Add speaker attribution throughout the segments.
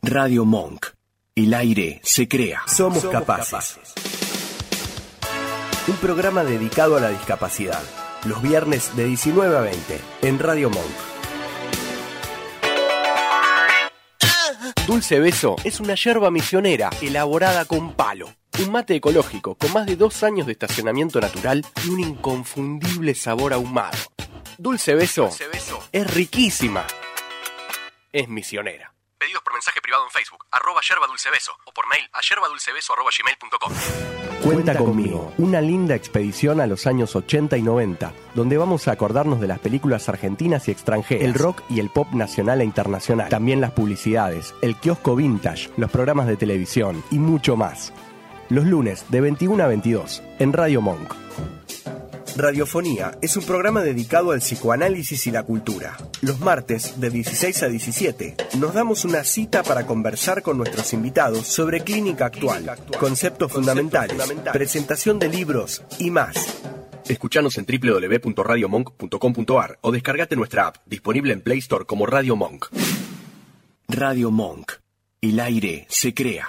Speaker 1: Radio Monk. El aire se crea. Somos, capaces. Un programa dedicado a la discapacidad. Los viernes de 19 a 20 en Radio Monk.
Speaker 2: Dulce Beso es una yerba misionera elaborada con palo. Un mate ecológico con más de dos años de estacionamiento natural y un inconfundible sabor ahumado. Dulce Beso, es riquísima. Es misionera. Pedidos por mensaje privado en Facebook, arroba yerba dulce beso, o por mail a yerbadulcebeso arroba gmail.com. Cuenta conmigo, una linda expedición a los años 80 y 90, donde vamos a acordarnos de las películas argentinas y extranjeras, el rock y el pop nacional e internacional, también las publicidades, el kiosco vintage, los programas de televisión y mucho más. Los lunes de 21 a 22 en Radio Monk.
Speaker 1: Radiofonía es un programa dedicado al psicoanálisis y la cultura. Los martes, de 16 a 17, nos damos una cita para conversar con nuestros invitados sobre clínica actual, conceptos, fundamentales, presentación de libros y más. Escuchanos en www.radiomonk.com.ar o descargate nuestra app, disponible en Play Store como Radio Monk. Radio Monk. El aire se crea.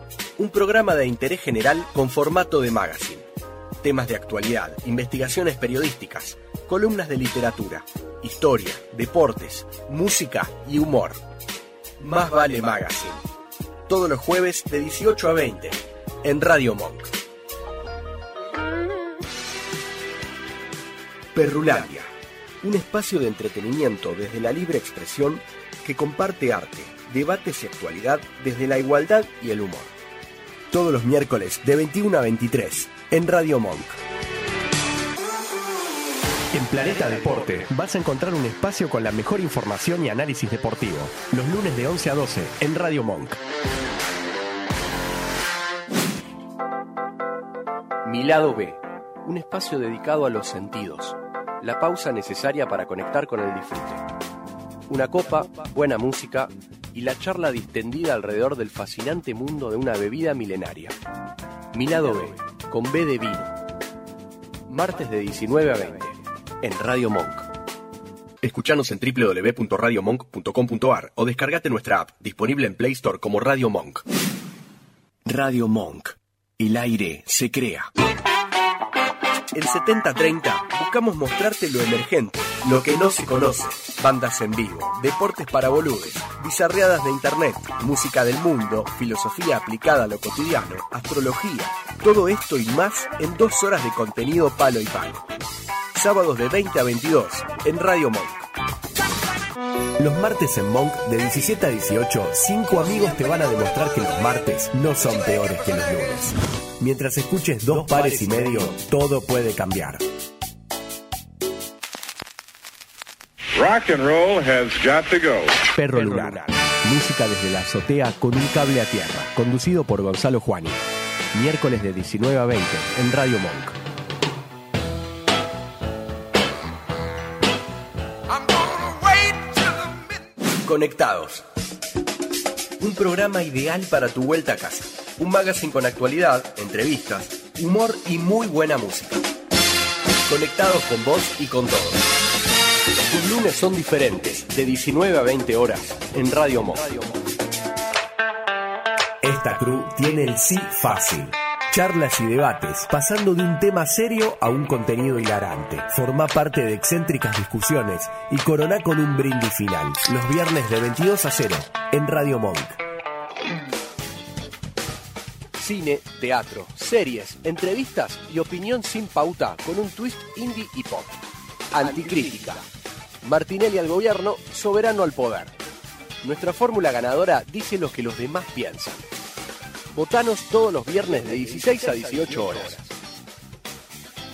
Speaker 1: Un programa de interés general con formato de magazine. Temas de actualidad, investigaciones periodísticas, columnas de literatura, historia, deportes, música y humor. Más vale Magazine. Todos los jueves de 18 a 20 en Radio Monk. Perrulandia, un espacio de entretenimiento desde la libre expresión que comparte arte, debates y actualidad desde la igualdad y el humor. Todos los miércoles de 21 a 23 en Radio Monk.
Speaker 2: En Planeta Deporte vas a encontrar un espacio con la mejor información y análisis deportivo. Los lunes de 11 a 12 en Radio Monk. Mi lado B, un espacio dedicado a los sentidos. La pausa necesaria para conectar con el disfrute. Una copa, buena música y la charla distendida alrededor del fascinante mundo de una bebida milenaria. Mi lado B, con B de vino. Martes de 19 a 20 en Radio Monk.
Speaker 1: Escuchanos en www.radiomonk.com.ar o descargate nuestra app, disponible en Play Store como Radio Monk. Radio Monk. El aire se crea. En 7030 buscamos mostrarte lo emergente, lo que no se conoce. Bandas en vivo, deportes para boludes, bizarreadas de internet, música del mundo, filosofía aplicada a lo cotidiano, astrología, todo esto y más en dos horas de contenido palo y palo. Sábados de 20 a 22 en Radio Monk. Los martes en Monk de 17 a 18, cinco amigos te van a demostrar que los martes no son peores que los lunes. Mientras escuches dos pares y medio, todo puede cambiar.
Speaker 3: Rock and roll has got to go.
Speaker 2: Perro Lunar. Música desde la azotea con un cable a tierra. Conducido por Gonzalo Juani. Miércoles de 19 a 20 en Radio Monk.
Speaker 1: Conectados. Un programa ideal para tu vuelta a casa. Un magazine con actualidad, entrevistas, humor y muy buena música. Conectados con vos y con todos.
Speaker 2: Tus lunes son diferentes, de 19 a 20 horas en Radio Monk.
Speaker 1: Esta crew tiene el sí fácil. Charlas y debates, pasando de un tema serio a un contenido hilarante. Forma parte de excéntricas discusiones y corona con un brindis final. Los viernes de 22 a 0 en Radio Monk.
Speaker 2: Cine, teatro, series, entrevistas y opinión sin pauta con un twist indie y pop. Anticrítica. Martinelli al gobierno, soberano al poder. Nuestra fórmula ganadora dice lo que los demás piensan. Votanos todos los viernes de 16 a 18 horas.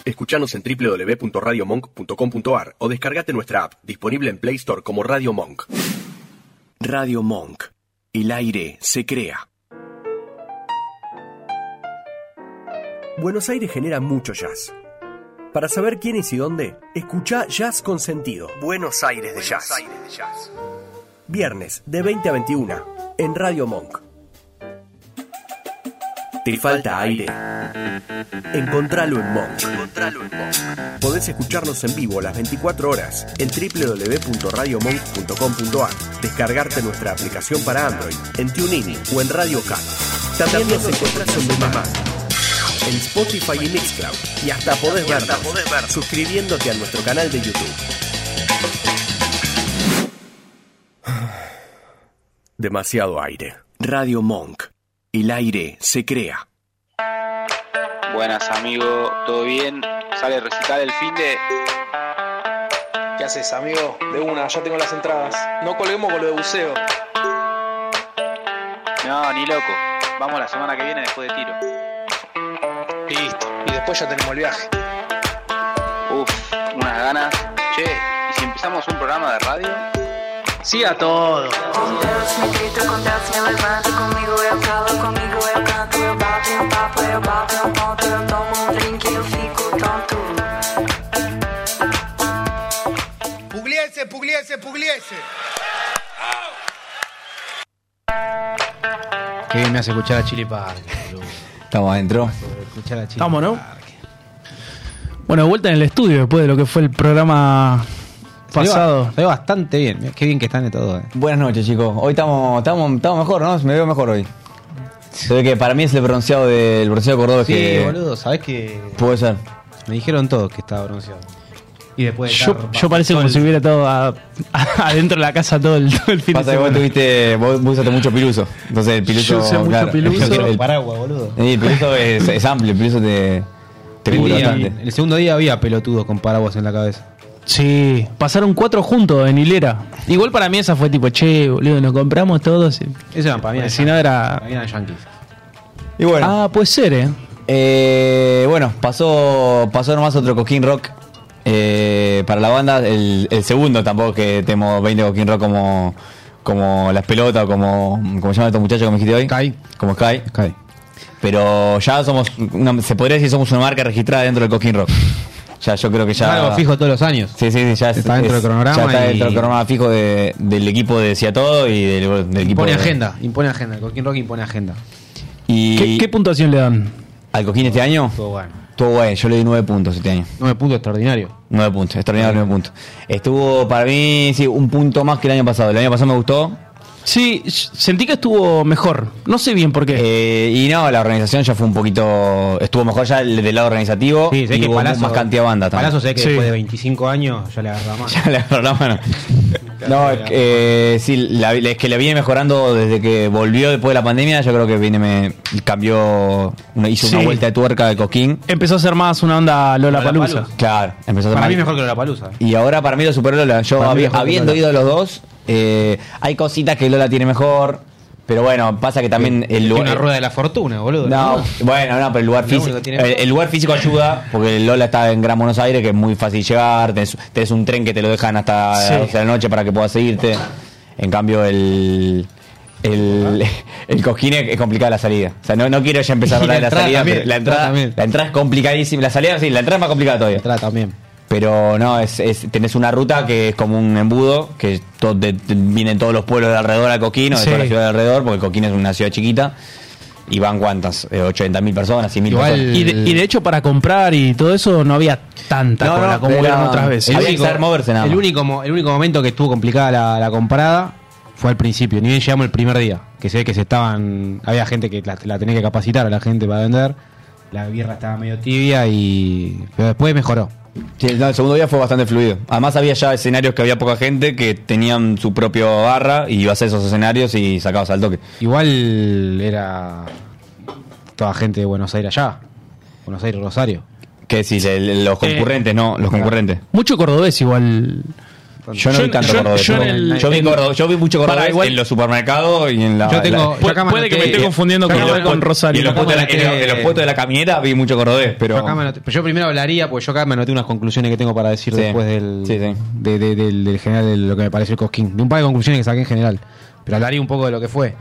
Speaker 1: Escuchanos en www.radiomonk.com.ar o descargate nuestra app, disponible en Play Store como Radio Monk. Radio Monk. El aire se crea. Buenos Aires genera mucho jazz. Para saber quién es y dónde, escucha Jazz con Sentido. Buenos Aires de Jazz. Viernes de 20 a 21 en Radio Monk. ¿Te falta aire? Encontralo en Monk. Podés escucharnos en vivo las 24 horas en www.radiomonk.com.ar, descargarte nuestra aplicación para Android en TuneIn o en Radio Cat. También nos encontrás en Mamá, en Spotify y Mixcloud. Y hasta podés vernos suscribiéndote a nuestro canal de YouTube. Demasiado aire. Radio Monk. El aire se crea.
Speaker 4: Buenas, amigo. ¿Todo bien? ¿Sale recital el fin de...?
Speaker 5: ¿Qué haces, amigo? De una, ya tengo las entradas. No colguemos con lo de buceo.
Speaker 4: No, ni loco. Vamos la semana que viene después de tiro.
Speaker 5: Listo. Y después ya tenemos el viaje.
Speaker 4: Uf, unas ganas. Che, ¿y si empezamos un programa de radio?
Speaker 5: Sí a todo.
Speaker 6: Me grito con danza, eu levanto comigo, eu calo comigo, eu canto, eu bato um papo, eu bato, eu ponto, eu tomo um drink, eu fico tonto.
Speaker 7: Pugliese, Pugliese, Pugliese.
Speaker 8: ¿Qué bien me hace escuchar a Chile Park?
Speaker 9: Estamos adentro.
Speaker 8: Escuchar a Chile
Speaker 10: Estamos, ¿no?
Speaker 8: Park.
Speaker 10: Bueno, de vuelta en el estudio después de lo que fue el programa
Speaker 8: Salió-
Speaker 10: pasado.
Speaker 8: Salió bastante bien. Mirá Qué bien que están de todo. eh.
Speaker 9: Buenas noches, chicos. Hoy estamos, estamos, estamos mejor, ¿no? Me veo mejor hoy. Se ve que para mí es el bronceado del bronceado cordobés
Speaker 8: Sí,
Speaker 9: que
Speaker 8: boludo, sabés que
Speaker 9: puede ser.
Speaker 8: me dijeron todos que estaba bronceado. Y después de
Speaker 10: Yo,
Speaker 8: estar
Speaker 10: yo parece
Speaker 8: bajo
Speaker 10: como si
Speaker 8: el sol,
Speaker 10: hubiera estado a- adentro de la casa todo el, todo el fin de
Speaker 9: Pasa que vos
Speaker 10: semana.
Speaker 9: tuviste, vos vos usaste mucho piluso. Entonces el piluso.
Speaker 10: Yo usé mucho piluso.
Speaker 9: el-
Speaker 8: pero
Speaker 9: el-
Speaker 8: paraguas, boludo.
Speaker 9: sí, el piluso es, es amplio, el piluso te, te
Speaker 8: El,
Speaker 9: cubre
Speaker 8: día-
Speaker 9: bastante.
Speaker 8: el segundo día había pelotudos con paraguas en la cabeza.
Speaker 10: Sí, pasaron cuatro juntos en hilera. Igual para mí esa fue tipo, che, boludo, nos compramos todos.
Speaker 8: Eso era para mí.
Speaker 10: Si no era...
Speaker 8: Para mí eran yankees.
Speaker 9: Y bueno,
Speaker 10: Ah, puede ser, ¿eh?
Speaker 9: eh, bueno, pasó, pasó nomás otro coquín rock. eh, para la banda, el, el segundo tampoco que tenemos 20 coquín rock como, como las pelotas o como, como se llaman estos muchachos que me dijiste hoy.
Speaker 8: Sky.
Speaker 9: Como Sky.
Speaker 8: Sky.
Speaker 9: Pero ya somos, una- se podría decir somos una marca registrada dentro del Coquín Rock. Ya, yo creo que ya.
Speaker 8: Algo fijo todos los años.
Speaker 9: Sí, sí, sí, ya es-
Speaker 8: Está dentro
Speaker 9: es-
Speaker 8: del cronograma
Speaker 9: Ya está
Speaker 8: y-
Speaker 9: dentro del cronograma fijo de- del equipo de Decía Todo y del, del equipo.
Speaker 8: Impone
Speaker 9: de-
Speaker 8: agenda, impone agenda. Coquín Rock impone agenda.
Speaker 9: Y
Speaker 10: ¿Qué, qué puntuación le dan?
Speaker 9: al Coquín este año,
Speaker 8: Todo bueno.
Speaker 9: estuvo bueno. Yo le di nueve puntos este año.
Speaker 8: No me puto extraordinario.
Speaker 9: 9 puntos, extraordinario 9 puntos. Estuvo para mí, sí, un punto más que el año pasado. El año pasado me gustó.
Speaker 10: Sí, sentí que estuvo mejor. No sé bien por qué.
Speaker 9: Eh, y no, la organización ya fue un poquito. Estuvo mejor ya el- del lado organizativo.
Speaker 8: Sí, sé
Speaker 9: y
Speaker 8: que
Speaker 9: hubo
Speaker 8: Palazzo-
Speaker 9: más cantidad de bandas también.
Speaker 8: Palazzo sé que
Speaker 10: Sí.
Speaker 8: después de 25 años ya le agarra más.
Speaker 9: Ya le agarró la mano. No, es que, eh, sí, la- es que le viene mejorando desde que volvió después de la pandemia. Yo creo que viene, me cambió, una- hizo
Speaker 10: Sí.
Speaker 9: una vuelta de tuerca de Coquín.
Speaker 10: Empezó a ser más una onda Lola Palusa.
Speaker 8: Lollapalooza.
Speaker 9: Claro, empezó a
Speaker 8: Para
Speaker 9: tomar-
Speaker 8: mí mejor que la palusa. ¿eh?
Speaker 9: Y ahora para mí lo superó Lola. Yo
Speaker 8: Para mí
Speaker 9: habi-
Speaker 8: mejor que
Speaker 9: habiendo
Speaker 8: Lola.
Speaker 9: ido los dos, eh, hay cositas que Lola tiene mejor. Pero bueno, pasa que también el
Speaker 8: Una
Speaker 9: lugar.
Speaker 8: rueda de la fortuna, boludo.
Speaker 9: No, bueno, no, pero el lugar
Speaker 8: Lo
Speaker 9: físico.
Speaker 8: único que tiene-
Speaker 9: El, el lugar físico ayuda, porque Lola está en Gran Buenos Aires, que es muy fácil llegar, tenés, tenés un tren que te lo dejan hasta
Speaker 10: Sí.
Speaker 9: las 12 de la noche para que puedas seguirte. En cambio el el, el cojín es es complicada la salida. O sea, no, no quiero ya empezar a
Speaker 8: Y
Speaker 9: hablar de
Speaker 8: la
Speaker 9: la
Speaker 8: entrada
Speaker 9: salida,
Speaker 8: también,
Speaker 9: pero la
Speaker 8: la
Speaker 9: entrada,
Speaker 8: entrada también.
Speaker 9: la entrada es complicadísima. La salida sí, la entrada es más complicada todavía.
Speaker 8: Entrada también.
Speaker 9: Pero no, es, es- tenés una ruta que es como un embudo, que to- de- de- vienen todos los pueblos de alrededor a Coquín, o de
Speaker 10: Sí.
Speaker 9: toda la ciudad de alrededor, porque Coquín es una ciudad chiquita. Y van cuántas, Eh, 80.000 personas, 100.000
Speaker 8: Igual-
Speaker 9: personas.
Speaker 10: Y de, y de hecho para comprar y todo eso no había tanta
Speaker 9: No,
Speaker 10: cola
Speaker 9: no,
Speaker 10: como
Speaker 9: era-
Speaker 10: eran otras veces.
Speaker 9: Había que saber moverse nada
Speaker 8: el
Speaker 9: más.
Speaker 8: único mo- el único momento que estuvo complicada la, la comprada fue al principio, ni bien llegamos el primer día, que se ve que se estaban, había gente que la, la tenía que capacitar a la gente para vender, la birra estaba medio tibia y. Pero después mejoró.
Speaker 9: Sí, no, el segundo día fue bastante fluido. Además había ya escenarios que había poca gente que tenían su propio barra y ibas a esos escenarios y sacabas al toque.
Speaker 8: Igual era toda gente de Buenos Aires allá. Buenos Aires, Rosario.
Speaker 9: ¿Qué decís? El- el-
Speaker 10: Eh,
Speaker 9: los concurrentes, no, los concurrentes.
Speaker 10: Mucho cordobés igual.
Speaker 9: Yo no
Speaker 10: Yo-
Speaker 9: vi tanto
Speaker 10: yo-
Speaker 9: cordobés.
Speaker 10: yo en el-
Speaker 9: Yo vi,
Speaker 10: en-
Speaker 9: cordo- yo vi mucho
Speaker 10: Pará,
Speaker 9: cordobés
Speaker 10: igual-
Speaker 9: en los supermercados y en la...
Speaker 8: Yo tengo-
Speaker 9: Ah, la-
Speaker 8: yo acá
Speaker 10: Puede que me
Speaker 8: anoté-
Speaker 9: Eh,
Speaker 10: esté confundiendo
Speaker 8: yo
Speaker 10: con,
Speaker 8: acá
Speaker 10: con
Speaker 8: anoté-
Speaker 10: Rosario.
Speaker 9: y en los puestos de la- en los- en los puestos de la camioneta vi mucho cordobés,
Speaker 8: Yo acá me
Speaker 9: pero...
Speaker 8: anoté- pero yo primero hablaría, porque yo acá me anoté unas conclusiones que tengo para decir
Speaker 9: Sí.
Speaker 8: después del,
Speaker 9: Sí, sí.
Speaker 8: de- de- del, del general, de lo que me pareció el Cosquín. De un par de conclusiones que saqué en general. Pero hablaría un poco de lo que fue.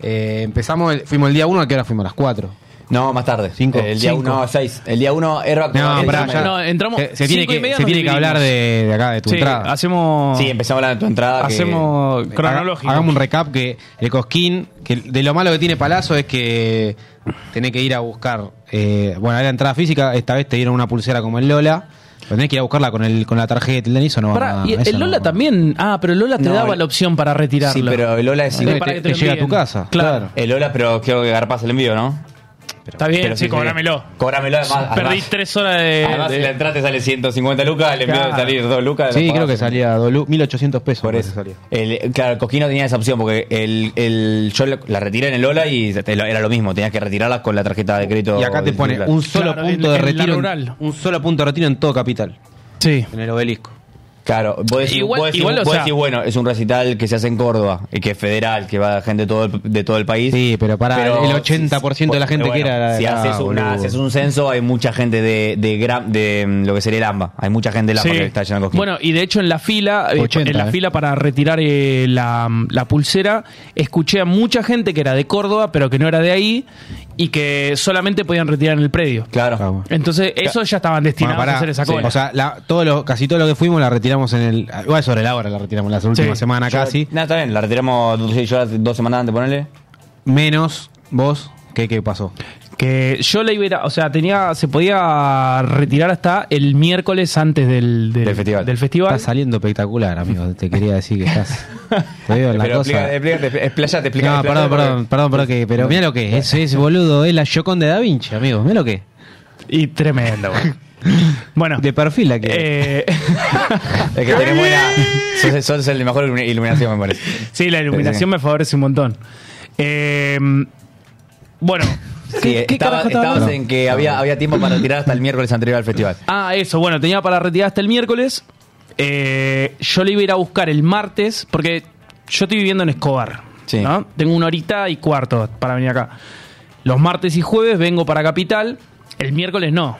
Speaker 8: Eh, empezamos, el- fuimos el día 1, ¿a qué hora fuimos? A las 4.
Speaker 9: No, más tarde.
Speaker 8: Cinco.
Speaker 9: El día
Speaker 8: Cinco.
Speaker 9: 1, 6. El día 1, Airbag...
Speaker 8: No,
Speaker 9: el-
Speaker 8: pará,
Speaker 9: el-
Speaker 8: ya.
Speaker 10: No, entramos.
Speaker 8: se se tiene
Speaker 10: cinco y
Speaker 8: que,
Speaker 10: media
Speaker 8: se
Speaker 10: nos
Speaker 8: tiene que
Speaker 10: dividimos.
Speaker 8: hablar de, de acá, de tu
Speaker 10: Sí,
Speaker 8: entrada.
Speaker 10: hacemos.
Speaker 9: Sí, empezamos a hablar de tu entrada. que-
Speaker 10: hacemos
Speaker 8: Eh, Haga-
Speaker 10: cronológico.
Speaker 8: Hagamos un recap que el Cosquín, que de lo malo que tiene Palazzo es que tenés que ir a buscar. eh, bueno, era entrada física, esta vez te dieron una pulsera como el Lola. Pero tenés que ir a buscarla con el con la tarjeta, el Denis o no. van
Speaker 10: Pará,
Speaker 8: a-
Speaker 10: y
Speaker 8: eso
Speaker 10: el
Speaker 8: no
Speaker 10: Lola
Speaker 8: van a-
Speaker 10: también. Ah, pero el Lola te
Speaker 9: No,
Speaker 10: daba
Speaker 9: el-
Speaker 10: la opción para retirarlo.
Speaker 9: Sí, pero el Ola es...
Speaker 8: Sí,
Speaker 10: Para
Speaker 8: te-
Speaker 10: que te
Speaker 8: te
Speaker 10: lo
Speaker 8: llega a tu
Speaker 10: envíen.
Speaker 8: casa.
Speaker 10: Claro.
Speaker 9: El Ola, pero creo que garpas el envío, ¿no?
Speaker 10: Está bien,
Speaker 9: Pero
Speaker 10: sí, cobrámelo.
Speaker 9: Cobrámelo, además.
Speaker 10: Perdí
Speaker 9: además-
Speaker 10: tres horas de.
Speaker 9: Además,
Speaker 10: de-
Speaker 9: si la entrada te sale 150 lucas, el envío
Speaker 8: Claro.
Speaker 9: de salir 2 lucas.
Speaker 8: Sí,
Speaker 9: lo
Speaker 8: creo
Speaker 9: pagás.
Speaker 8: que salía dos lu- 1800 pesos.
Speaker 9: Por
Speaker 8: me
Speaker 9: eso.
Speaker 8: parece salía.
Speaker 9: El- claro, Coquino tenía esa opción porque el, el, yo la- la retiré en el Ola y te- lo- era lo mismo. Tenías que retirarla con la tarjeta de crédito.
Speaker 8: Y acá te pone
Speaker 9: titular.
Speaker 8: un solo
Speaker 10: Claro,
Speaker 8: punto
Speaker 10: en-
Speaker 8: de
Speaker 10: en la
Speaker 8: retiro. en-
Speaker 10: rural.
Speaker 8: un solo punto de retiro en todo capital.
Speaker 10: Sí.
Speaker 8: En el obelisco.
Speaker 9: Claro, vos decís,
Speaker 10: Igual-
Speaker 9: vos decís-
Speaker 10: igual, o
Speaker 9: vos
Speaker 10: sea-
Speaker 9: decís, bueno, es un recital que se hace en Córdoba y que es federal, que va gente de todo el, de todo el país.
Speaker 8: Sí, pero para el 80% de la gente que era-
Speaker 9: Si
Speaker 8: era-
Speaker 9: haces, una-
Speaker 8: boludo.
Speaker 9: si haces un censo, hay mucha gente de, de, Gram- de mm, lo que sería el AMBA. Hay mucha gente del AMBA
Speaker 10: Sí.
Speaker 9: que está yendo a Coquín.
Speaker 10: Bueno, y de hecho en la fila, eh,
Speaker 8: 80,
Speaker 10: en la
Speaker 8: eh.
Speaker 10: fila para retirar eh, la, la pulsera, escuché a mucha gente que era de Córdoba, pero que no era de ahí, y que solamente podían retirar en el predio.
Speaker 9: claro.
Speaker 8: Ah, bueno.
Speaker 10: Entonces, esos ya estaban destinados
Speaker 8: Bueno, pará,
Speaker 10: a hacer esa
Speaker 8: sí.
Speaker 10: cola.
Speaker 8: O sea, la- todo lo- casi todo lo que fuimos la retiramos en el. ah, Igual sobre la hora la retiramos, la última
Speaker 10: Sí.
Speaker 8: semana
Speaker 9: Yo-
Speaker 8: casi.
Speaker 9: Nada, está bien, la retiramos sí, yo hace dos semanas antes, ponele.
Speaker 8: Menos vos, ¿qué, qué pasó?
Speaker 10: que yo la iba a ir a- o sea, tenía, se podía retirar hasta el miércoles antes del, del-
Speaker 9: Del festival.
Speaker 10: del festival.
Speaker 8: Estás saliendo espectacular, amigo. Te quería decir que estás. Te veo en la
Speaker 9: Pero
Speaker 8: cosa.
Speaker 9: explícate, explícate, explayate,
Speaker 8: No,
Speaker 9: explicate.
Speaker 8: perdón, perdón, perdón, perdón, que, pero mira lo que es, es, boludo, es la Joconde da Vinci, amigo, mira lo que es.
Speaker 10: Y tremendo. güey. bueno.
Speaker 8: De perfil aquí.
Speaker 10: eh,
Speaker 9: Es que tenés buena. Sos, sos el mejor ilumi- iluminación, me parece.
Speaker 10: sí, la iluminación me favorece un montón. Eh, bueno.
Speaker 9: Sí, eh, estaba-
Speaker 10: carajo estaba
Speaker 9: estabas
Speaker 10: hablando?
Speaker 9: en que había, había tiempo para retirar hasta el miércoles anterior al festival.
Speaker 10: Ah, eso, bueno, tenía para retirar hasta el miércoles. Eh, yo le iba a ir a buscar el martes, porque yo estoy viviendo en Escobar.
Speaker 9: Sí.
Speaker 10: ¿no? Tengo una horita y cuarto para venir acá. Los martes y jueves vengo para Capital, el miércoles no.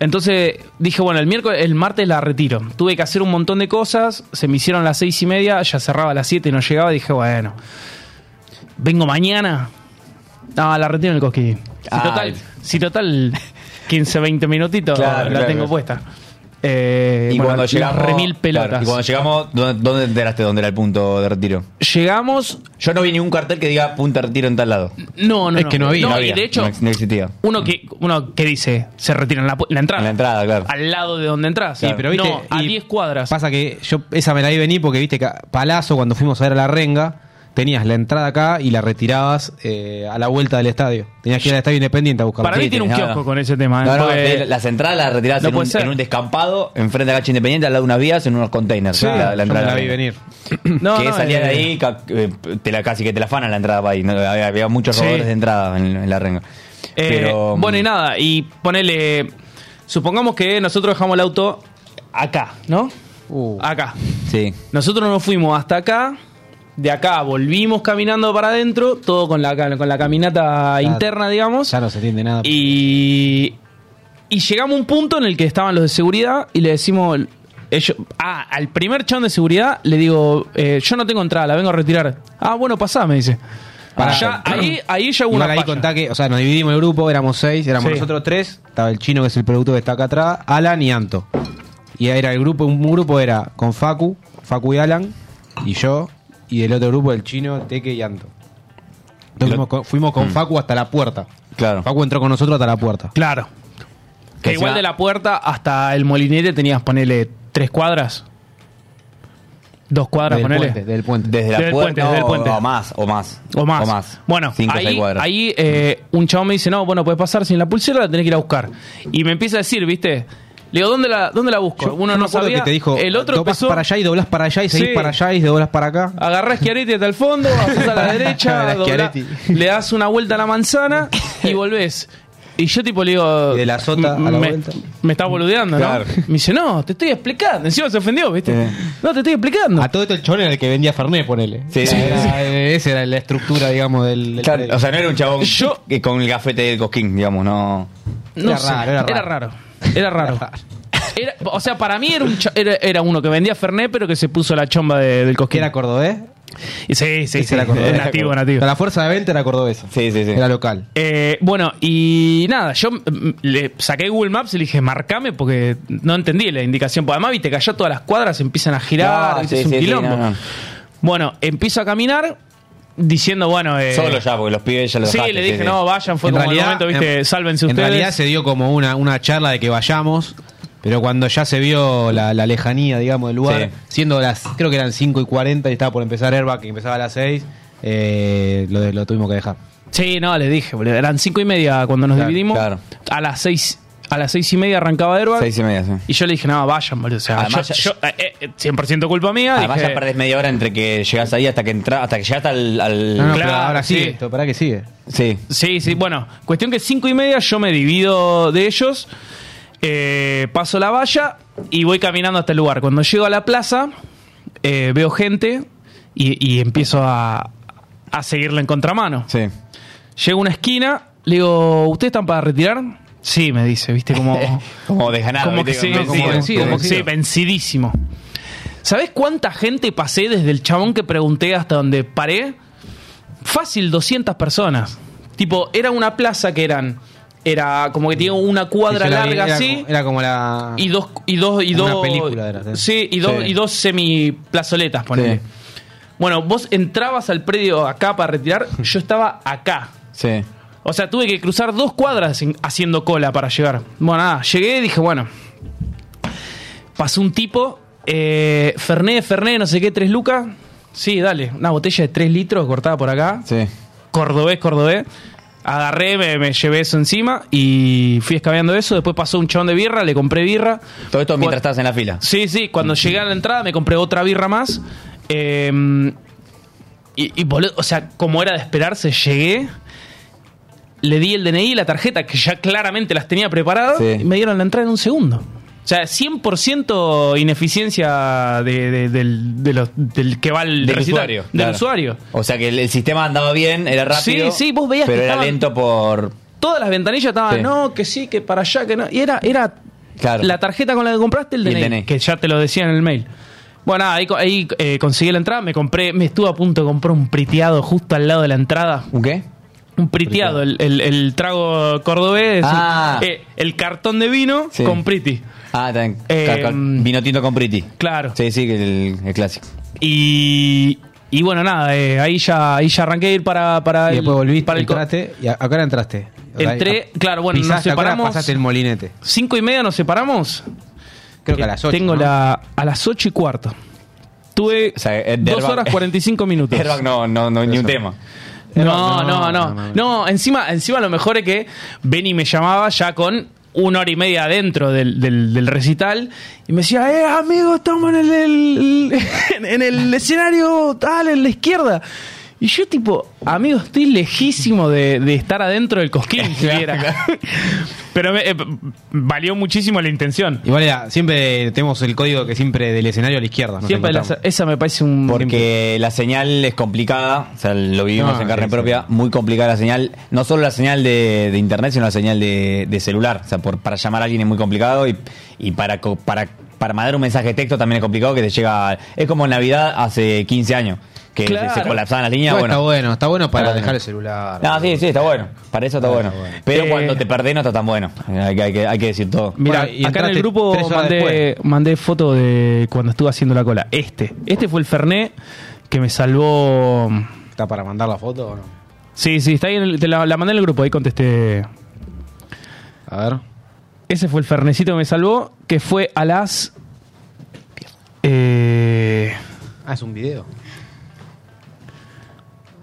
Speaker 10: Entonces dije, bueno, el miércoles, el martes la retiro. Tuve que hacer un montón de cosas, se me hicieron las seis y media, ya cerraba a las siete y no llegaba, dije, bueno, vengo mañana. Ah, la retiro en el cosquillín. Si
Speaker 9: Ah,
Speaker 10: total,
Speaker 9: el-
Speaker 10: si total 15, 20 minutitos
Speaker 9: Claro,
Speaker 10: la
Speaker 9: claro,
Speaker 10: tengo
Speaker 9: claro.
Speaker 10: puesta. Eh,
Speaker 9: y
Speaker 10: bueno,
Speaker 9: cuando
Speaker 10: las
Speaker 9: llegamos.
Speaker 10: remil pelotas.
Speaker 9: claro, y cuando llegamos, ¿dónde, dónde enteraste dónde era el punto de retiro?
Speaker 10: Llegamos.
Speaker 9: Yo no vi ningún cartel que diga punto de retiro en tal lado.
Speaker 10: No, no,
Speaker 8: Es
Speaker 10: no.
Speaker 8: que no había,
Speaker 10: No,
Speaker 8: no
Speaker 10: y
Speaker 9: había,
Speaker 10: de hecho,
Speaker 9: no ex- no existía.
Speaker 10: uno que uno que dice, se retira en la, pu- en la entrada.
Speaker 9: En la entrada, claro.
Speaker 10: Al lado de donde entras.
Speaker 8: Sí, pero viste,
Speaker 10: no, a
Speaker 8: y
Speaker 10: 10 cuadras.
Speaker 8: Pasa que yo esa me la vi venir porque viste que a Palazzo, cuando fuimos a ver a la renga, tenías la entrada acá y la retirabas eh, a la vuelta del estadio. Tenías que ir al estadio independiente a buscarla.
Speaker 10: Para mí
Speaker 8: Sí,
Speaker 10: tiene un
Speaker 8: tenés-
Speaker 9: nada.
Speaker 10: kiosco con ese tema. ¿eh?
Speaker 9: No, no,
Speaker 10: Porque-
Speaker 9: te- las entradas las retiraste
Speaker 10: No
Speaker 9: en,
Speaker 10: puede
Speaker 9: un,
Speaker 10: ser.
Speaker 9: en un descampado, enfrente de la cancha independiente, al lado de unas vías, en unos containers.
Speaker 8: Sí,
Speaker 9: la, la
Speaker 8: yo me
Speaker 9: entrada.
Speaker 8: la vi venir.
Speaker 10: no,
Speaker 9: que
Speaker 10: no,
Speaker 9: salía
Speaker 10: eh,
Speaker 9: de ahí, ca- eh, te la, casi que te la fanan la entrada para ahí. ¿no? Había, había muchos
Speaker 10: Sí.
Speaker 9: robadores de entrada en, en la renga.
Speaker 10: Eh,
Speaker 9: Pero, mm.
Speaker 10: bueno, y nada, y ponele. Supongamos que nosotros dejamos el auto acá, ¿no?
Speaker 8: Uh.
Speaker 10: Acá.
Speaker 9: mm, Sí.
Speaker 10: Nosotros nos fuimos hasta acá. De acá volvimos caminando para adentro, todo con la, con la caminata interna, digamos.
Speaker 8: Ya no se entiende nada.
Speaker 10: Y, y llegamos a un punto en el que estaban los de seguridad y le decimos. ellos- ah, al primer chabón de seguridad le digo, eh, yo no tengo entrada, la vengo a retirar. Ah, bueno, pasá, me dice.
Speaker 8: Pará.
Speaker 10: Ya- ahí, ahí ya hubo una
Speaker 8: Igual ahí
Speaker 10: falla.
Speaker 8: contá que, o sea, nos dividimos el grupo, éramos seis, éramos
Speaker 10: Sí.
Speaker 8: nosotros tres, estaba el chino que es el producto que está acá atrás, Alan y Anto. Y era el grupo, un grupo era con Facu, Facu y Alan, y yo, y del otro grupo el chino, Teque y Anto. Entonces fuimos con, fuimos con Facu hasta la puerta.
Speaker 9: Mm. Claro.
Speaker 8: Facu entró con nosotros hasta la puerta.
Speaker 10: Claro. Que
Speaker 9: Que
Speaker 10: igual
Speaker 9: encima-
Speaker 10: de la puerta hasta el molinete tenías, ponele, tres cuadras. Dos cuadras,
Speaker 8: Del
Speaker 10: ponele.
Speaker 8: puente, del puente.
Speaker 9: Desde la
Speaker 10: Desde el puente,
Speaker 9: puerta
Speaker 10: desde el puente.
Speaker 9: o más, o más.
Speaker 10: O más. Bueno,
Speaker 9: Cinco, seis
Speaker 10: ahí,
Speaker 9: cuadras.
Speaker 10: ahí, eh, un chabón me dice, no, bueno, puedes pasar sin la pulsera, la tenés que ir a buscar. Y me empieza a decir, ¿viste? Le digo, ¿dónde la, dónde la busco? Uno
Speaker 8: Yo me
Speaker 10: no
Speaker 8: acuerdo
Speaker 10: sabía.
Speaker 8: que te dijo,
Speaker 10: el otro
Speaker 8: "Topás
Speaker 10: empezó,
Speaker 8: para allá y doblás para allá y seguís
Speaker 10: Sí.
Speaker 8: para allá y doblás para acá.
Speaker 10: agarrás Schiaretti hasta el fondo, vas a la derecha,
Speaker 8: La
Speaker 10: doblá-
Speaker 8: Schiaretti.
Speaker 10: le das una vuelta a la manzana y volvés. Y yo tipo le digo...
Speaker 8: Y de la sota a la
Speaker 10: "Me-
Speaker 8: vuelta".
Speaker 10: Me está boludeando,
Speaker 8: Claro.
Speaker 10: ¿no? Me dice, no, te estoy explicando. Encima se ofendió, ¿viste? No, te estoy explicando.
Speaker 8: A todo esto el chabón era el que vendía Fernet, ponele.
Speaker 9: Sí, sí,
Speaker 8: Era- Esa era la estructura, digamos, del... del-
Speaker 9: Claro, o sea, no era un chabón
Speaker 10: Yo-
Speaker 9: que con el gafete del cosquín, digamos, no.
Speaker 10: No
Speaker 8: Era
Speaker 10: sé,
Speaker 8: raro, era
Speaker 10: era raro. Era raro. Era- o sea, para mí era, un cha- era, era uno que vendía Fernet, pero que se puso la chomba de- del
Speaker 8: ¿Que
Speaker 10: cosquín.
Speaker 8: era cordobés?
Speaker 10: Y sí, sí,
Speaker 8: Ese
Speaker 10: sí.
Speaker 8: era cordobés.
Speaker 10: nativo, nativo.
Speaker 8: La fuerza de venta era cordobesa.
Speaker 9: Sí, sí, sí.
Speaker 8: Era local.
Speaker 10: Eh, bueno, y nada, yo mm, le saqué Google Maps y le dije, marcame, porque no entendí la indicación. Porque además, viste, cayó todas las cuadras, empiezan a girar,
Speaker 9: No,
Speaker 10: viste,
Speaker 9: sí,
Speaker 10: es un
Speaker 9: sí, sí,
Speaker 10: quilombo.
Speaker 9: no, no.
Speaker 10: Bueno, empiezo a caminar diciendo, bueno. eh,
Speaker 9: Solo ya, porque los pibes ya los
Speaker 10: Sí,
Speaker 9: dejaste,
Speaker 10: le dije,
Speaker 9: sí.
Speaker 10: no, vayan, fue como el momento, viste,
Speaker 8: en-
Speaker 10: sálvense
Speaker 8: en
Speaker 10: ustedes.
Speaker 8: realidad se dio como una, una charla de que vayamos, pero cuando ya se vio la, la lejanía, digamos, del lugar,
Speaker 9: Sí.
Speaker 8: siendo las, creo que eran 5 y 40 y estaba por empezar Airbag, que empezaba a las 6, eh, lo, de- lo tuvimos que dejar.
Speaker 10: Sí, no, le dije, boludo. Eran cinco y media cuando nos
Speaker 8: Claro,
Speaker 10: dividimos.
Speaker 9: claro.
Speaker 10: A las seis, a las seis y media arrancaba Airbag.
Speaker 9: Seis y media, sí.
Speaker 10: Y yo le dije, no, vayan, boludo. O sea,
Speaker 9: Además,
Speaker 10: yo,
Speaker 9: ya-
Speaker 10: yo, eh, eh, 100% culpa mía.
Speaker 9: Además
Speaker 10: dije,
Speaker 9: ya perdés media hora entre que llegás ahí hasta que entra, hasta que llegaste al, al-
Speaker 8: No, no, pero
Speaker 10: Claro,
Speaker 8: ahora
Speaker 10: sí.
Speaker 8: sigue, esto, pará que sigue.
Speaker 9: Sí.
Speaker 10: Sí, sí, bueno, cuestión que cinco y media yo me divido de ellos, eh, paso la valla y voy caminando hasta el lugar. Cuando llego a la plaza, eh, veo gente y, y empiezo a, a seguirla en contramano.
Speaker 9: Sí.
Speaker 10: Llego a una esquina, le digo, ¿ustedes están para retirar? Sí, me dice, viste, como...
Speaker 9: Como desganado.
Speaker 10: Eh, como que
Speaker 9: ¿viste?
Speaker 10: sí,
Speaker 9: Como-
Speaker 10: sí,
Speaker 9: como-
Speaker 10: sí,
Speaker 9: como-
Speaker 10: como que sí, vencidísimo. ¿Sabés cuánta gente pasé desde el chabón que pregunté hasta donde paré? Fácil, 200 personas. Tipo, era una plaza que eran... Era como que tiene una cuadra
Speaker 8: Yo la vi,
Speaker 10: larga
Speaker 8: era
Speaker 10: así
Speaker 8: como- Era como la...
Speaker 10: y dos y dos y
Speaker 8: Una
Speaker 10: dos
Speaker 8: película era,
Speaker 10: sí y dos
Speaker 9: Sí.
Speaker 10: y dos semiplazoletas ponele.
Speaker 9: Sí.
Speaker 10: Bueno, vos entrabas al predio acá para retirar, yo estaba acá.
Speaker 9: Sí.
Speaker 10: O sea, tuve que cruzar dos cuadras en- haciendo cola para llegar. Bueno, nada, llegué y dije, bueno. Pasó un tipo, eh, Ferné, Ferné, no sé qué, tres lucas. Sí, dale, una botella de tres litros cortada por acá.
Speaker 9: Sí.
Speaker 10: Cordobés, cordobés. Agarré, me, me llevé eso encima y fui escabeando eso. Después pasó un chabón de birra, le compré birra.
Speaker 9: Todo esto
Speaker 10: Bueno,
Speaker 9: mientras estás en la fila.
Speaker 10: Sí, sí, cuando llegué a la entrada me compré otra birra más. Eh, y, y, boludo, o sea, como era de esperarse, llegué, le di el DNI y la tarjeta, que ya claramente las tenía preparadas,
Speaker 9: Sí.
Speaker 10: y me dieron la entrada en un segundo. O sea, 100% ineficiencia de- de- del, de los- del que va al
Speaker 9: Del
Speaker 10: recital,
Speaker 9: usuario.
Speaker 10: Del
Speaker 9: claro.
Speaker 10: usuario.
Speaker 9: O sea que el, el sistema andaba bien, era rápido.
Speaker 10: Sí, sí, vos veías
Speaker 9: Pero
Speaker 10: que
Speaker 9: era
Speaker 10: estaban-
Speaker 9: lento por.
Speaker 10: Todas las ventanillas estaban,
Speaker 9: Sí.
Speaker 10: no, que sí, que para allá, que no. Y era, era
Speaker 9: Claro.
Speaker 10: la tarjeta con la que compraste, el
Speaker 9: Y el
Speaker 10: DNI,
Speaker 9: DNI.
Speaker 10: que ya te lo decía en el mail. Bueno, nada, ahí, co- ahí, eh, conseguí la entrada, me compré, me estuve a punto de comprar un priteado justo al lado de la entrada.
Speaker 9: ¿Un qué?
Speaker 10: Un priteado, el, el- el trago cordobés,
Speaker 9: Ah.
Speaker 10: eh, el cartón de vino
Speaker 9: Sí.
Speaker 10: con priti.
Speaker 9: Ah, tan,
Speaker 10: Eh,
Speaker 9: ca- ca- vino tinto con Pretty.
Speaker 10: Claro.
Speaker 9: Sí, sí, que el, el clásico.
Speaker 10: Y, y bueno, nada, eh, ahí ya ahí ya arranqué a ir para, para
Speaker 8: y
Speaker 10: el.
Speaker 8: después volviste,
Speaker 10: para el co-
Speaker 8: entraste, y a- acá ahora entraste.
Speaker 10: Entré, claro, bueno, nos
Speaker 8: Pisaste acá,
Speaker 10: separamos.
Speaker 8: pasaste el molinete.
Speaker 10: Cinco y media nos separamos.
Speaker 8: Creo que a las 8.
Speaker 10: Eh, Tengo la, a las ocho y cuarto. Tuve
Speaker 9: O sea, eh,
Speaker 10: dos
Speaker 9: Airbag-
Speaker 10: horas 45 minutos.
Speaker 9: Airbag no, no, no, ni un
Speaker 8: Eso.
Speaker 9: tema.
Speaker 10: No,
Speaker 8: No,
Speaker 10: no, no.
Speaker 8: no,
Speaker 10: No,
Speaker 8: no.
Speaker 10: encima, encima lo mejor es que Benny me llamaba ya con una hora y media adentro del, del- del recital y me decía, eh, amigo, estamos en el, el- en, en el escenario tal, en la izquierda. Y yo tipo, amigo, estoy lejísimo de, de estar adentro del cosquín. si viera. Pero me- eh, valió muchísimo la intención.
Speaker 8: Igual era, siempre tenemos el código que siempre del escenario a la izquierda. nos
Speaker 10: Siempre la-
Speaker 8: encontramos.
Speaker 10: esa me parece un...
Speaker 9: Porque la señal es complicada, o sea, lo vivimos
Speaker 8: No,
Speaker 9: en carne
Speaker 8: sí,
Speaker 9: propia, muy complicada la señal, no solo la señal de, de internet, sino la señal de, de celular, o sea, por, para llamar a alguien es muy complicado y, y para, co- para, para mandar un mensaje de texto también es complicado que te llega, es como Navidad hace 15 años, que se- se
Speaker 10: Claro.
Speaker 9: colapsaban
Speaker 10: eh,
Speaker 9: las líneas,
Speaker 8: Igual Está
Speaker 9: bueno.
Speaker 8: bueno, está bueno para
Speaker 9: Está bueno.
Speaker 8: dejar el celular.
Speaker 10: Ah,
Speaker 9: No, sí, sí, está bueno, para eso está
Speaker 8: Está
Speaker 9: bueno,
Speaker 8: bueno.
Speaker 9: pero
Speaker 10: Eh,
Speaker 9: cuando te perdés no está tan bueno, hay que, hay que, hay que decir todo.
Speaker 10: Mira,
Speaker 8: Bueno, y
Speaker 10: acá en el
Speaker 8: entraste
Speaker 10: grupo
Speaker 8: tres horas
Speaker 10: mandé,
Speaker 8: después.
Speaker 10: mandé foto de cuando estuve haciendo la cola. Este. Este fue el Fernet que me salvó.
Speaker 8: ¿Está para mandar la foto o no?
Speaker 10: Sí, sí, está ahí. en el- te la, la mandé en el grupo, ahí contesté.
Speaker 8: A ver.
Speaker 10: Ese fue el Fernecito que me salvó, que fue a las. Eh,
Speaker 8: Ah, es un video.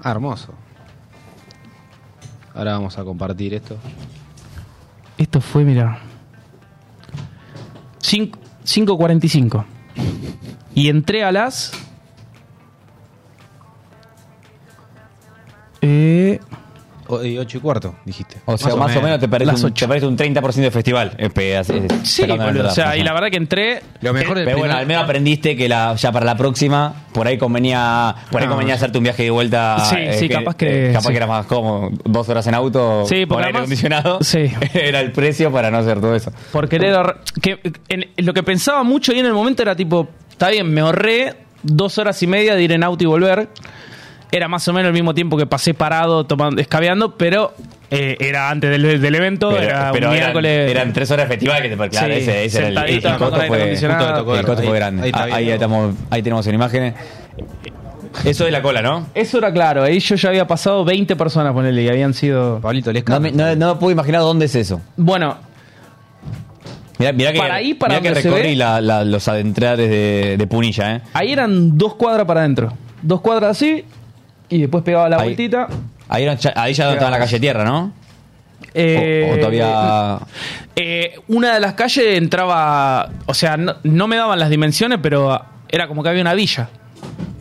Speaker 8: Ah, hermoso. Ahora vamos a compartir esto.
Speaker 10: Esto fue, mira. 5.45. Y entré a las. Eh,
Speaker 8: O- eh, ocho y cuarto, dijiste.
Speaker 9: O sea, más o menos te
Speaker 8: Las
Speaker 9: perdiste un,
Speaker 8: ocho.
Speaker 9: te perdiste un 30% de festival. Eh, pe- así-
Speaker 10: sí,
Speaker 9: sacando
Speaker 10: boludo,
Speaker 9: verdad,
Speaker 10: o sea,
Speaker 9: más
Speaker 10: y la
Speaker 9: o menos.
Speaker 10: verdad que entré.
Speaker 8: Lo mejor del
Speaker 9: Pero bueno,
Speaker 8: primer-
Speaker 9: al menos aprendiste que la, ya para la próxima, por ahí convenía, por ahí
Speaker 10: No.
Speaker 9: convenía hacerte un viaje de vuelta.
Speaker 10: Ah. Sí, sí, capaz que-
Speaker 9: eh, Capaz
Speaker 10: sí.
Speaker 9: que era más cómodo. Dos horas en auto,
Speaker 10: Sí, porque
Speaker 9: con aire
Speaker 10: además-
Speaker 9: acondicionado.
Speaker 10: Sí.
Speaker 9: era el precio para no hacer todo eso.
Speaker 10: Por querer ahorrar- que en- Lo que pensaba mucho y en el momento era tipo, está bien, me ahorré dos horas y media de ir en auto y volver. Era más o menos el mismo tiempo que pasé parado tomando, escabeando, pero eh, era antes del, del evento,
Speaker 9: Pero,
Speaker 10: era
Speaker 9: pero
Speaker 10: un
Speaker 9: eran,
Speaker 10: miércoles.
Speaker 9: eran tres horas de festival que te claro,
Speaker 10: Sí,
Speaker 9: ese, ese era el- el,
Speaker 10: sentadito, con
Speaker 9: costo
Speaker 10: aire
Speaker 9: fue,
Speaker 10: acondicionado.
Speaker 8: Justo me tocó
Speaker 9: el
Speaker 8: ver.
Speaker 9: costo fue
Speaker 8: Ahí-
Speaker 9: grande.
Speaker 8: ahí está
Speaker 9: Ah, Ahí,
Speaker 8: bien.
Speaker 9: estamos, ahí tenemos en imágenes. Eso de la cola, ¿no?
Speaker 10: Eso era claro, ahí yo ya había pasado 20 personas, ponele, y habían sido.
Speaker 8: Pablito Lesca.
Speaker 9: No, me- no, no puedo imaginar dónde es eso.
Speaker 10: Bueno,
Speaker 9: Mirá, mirá que,
Speaker 10: Para ahí, para
Speaker 9: mirá que
Speaker 10: donde se
Speaker 9: recorrí
Speaker 10: ve.
Speaker 9: la- la- los adentrares de, de Punilla, ¿eh?
Speaker 10: ahí eran dos cuadras para adentro. Dos cuadras así, y después pegaba la
Speaker 9: Ahí.
Speaker 10: vueltita.
Speaker 9: Ahí, era- ahí ya estaba la calle Tierra, ¿no?
Speaker 10: Eh,
Speaker 9: o, o todavía.
Speaker 10: Eh, una de las calles entraba, o sea, no, no me daban las dimensiones, pero era como que había una villa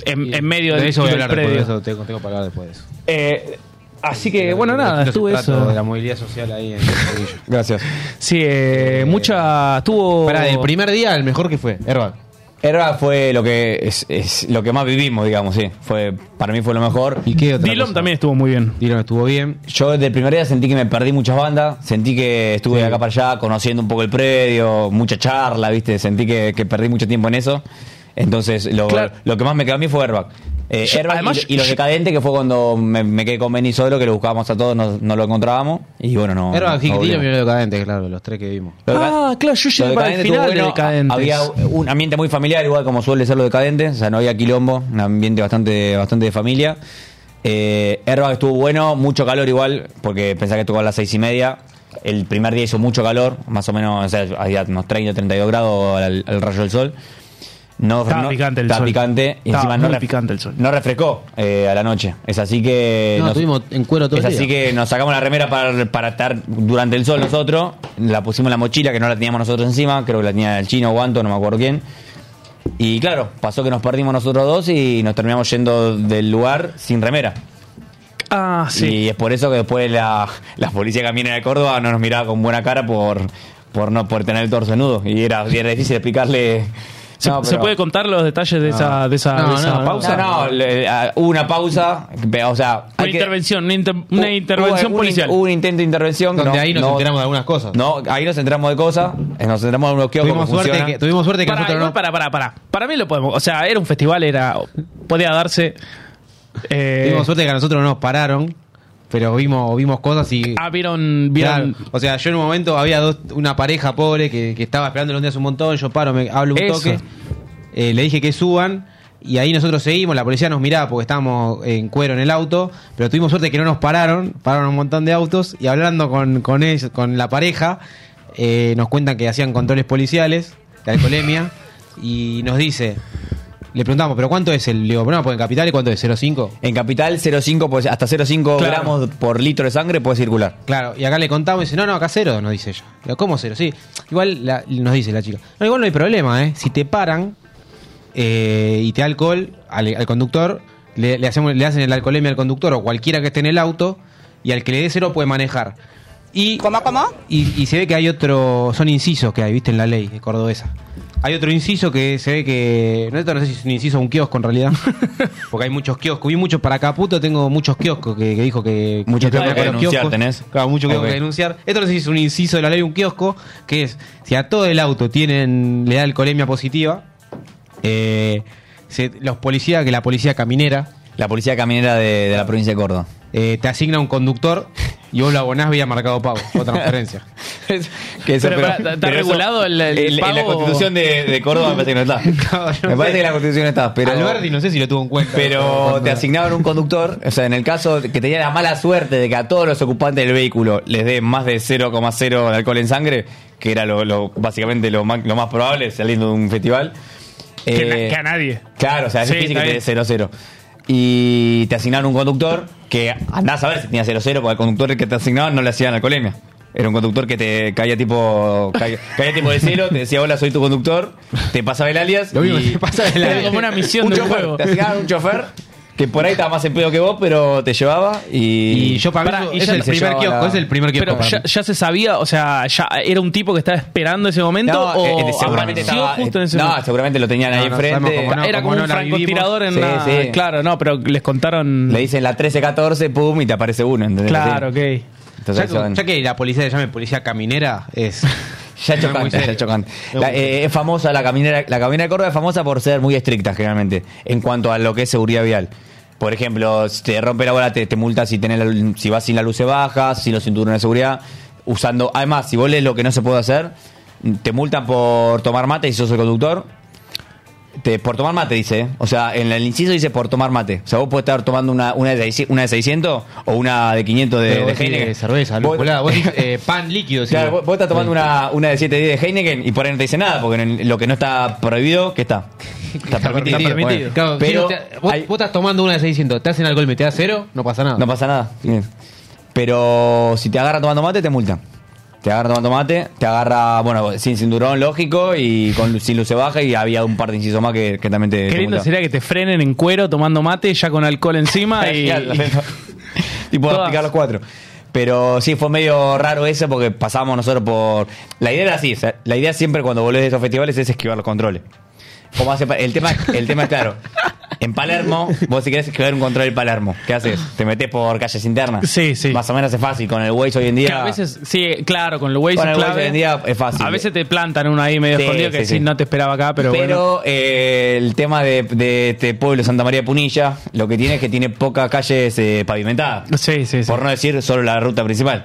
Speaker 10: en, en medio
Speaker 8: de
Speaker 10: del,
Speaker 8: eso voy a
Speaker 10: del
Speaker 8: hablar
Speaker 10: predio.
Speaker 8: después de eso, tengo, tengo para hablar después de eso.
Speaker 10: Eh, así que,
Speaker 8: De
Speaker 10: bueno,
Speaker 8: los
Speaker 10: nada,
Speaker 8: distintos
Speaker 10: estuve
Speaker 8: estratos
Speaker 10: eso.
Speaker 8: De la movilidad social ahí en Trujillo.
Speaker 9: Gracias.
Speaker 10: Sí, eh, mucha, estuvo...
Speaker 8: Pará, del primer día, el mejor que fue. Airbag.
Speaker 9: Erba fue lo que es, es lo que más vivimos, digamos, sí. Fue, para mí fue lo mejor.
Speaker 8: ¿Y qué otra
Speaker 10: Dillon
Speaker 8: cosa?
Speaker 10: también estuvo muy bien.
Speaker 8: Dylan estuvo bien.
Speaker 9: Yo desde el primer día sentí que me perdí muchas bandas, sentí que estuve de acá para allá conociendo un poco el predio, mucha charla, viste, sentí que, que perdí mucho tiempo en eso. Entonces, lo,
Speaker 10: Claro.
Speaker 9: lo que más me quedó a mí fue Airbag. Eh,
Speaker 10: Yo-
Speaker 9: Airbag y-
Speaker 10: además,
Speaker 9: y, los
Speaker 10: yo-
Speaker 9: decadentes, que fue cuando me, me quedé con Benny solo, que lo buscábamos a todos, no, no lo encontrábamos. Y bueno, no.
Speaker 8: Airbag,
Speaker 9: no
Speaker 8: Hick, Dylan
Speaker 9: volvimos.
Speaker 8: y los decadentes, claro, los tres que vimos.
Speaker 9: Lo
Speaker 10: Ah,
Speaker 9: deca-
Speaker 10: claro, yo llegué
Speaker 9: lo
Speaker 10: para el
Speaker 9: decadente estuvo
Speaker 10: final de Decadentes.
Speaker 9: Había un ambiente muy familiar, igual como suele ser lo decadente. O sea, no había quilombo, un ambiente bastante, bastante de familia. Eh, Airbag estuvo bueno, mucho calor igual, porque pensá que tocó a las seis y media. El primer día hizo mucho calor, más o menos, o sea, había unos 30 32 grados al, al rayo del sol. No,
Speaker 10: Estaba
Speaker 9: no-
Speaker 10: picante el
Speaker 9: estaba
Speaker 10: sol.
Speaker 9: picante, y
Speaker 10: Estaba
Speaker 9: encima no,
Speaker 10: muy
Speaker 9: ref-
Speaker 10: picante el sol.
Speaker 9: no refrescó eh, a la noche. Es así que.
Speaker 8: No,
Speaker 9: nos-
Speaker 8: estuvimos en cuero todo
Speaker 9: es
Speaker 8: el día.
Speaker 9: así que nos sacamos la remera para, para estar durante el sol nosotros. La pusimos en la mochila que no la teníamos nosotros encima. Creo que la tenía el chino Guanto, no me acuerdo quién. Y claro, pasó que nos perdimos nosotros dos y nos terminamos yendo del lugar sin remera.
Speaker 10: Ah, sí.
Speaker 9: Y es por eso que después la, la policía camina de Córdoba no nos miraba con buena cara por, por no por tener el torso nudo. Y era, y era difícil explicarle.
Speaker 10: ¿Se,
Speaker 9: No,
Speaker 10: se
Speaker 9: pero-
Speaker 10: puede contar los detalles de esa, de esa,
Speaker 8: No,
Speaker 10: de
Speaker 8: no,
Speaker 10: esa
Speaker 8: no,
Speaker 10: pausa?
Speaker 9: No, no, le- a- hubo una pausa. O sea,
Speaker 10: Una
Speaker 9: hay que-
Speaker 10: intervención, una, inter- una
Speaker 9: Hubo-
Speaker 10: intervención
Speaker 9: hubo un in-
Speaker 10: policial.
Speaker 9: Hubo un intento de intervención.
Speaker 8: Donde
Speaker 9: no,
Speaker 8: ahí nos
Speaker 9: no-
Speaker 8: enteramos de algunas cosas.
Speaker 9: No, ahí nos enteramos de cosas, eh, nos enteramos de un bloqueo
Speaker 8: Tuvimos
Speaker 9: como
Speaker 8: suerte,
Speaker 9: funciona.
Speaker 8: que, tuvimos suerte que
Speaker 10: Pará,
Speaker 8: nosotros
Speaker 10: igual
Speaker 8: no.
Speaker 10: Para, para, para. Para mí lo podemos. O sea, era un festival, era. Podía darse. eh,
Speaker 8: Tuvimos suerte que a nosotros no nos pararon, pero vimos, vimos cosas y.
Speaker 10: ah, vieron. vieron
Speaker 8: Claro, o sea, yo en un momento había dos, una pareja pobre que, que estaba esperando los días un montón, yo paro, me hablo un
Speaker 10: Eso.
Speaker 8: toque, eh, le dije que suban y ahí nosotros seguimos, la policía nos miraba porque estábamos en cuero en el auto, pero tuvimos suerte que no nos pararon, pararon un montón de autos y hablando con, con ellos, con la pareja, eh, nos cuentan que hacían controles policiales de alcoholemia y nos dice, le preguntamos, pero ¿cuánto es el? Le digo, no, pues en Capital, ¿cuánto es? ¿0,5?
Speaker 9: En Capital, 0,5, pues, hasta 0,5
Speaker 10: Claro.
Speaker 9: gramos por litro de sangre puede circular.
Speaker 8: Claro, y acá le contamos y dice, no, no, acá cero, nos dice ella. Le digo, ¿Cómo cero? Sí. Igual la- nos dice la chica. No, igual no hay problema, ¿eh? Si te paran eh, y te da alcohol al, al conductor, le, le hacemos, le hacen el alcoholemia al conductor o cualquiera que esté en el auto y al que le dé cero puede manejar. Y, ¿Cómo, cómo? Y, y se ve que hay otro, son incisos que hay, viste, en la ley cordobesa. Hay otro inciso que se ve que. No, esto no sé si es un inciso o un kiosco en realidad. Porque hay muchos kioscos. Vi muchos para Caputo, tengo muchos kioscos que, que dijo que.
Speaker 9: Muchos
Speaker 8: que
Speaker 9: kioscos
Speaker 8: los
Speaker 9: que denunciar
Speaker 8: kioscos.
Speaker 9: tenés.
Speaker 8: Claro, muchos kioscos
Speaker 9: Ok.
Speaker 8: que denunciar. Esto no sé si es un inciso de la ley un kiosco, que es: si a todo el auto tienen le da alcoholemia positiva, eh, se- los policías, que la policía caminera,
Speaker 9: La policía caminera de, de la provincia de Córdoba.
Speaker 8: eh, te asigna un conductor y vos lo abonás vía marcado pago o transferencia.
Speaker 9: Que eso,
Speaker 10: Pero, pará, ¿está
Speaker 9: eso-
Speaker 10: regulado el- el
Speaker 9: en- En la
Speaker 10: pago?
Speaker 9: constitución de, de Córdoba me parece que no está.
Speaker 8: No, yo no
Speaker 9: me parece
Speaker 8: sé.
Speaker 9: que la constitución está, pero...
Speaker 8: Alberti no sé si lo tuvo en cuenta.
Speaker 9: Pero
Speaker 8: Cuando-
Speaker 9: te asignaban un conductor, o sea, en el caso que tenía la mala suerte de que a todos los ocupantes del vehículo les dé más de 0,0 de alcohol en sangre, que era lo, lo- básicamente lo más, lo más probable saliendo de un festival,
Speaker 10: Que na-
Speaker 9: Eh,
Speaker 10: que a nadie.
Speaker 9: Claro, o sea, es
Speaker 10: Sí,
Speaker 9: difícil
Speaker 10: está
Speaker 9: que te
Speaker 10: bien.
Speaker 9: dé 0-0. Y te asignaron un conductor que andás a ver si tenía 0-0, porque el conductor que te asignaban no le hacían alcoholemia. Era un conductor que te caía tipo caía, caía tipo de cero, te decía hola, soy tu conductor, te pasaba el alias.
Speaker 8: Lo mismo
Speaker 9: y-
Speaker 8: te pasaba el alias. Era como una misión
Speaker 9: un
Speaker 8: del
Speaker 9: chofer,
Speaker 8: juego.
Speaker 9: Te asignaban un chofer que por ahí estaba más en pedo que vos, pero te llevaba y.
Speaker 8: Y yo para mí
Speaker 10: Pará, y
Speaker 8: es
Speaker 10: ya-
Speaker 8: el
Speaker 10: se
Speaker 8: primer
Speaker 9: llevaba
Speaker 8: kiosco,
Speaker 9: la-
Speaker 8: es el primer kiosco.
Speaker 10: Pero
Speaker 8: para
Speaker 10: ya,
Speaker 8: mí.
Speaker 10: ya se sabía, o sea, ya era un tipo que estaba esperando ese momento o
Speaker 9: eh, eh, seguramente
Speaker 10: apareció
Speaker 9: estaba-
Speaker 10: justo en ese
Speaker 9: no,
Speaker 10: momento.
Speaker 9: seguramente lo tenían ahí
Speaker 8: No, no
Speaker 9: enfrente.
Speaker 8: sabemos cómo no,
Speaker 10: era como
Speaker 8: no
Speaker 10: un
Speaker 8: la vivimos.
Speaker 10: francotirador en
Speaker 9: Sí,
Speaker 10: una-
Speaker 9: sí.
Speaker 10: Claro, no, pero les contaron.
Speaker 9: Le dicen la 13-14, pum, y te aparece uno, ¿entendés?
Speaker 10: Claro,
Speaker 9: Sí.
Speaker 10: ok.
Speaker 9: Entonces ahí se
Speaker 8: Ya,
Speaker 9: van.
Speaker 8: que- ya que la policía le llame policía caminera, eh, es.
Speaker 9: Ya es
Speaker 8: No, muy
Speaker 9: chocante,
Speaker 8: serio.
Speaker 9: ya es chocante.
Speaker 8: No,
Speaker 9: La-
Speaker 8: muy
Speaker 9: eh, es famosa la caminera, la caminera de Córdoba es famosa por ser muy estricta generalmente en cuanto a lo que es seguridad vial. Por ejemplo, si te rompe la bola, te, te multa si tenés la lu- si vas sin la luz se baja, sin los cinturones de seguridad, usando, además, si vos lees lo que no se puede hacer, te multan por tomar mate si sos el conductor. Te- por tomar mate, dice. ¿eh? O sea, en el inciso dice por tomar mate. O sea, vos podés estar tomando una, una, de, 600 una de 600 o una de 500 de,
Speaker 8: Pero vos
Speaker 9: de
Speaker 8: decís,
Speaker 9: Heineken.
Speaker 8: eh, cerveza,
Speaker 9: Vos-
Speaker 8: lúcula, vos decís, eh, pan líquido. decís
Speaker 9: Claro, vos, vos estás tomando una, una de 7 días de Heineken y por ahí no te dice nada, porque en el- lo que no está prohibido, ¿qué está? Está permitido.
Speaker 8: Está permitido.
Speaker 9: Bueno,
Speaker 8: Claro,
Speaker 9: pero
Speaker 8: si no te- vos,
Speaker 9: hay-
Speaker 8: vos estás tomando una de 600, te hacen alcohol, me te da cero, no pasa nada.
Speaker 9: no pasa nada. Bien. Pero si te agarra tomando mate, te multan. Te agarra tomando mate, te agarra, bueno, sin cinturón, lógico, y con, lu- sin luz se baja, y había un par de incisos más que, que también te,
Speaker 10: Qué
Speaker 9: te
Speaker 10: lindo
Speaker 9: multan.
Speaker 10: sería que te frenen en cuero tomando mate ya con alcohol encima y,
Speaker 9: Genial, la- tipo,
Speaker 10: Todas.
Speaker 9: aplicar los cuatro. Pero sí, fue medio raro eso porque pasábamos nosotros por... La idea era así, o sea, la idea siempre cuando volvés de esos festivales es esquivar los controles. ¿Cómo hace pa- el, tema, el tema es claro. En Palermo, vos si querés esquivar un control en Palermo, ¿qué haces? Te metés por calles internas.
Speaker 10: Sí, sí.
Speaker 9: Más o menos es fácil. Con el Waze hoy en día...
Speaker 10: que a veces, sí, claro, con el Waze
Speaker 9: con
Speaker 10: es
Speaker 9: el Waze
Speaker 10: clave.
Speaker 9: hoy en día es fácil.
Speaker 10: a veces te plantan uno ahí medio
Speaker 9: Sí,
Speaker 10: escondido
Speaker 9: sí,
Speaker 10: que sí,
Speaker 9: sí.
Speaker 10: no te esperaba acá, pero,
Speaker 9: Pero,
Speaker 10: bueno.
Speaker 9: eh, el tema de, de este pueblo, Santa María de Punilla, lo que tiene es que tiene pocas calles eh, pavimentadas.
Speaker 10: Sí, sí, sí.
Speaker 9: Por no decir solo la ruta principal.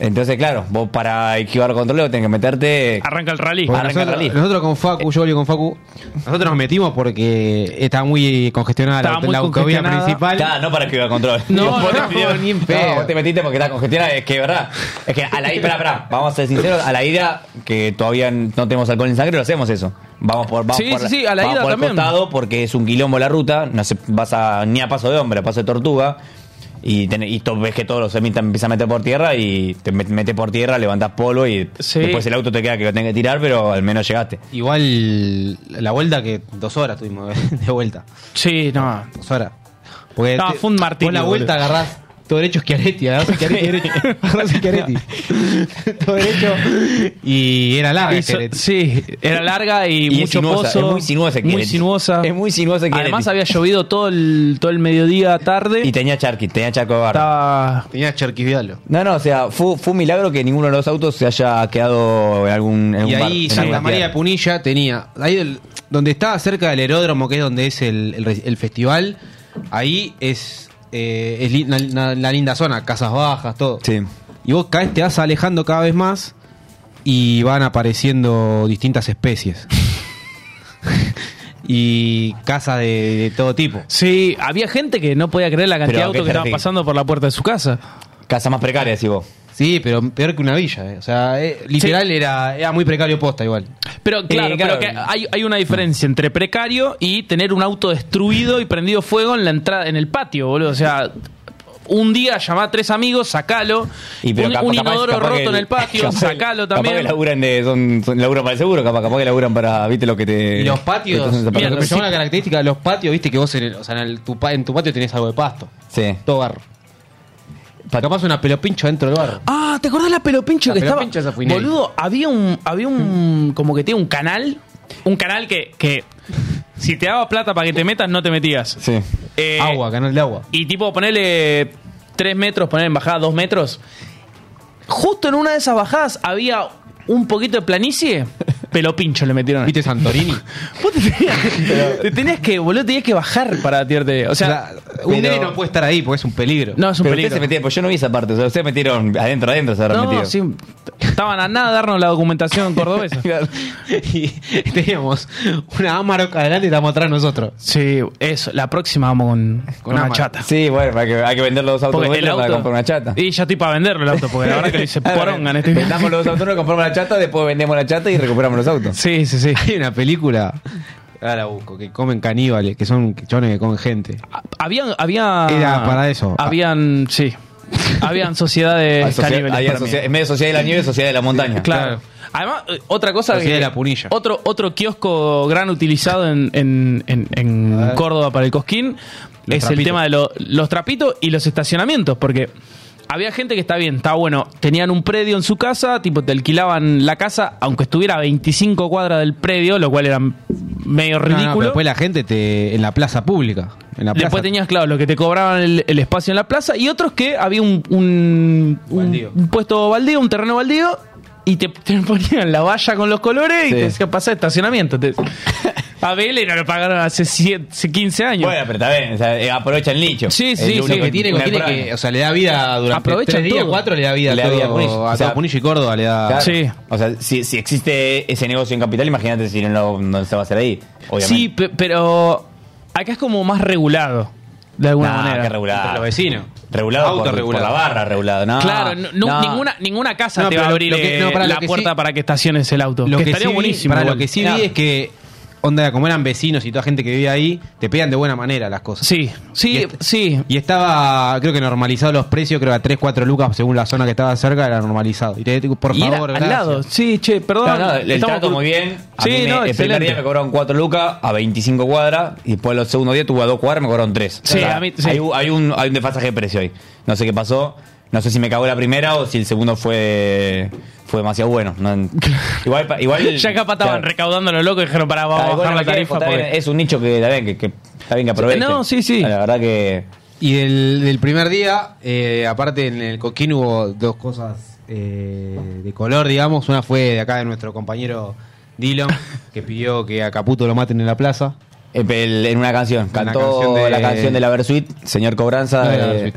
Speaker 9: Entonces, claro, vos para esquivar controleo tenés que meterte.
Speaker 10: Arranca el rally.
Speaker 8: Porque
Speaker 9: Arranca el
Speaker 8: nosotros,
Speaker 9: rally.
Speaker 8: nosotros con Facu, yo volví con Facu, nosotros nos metimos porque estaba muy congestionada la,
Speaker 10: Estaba muy
Speaker 8: la autovía
Speaker 10: congestionada.
Speaker 8: principal.
Speaker 9: Claro, no para esquivar control.
Speaker 8: No,
Speaker 9: Vos te
Speaker 8: no,
Speaker 9: metiste-
Speaker 8: ni en pedo.
Speaker 9: vos te metiste porque está congestionada, es que verdad. Es que a la ida, pará, pará, vamos a ser sinceros, a la ida, que todavía no tenemos alcohol en sangre, lo hacemos eso. Vamos por, vamos
Speaker 10: Sí,
Speaker 9: por
Speaker 10: sí, sí, a la
Speaker 9: vamos
Speaker 10: ida
Speaker 9: por el
Speaker 10: también.
Speaker 9: costado porque es un quilombo la ruta, no se vas a, ni a paso de hombre, a paso de tortuga. Y, ten- y to- ves que todos los semis te empiezan a meter por tierra y te met- metes por tierra, levantás polvo y
Speaker 10: Sí.
Speaker 9: después el auto te queda que lo tengas que tirar, pero al menos llegaste.
Speaker 8: Igual la vuelta que dos horas tuvimos de vuelta.
Speaker 10: Sí, no.
Speaker 8: Dos horas. Porque
Speaker 10: No, fue un martirio,
Speaker 8: Vos la vuelta
Speaker 10: boludo.
Speaker 8: agarrás todo derecho Schiaretti, agarrás Schiaretti, derecho, agarrás Schiaretti. todo derecho. Y era larga
Speaker 10: Hizo-
Speaker 8: Schiaretti.
Speaker 10: sí, era larga y,
Speaker 9: Ah, Y es
Speaker 10: mucho
Speaker 9: sinuosa,
Speaker 10: pozo.
Speaker 9: es muy sinuosa,
Speaker 10: Muy
Speaker 9: Chiaretti.
Speaker 10: sinuosa.
Speaker 9: Es muy sinuosa,
Speaker 10: Además
Speaker 9: Chiaretti.
Speaker 10: había llovido todo el, todo el mediodía, tarde.
Speaker 9: Y tenía charqui, tenía charco de barro.
Speaker 10: estaba...
Speaker 8: Tenía Cherquisvialo.
Speaker 9: No, no, o sea, fue, fue un milagro que ninguno de los autos se haya quedado en algún. en
Speaker 8: Y
Speaker 9: algún
Speaker 8: ahí
Speaker 9: bar, en
Speaker 8: Santa
Speaker 9: alguna
Speaker 8: María de
Speaker 9: tierra.
Speaker 8: Punilla tenía, ahí del- donde está cerca del aeródromo, que es donde es el, el re- el festival, ahí es, eh, es li- una, una- una linda zona, casas bajas, todo.
Speaker 9: Sí.
Speaker 8: Y vos cada vez te vas alejando cada vez más y van apareciendo distintas especies. y casas de, de todo tipo.
Speaker 10: Sí, había gente que no podía creer la cantidad de
Speaker 9: Pero, ¿a qué
Speaker 10: autos
Speaker 9: te
Speaker 10: que estaban
Speaker 9: refieres?
Speaker 10: pasando por la puerta de su casa.
Speaker 9: Casa más precaria, decís vos.
Speaker 8: Sí, pero peor que una villa. eh. O sea, eh, literal era, era muy precario posta igual.
Speaker 10: Pero claro,
Speaker 9: Eh, claro.
Speaker 10: pero que hay, hay una diferencia entre precario y tener un auto destruido y prendido fuego en la entrada, en el patio, boludo. O sea, un día llamá a tres amigos, sacalo.
Speaker 9: Y
Speaker 10: un,
Speaker 9: cap-
Speaker 10: un
Speaker 9: capaz-
Speaker 10: inodoro
Speaker 9: capaz
Speaker 10: roto
Speaker 9: que
Speaker 10: en el patio,
Speaker 9: capaz-
Speaker 10: sacalo
Speaker 9: Capaz que
Speaker 10: también.
Speaker 9: laburan, de, son, son- laburan para el seguro, capaz, capaz que laburan para, viste, lo que te.
Speaker 10: Eh,
Speaker 8: Y los patios,
Speaker 9: que te-
Speaker 8: mira, lo que me
Speaker 10: sí.
Speaker 8: llamó la característica de los patios, viste que vos en, el- o sea, en, el- tu, pa- en tu patio tenés algo de pasto,
Speaker 9: Sí.
Speaker 8: todo barro.
Speaker 9: Pat-
Speaker 8: Capaz una pelopincho dentro del barro.
Speaker 10: Ah, ¿te acordás la pelopincho
Speaker 8: La
Speaker 10: que
Speaker 8: pelopincho esa
Speaker 10: estaba?
Speaker 8: fue inédita.
Speaker 10: Boludo, había un, había un, como que tiene un canal, un canal que, que si te daba plata para que te metas, no te metías.
Speaker 9: Sí.
Speaker 10: Eh,
Speaker 8: agua, canal de agua.
Speaker 10: Y tipo, ponele 3 metros, ponele en bajada 2 metros. Justo en una de esas bajadas había un poquito de planicie, pero pincho le metieron.
Speaker 8: ¿Viste Santorini?
Speaker 10: Vos te tenías, te tenías que, boludo, tenías que bajar para tirarte. O sea,
Speaker 8: un
Speaker 10: pero-
Speaker 8: nene no puede estar ahí porque es un peligro.
Speaker 10: No, es un
Speaker 9: Pero ustedes
Speaker 10: peligro.
Speaker 9: se metieron, pues yo no vi esa parte, o sea, ustedes metieron adentro, adentro se habrán
Speaker 10: no,
Speaker 9: metido.
Speaker 10: sí, estaban a nada de darnos la documentación cordobesa.
Speaker 8: y teníamos una Amarok adelante y estamos atrás nosotros.
Speaker 10: Sí, eso. La próxima vamos con, con una
Speaker 8: Amaro.
Speaker 10: chata.
Speaker 9: Sí, bueno, hay que, hay que vender los dos autos
Speaker 10: Porque el
Speaker 9: nuestros para
Speaker 10: auto.
Speaker 9: comprar una chata.
Speaker 10: Y ya estoy para venderlo el auto, porque la verdad que le hice poronga en este
Speaker 9: Vendamos los dos autos nuevos, compramos la chata, después vendemos la chata y recuperamos los autos.
Speaker 10: Sí, sí, sí.
Speaker 8: Hay una película Ahora la busco, que comen caníbales, que son chones que comen gente.
Speaker 10: Habían, había.
Speaker 8: Era para eso.
Speaker 10: Habían, sí. Habían sociedades
Speaker 9: Ah, socia-
Speaker 10: caníbales.
Speaker 9: ahí
Speaker 10: para
Speaker 9: es
Speaker 10: mí.
Speaker 9: socia- en medio de sociedad de la nieve, sociedad de la montaña.
Speaker 10: Claro. Además, eh, otra cosa.
Speaker 9: Sociedad
Speaker 10: que-
Speaker 9: de la Punilla.
Speaker 10: Otro, otro kiosco gran utilizado en, en- en- en Córdoba para el Cosquín
Speaker 2: Los
Speaker 10: es el
Speaker 2: trapitos.
Speaker 10: tema de lo- los trapitos y los estacionamientos, porque. Había gente que está bien, está bueno. Tenían un predio en su casa, tipo te alquilaban la casa, aunque estuviera a 25 cuadras del predio, lo cual era medio
Speaker 8: No, no, pero
Speaker 10: ridículo.
Speaker 8: después la gente te, en la plaza pública. En la
Speaker 10: Después
Speaker 8: plaza.
Speaker 10: tenías, claro, los que te cobraban el, el espacio en la plaza y otros que había un, un, un- un puesto baldío, un terreno baldío y te, te ponían la valla con los colores y te decían pasar estacionamiento. Te- a Vélez no lo pagaron hace, siete- hace 15 años.
Speaker 9: Bueno, pero está bien, o sea, eh, aprovecha el nicho.
Speaker 10: Sí, sí, sí.
Speaker 8: que tiene, que tiene que- o sea, le da vida durante
Speaker 10: Aprovechan
Speaker 8: tres días,
Speaker 10: todo.
Speaker 8: cuatro, le da vida
Speaker 9: Le
Speaker 8: a
Speaker 9: da
Speaker 8: todo,
Speaker 9: vida a Punilla.
Speaker 8: a
Speaker 9: O sea,
Speaker 8: todo Punilla y Córdoba le da...
Speaker 9: Claro.
Speaker 10: Sí.
Speaker 9: O sea, si, si existe ese negocio en Capital, imagínate si no, no se va a hacer ahí. Obviamente.
Speaker 10: sí, pe- pero acá es como más regulado, de alguna
Speaker 9: Nah,
Speaker 10: manera.
Speaker 9: qué regulado.
Speaker 8: Entre los vecinos.
Speaker 9: Regulado por,
Speaker 8: Autorregulado.
Speaker 9: por la barra, regulado. No,
Speaker 10: Ah, claro, no- no-
Speaker 9: no.
Speaker 10: Ninguna, ninguna casa
Speaker 8: No,
Speaker 10: te va a
Speaker 8: pero
Speaker 10: abrir
Speaker 8: lo que-
Speaker 10: eh,
Speaker 8: no, pará, lo
Speaker 10: la
Speaker 8: que
Speaker 10: puerta
Speaker 8: sí-
Speaker 10: para que estaciones el auto. que, estaría
Speaker 8: sí vi-
Speaker 10: buenísimo.
Speaker 8: pará, lo
Speaker 10: igual.
Speaker 8: que sí
Speaker 10: Claro.
Speaker 8: vi es que, onda, como eran vecinos y toda gente que vivía ahí, te pegan de buena manera las cosas.
Speaker 10: Sí, sí, sí.
Speaker 8: Y este- estaba, creo que normalizado los precios, creo que a 3, 4 lucas según la zona que estaba cerca, era normalizado. Y te digo, por
Speaker 10: Y era
Speaker 8: favor,
Speaker 10: al
Speaker 8: gracias.
Speaker 10: lado. Sí, che, perdón.
Speaker 9: No, no, el
Speaker 10: estamos
Speaker 9: trato
Speaker 10: cru-
Speaker 9: muy bien. A
Speaker 10: Sí,
Speaker 9: mí me-
Speaker 10: no,
Speaker 9: el primer
Speaker 10: excelente.
Speaker 9: día me cobraron 4 lucas a 25 cuadras y después los segundos días tuve a 2 cuadras me cobraron 3.
Speaker 10: Sí, a mí- sí.
Speaker 9: hay, un- hay un, hay un desfasaje de precio ahí. No sé qué pasó. No sé si me cagó la primera o si el segundo fue fue demasiado bueno. No- igual, pa- igual
Speaker 10: ya acá estaban
Speaker 9: claro.
Speaker 10: recaudando lo loco y dijeron, para, vamos a
Speaker 9: Claro, igual
Speaker 10: bajar
Speaker 9: no
Speaker 10: la
Speaker 9: me quejo,
Speaker 10: tarifa.
Speaker 9: está bien,
Speaker 10: porque-
Speaker 9: Es un nicho que, está bien, que, que está bien que aproveche.
Speaker 10: No, sí, sí.
Speaker 9: La verdad que
Speaker 8: Y del, del primer día, eh, aparte en el Coquín hubo dos cosas eh, de color, digamos. Una fue de acá de nuestro compañero Dylan, que pidió que a Caputo lo maten en la plaza.
Speaker 9: eh, el- en una canción cantó
Speaker 8: canción de-
Speaker 9: la canción de la Versuit, señor Cobranza.
Speaker 8: No, de la
Speaker 9: eh,
Speaker 8: Versuit.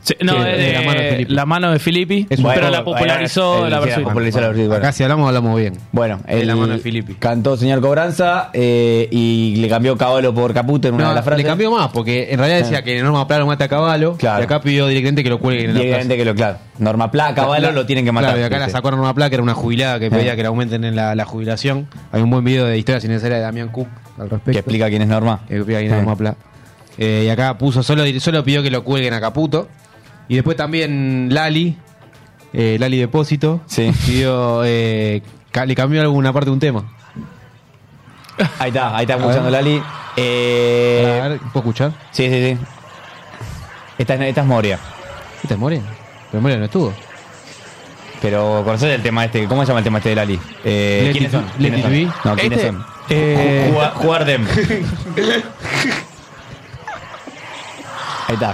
Speaker 10: Sí, no,
Speaker 8: Sí,
Speaker 10: es
Speaker 8: de la mano de
Speaker 10: de
Speaker 8: Filippi.
Speaker 10: la mano de Filippi,
Speaker 8: Es un
Speaker 10: pero
Speaker 8: juego,
Speaker 10: la popularizó
Speaker 9: el-
Speaker 10: la
Speaker 9: sí,
Speaker 10: versión.
Speaker 9: popularizó la Versuit, bueno.
Speaker 8: Acá si hablamos, hablamos bien.
Speaker 9: Bueno,
Speaker 8: De
Speaker 9: el,
Speaker 8: la mano de Filippi.
Speaker 9: Cantó señor Cobranza eh, y le cambió Caballo por Caputo en una
Speaker 8: No,
Speaker 9: de las frases.
Speaker 8: le cambió más, porque en realidad decía que Norma Plata lo mata a caballo.
Speaker 9: Claro.
Speaker 8: Y acá pidió directamente que lo cuelguen en la
Speaker 9: Y
Speaker 8: plaza.
Speaker 9: evidentemente que lo, claro. Norma Plata, Caballo
Speaker 8: La-
Speaker 9: lo tienen que matar.
Speaker 8: Claro, y acá
Speaker 9: Sí,
Speaker 8: la
Speaker 9: sí.
Speaker 8: sacó Norma Plata, que era una jubilada que pedía que le aumenten en la, la jubilación. Hay un buen video de Historia Sin Necesidad de Damián Cook al respecto.
Speaker 9: Que explica quién es Norma.
Speaker 8: Eh, pidió ahí
Speaker 9: Sí.
Speaker 8: nada más pla- Eh, y acá puso, solo, solo pidió que lo cuelguen a Caputo. Y después también Lali, eh, Lali Depósito,
Speaker 9: Sí.
Speaker 8: pidió, eh, ca- le cambió alguna parte de un tema.
Speaker 9: Ahí está, ahí está escuchando Lali.
Speaker 8: a
Speaker 9: Eh,
Speaker 8: ver, ¿puedo escuchar?
Speaker 9: sí, sí, sí. Esta, es- esta es Moria.
Speaker 8: Esta es Moria. Pero Moria no estuvo.
Speaker 9: Pero conocés el tema este. ¿Cómo se llama el tema este de Lali? Eh,
Speaker 8: Let
Speaker 9: ¿Quiénes
Speaker 8: it-
Speaker 9: son?
Speaker 8: let
Speaker 9: ¿Quiénes
Speaker 8: it
Speaker 9: son? No, ¿quiénes
Speaker 10: Este,
Speaker 9: son?
Speaker 10: eh,
Speaker 9: Ju- ju- jugar dem. Ahí está.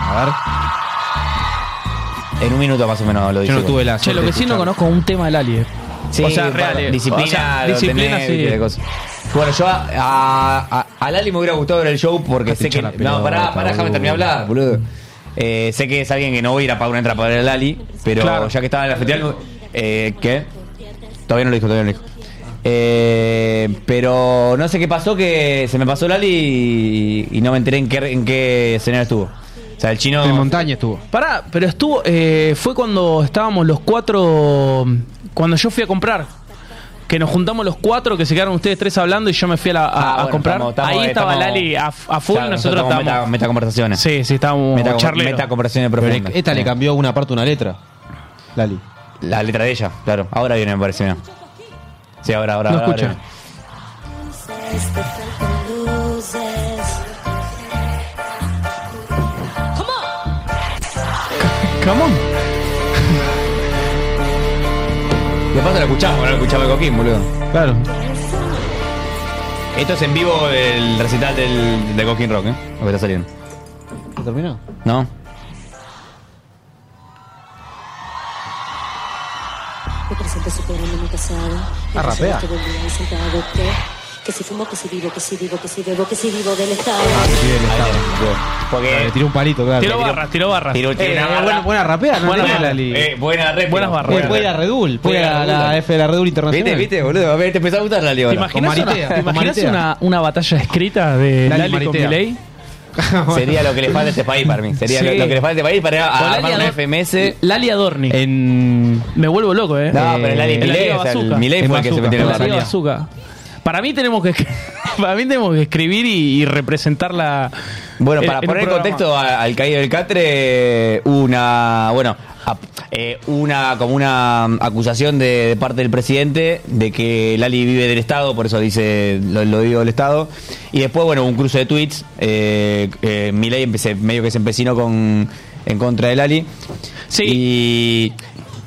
Speaker 8: A
Speaker 9: En un minuto más o menos lo
Speaker 8: ver,
Speaker 9: dice.
Speaker 8: yo no tuve la
Speaker 10: Che, lo que
Speaker 8: suerte de
Speaker 10: sí no
Speaker 8: escuchar.
Speaker 10: conozco es un tema del Ali. eh.
Speaker 9: Sí,
Speaker 10: o sea,
Speaker 9: para-
Speaker 10: real. eh.
Speaker 9: Disciplina,
Speaker 10: O sea,
Speaker 9: lo
Speaker 10: disciplina,
Speaker 9: tenés,
Speaker 10: sí.
Speaker 9: viste, de cosas. Bueno, yo a, a, a- a Lali me hubiera gustado ver el show porque
Speaker 8: Dejate
Speaker 9: sé que.
Speaker 8: hinchar la
Speaker 9: No, pará,
Speaker 8: pelota,
Speaker 9: pará, déjame
Speaker 8: boludo.
Speaker 9: terminar de hablar, boludo. Eh, sé que es alguien que no voy a ir a pagar una entrada para ver a Lali, pero
Speaker 10: Claro.
Speaker 9: ya que estaba en la festival. Eh, ¿Qué? Todavía no lo dijo, todavía no lo dijo. Eh, pero no sé qué pasó, que se me pasó Lali y, y no me enteré en qué, en qué escenario estuvo. O sea, el chino.
Speaker 8: En montaña estuvo.
Speaker 10: Pará, pero estuvo. eh, fue cuando estábamos los cuatro. Cuando yo fui a comprar. Que nos juntamos los cuatro, que se quedaron ustedes tres hablando y yo me fui a, la- a-
Speaker 9: Ah,
Speaker 10: a
Speaker 9: bueno,
Speaker 10: comprar.
Speaker 9: estamos- estamos-
Speaker 10: Ahí estaba
Speaker 9: estamos-
Speaker 10: Lali a, a full,
Speaker 9: Claro,
Speaker 10: nosotros
Speaker 9: estamos meta,
Speaker 10: estábamos.
Speaker 9: metaconversaciones.
Speaker 10: sí, sí, estábamos
Speaker 9: Meta,
Speaker 10: charleros.
Speaker 9: metaconversaciones
Speaker 8: Pero le-
Speaker 9: profundas.
Speaker 8: esta le
Speaker 9: Sí.
Speaker 8: cambió una parte, una letra. Lali.
Speaker 9: La letra de ella, claro. Ahora viene, me parece. mirá. Sí, ahora, ahora.
Speaker 10: No
Speaker 9: ahora
Speaker 10: escucha.
Speaker 9: viene.
Speaker 10: Come on.
Speaker 9: De paso la escuchamos, no la escuchaba el Coquín, boludo.
Speaker 8: Claro.
Speaker 9: Esto es en vivo del recital del, de Coquín Rock, ¿eh? Lo que está saliendo.
Speaker 8: ¿Terminó?
Speaker 9: ¿No?
Speaker 11: Me presento superando mi pasado.
Speaker 8: Ah, rapea.
Speaker 11: Que volví ahí sentado. ¿Qué? Que si fumo, que si vivo, que si vivo, que si bebo, que si vivo del Estado.
Speaker 8: Le
Speaker 9: Porque.
Speaker 8: Eh, tiró un palito, claro.
Speaker 10: Tiró barras, tiró barras.
Speaker 9: Tiró, tiró
Speaker 8: Eh,
Speaker 9: una barra.
Speaker 8: buena, buena rapea, ¿no?
Speaker 10: Buena
Speaker 8: Tiene
Speaker 10: barra.
Speaker 8: Lali.
Speaker 9: Eh, buena réplica.
Speaker 10: Buenas barras.
Speaker 8: Fue,
Speaker 10: Buena
Speaker 8: fue a la Redul, fue
Speaker 9: Buena
Speaker 8: a
Speaker 9: Red
Speaker 8: la
Speaker 9: Bull.
Speaker 8: F de la Redul
Speaker 9: ¿Viste,
Speaker 8: Internacional.
Speaker 9: viste, boludo? A ver, te empezó a gustar la liga.
Speaker 10: ¿Te
Speaker 9: ahora.
Speaker 8: Con
Speaker 10: imaginas,
Speaker 8: Maritea,
Speaker 10: una,
Speaker 8: con
Speaker 10: te imaginas
Speaker 8: Maritea.
Speaker 10: una, una batalla escrita de
Speaker 8: Lali
Speaker 10: Lali, con
Speaker 8: Maritea.
Speaker 10: Milei?
Speaker 9: Sería lo que le falta a este país para mí. Sería
Speaker 10: Sí.
Speaker 9: lo, lo que le falta a este país para
Speaker 10: Con
Speaker 9: a-
Speaker 10: Lali
Speaker 9: armar una
Speaker 10: Ador-
Speaker 9: FMS.
Speaker 10: Lali Adorni.
Speaker 8: En.
Speaker 10: Me vuelvo loco, ¿eh?
Speaker 9: No,
Speaker 10: Eh,
Speaker 9: pero el Ali
Speaker 10: en la
Speaker 9: Milei,
Speaker 10: Liga
Speaker 9: o sea, el
Speaker 10: Bazooka.
Speaker 9: Milei
Speaker 8: En
Speaker 9: fue el que se
Speaker 8: Bazooka.
Speaker 9: metió en
Speaker 10: En
Speaker 9: la
Speaker 10: la Liga
Speaker 9: barra.
Speaker 10: Bazooka. Para mí tenemos que, para mí tenemos que escribir y, y representarla.
Speaker 9: Bueno,
Speaker 10: en-
Speaker 9: para
Speaker 10: en un
Speaker 9: poner en
Speaker 10: programa.
Speaker 9: contexto a- al caído del Catre, una, bueno, a- eh, una como una mm, acusación de, de parte del presidente de que Lali vive del Estado, por eso dice lo, lo digo del Estado. Y después, bueno, un cruce de tweets. Eh, eh, Milei empecé, medio que se empecinó con en contra de Lali.
Speaker 10: Sí.
Speaker 9: Y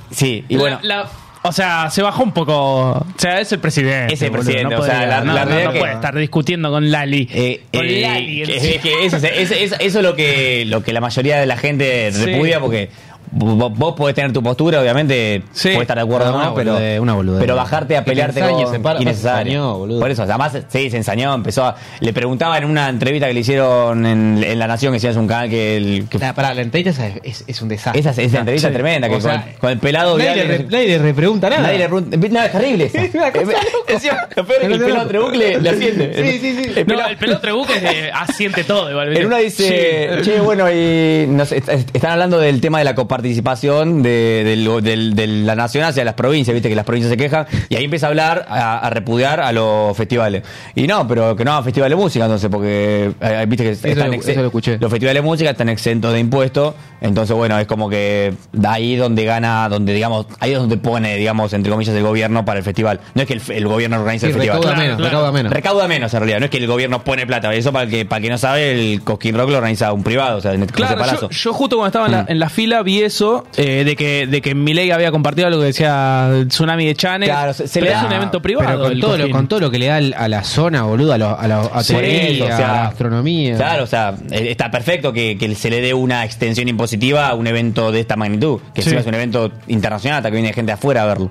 Speaker 9: sí, y
Speaker 10: La-
Speaker 9: bueno.
Speaker 10: la- o sea, se bajó un poco. O sea, es el presidente.
Speaker 9: Es el
Speaker 10: boludo,
Speaker 9: presidente,
Speaker 10: no
Speaker 9: o sea,
Speaker 10: podía,
Speaker 9: la-
Speaker 10: no, no-
Speaker 9: la realidad
Speaker 10: no
Speaker 9: que-
Speaker 10: puede estar discutiendo con Lali. con
Speaker 9: Eh,
Speaker 10: Lali.
Speaker 9: que-
Speaker 10: encima.
Speaker 9: que eso, es- es- es- eso es lo que, lo que la mayoría de la gente
Speaker 10: Sí.
Speaker 9: repudia porque vos, vos podés tener tu postura, obviamente, podés estar de acuerdo o
Speaker 8: Una
Speaker 9: no, pero,
Speaker 8: boludez, una boludez.
Speaker 9: pero bajarte a
Speaker 8: Que te
Speaker 9: pelearte
Speaker 8: ensañes,
Speaker 9: con
Speaker 8: en par-
Speaker 9: innecesario.
Speaker 8: se ensañó, boludo.
Speaker 9: Por eso, además, sí, se ensañó, empezó a, Le preguntaba en una entrevista que le hicieron en, en La Nación, que si es un canal que... El, que
Speaker 12: Para la entrevista es, es- es un desastre.
Speaker 9: esa, esa entrevista
Speaker 12: Sí.
Speaker 9: tremenda, que
Speaker 12: O sea,
Speaker 9: con, con el pelado...
Speaker 12: nadie
Speaker 9: Vidal-
Speaker 12: le re- nadie le repregunta nada.
Speaker 9: Nadie le pregunta... Nada, es terrible esa. Encima, lo peor es que el pelado Trebucle le asciende.
Speaker 10: Sí, sí, sí. No, el pelado Trebuc es de- asiente todo. Igual, ¿viste?
Speaker 9: Eh, En una dice,
Speaker 10: Sí.
Speaker 9: che, bueno, y nos est- est- están hablando del tema de la coparticipación de, de lo- del- de la nación hacia las provincias, viste que las provincias se quejan, y ahí empieza a hablar, a, a repudiar a los festivales. Y no, pero que no hagan festivales de música, entonces, porque eh, viste que están
Speaker 12: lo-
Speaker 9: exe-
Speaker 12: eso lo escuché.
Speaker 9: los festivales de música están exentos de impuestos, entonces, bueno, es como que ahí donde gana, donde digamos, ahí es donde pone, digamos, entre comillas, el gobierno para el festival. No es que el, f- el gobierno organiza
Speaker 8: Sí,
Speaker 9: el festival.
Speaker 8: recauda menos, recauda menos.
Speaker 9: Recauda menos en realidad, no es que el gobierno pone plata. Eso para el que, para el que no sabe, el Cosquín Rock lo organiza un privado, o sea, en el
Speaker 10: Claro, yo, yo justo cuando estaba en
Speaker 9: Mm.
Speaker 10: la, en la fila vi eso, eh, de que, de que Milei había compartido lo que decía el tsunami de Chane.
Speaker 9: Claro, se- se le
Speaker 10: es
Speaker 9: da-
Speaker 10: un evento
Speaker 9: pero
Speaker 10: privado.
Speaker 9: con
Speaker 10: el
Speaker 9: todo lo-
Speaker 10: Cojín.
Speaker 8: Con todo lo que le da al- a la zona, boludo, a, los- a la
Speaker 9: Sí,
Speaker 8: hotelería,
Speaker 9: o sea,
Speaker 8: a la gastronomía.
Speaker 9: Claro, o sea, eh, está perfecto que, que se le dé una extensión impositiva a un evento de esta magnitud, que
Speaker 8: Sí.
Speaker 9: encima es un evento internacional, hasta que viene gente afuera a verlo.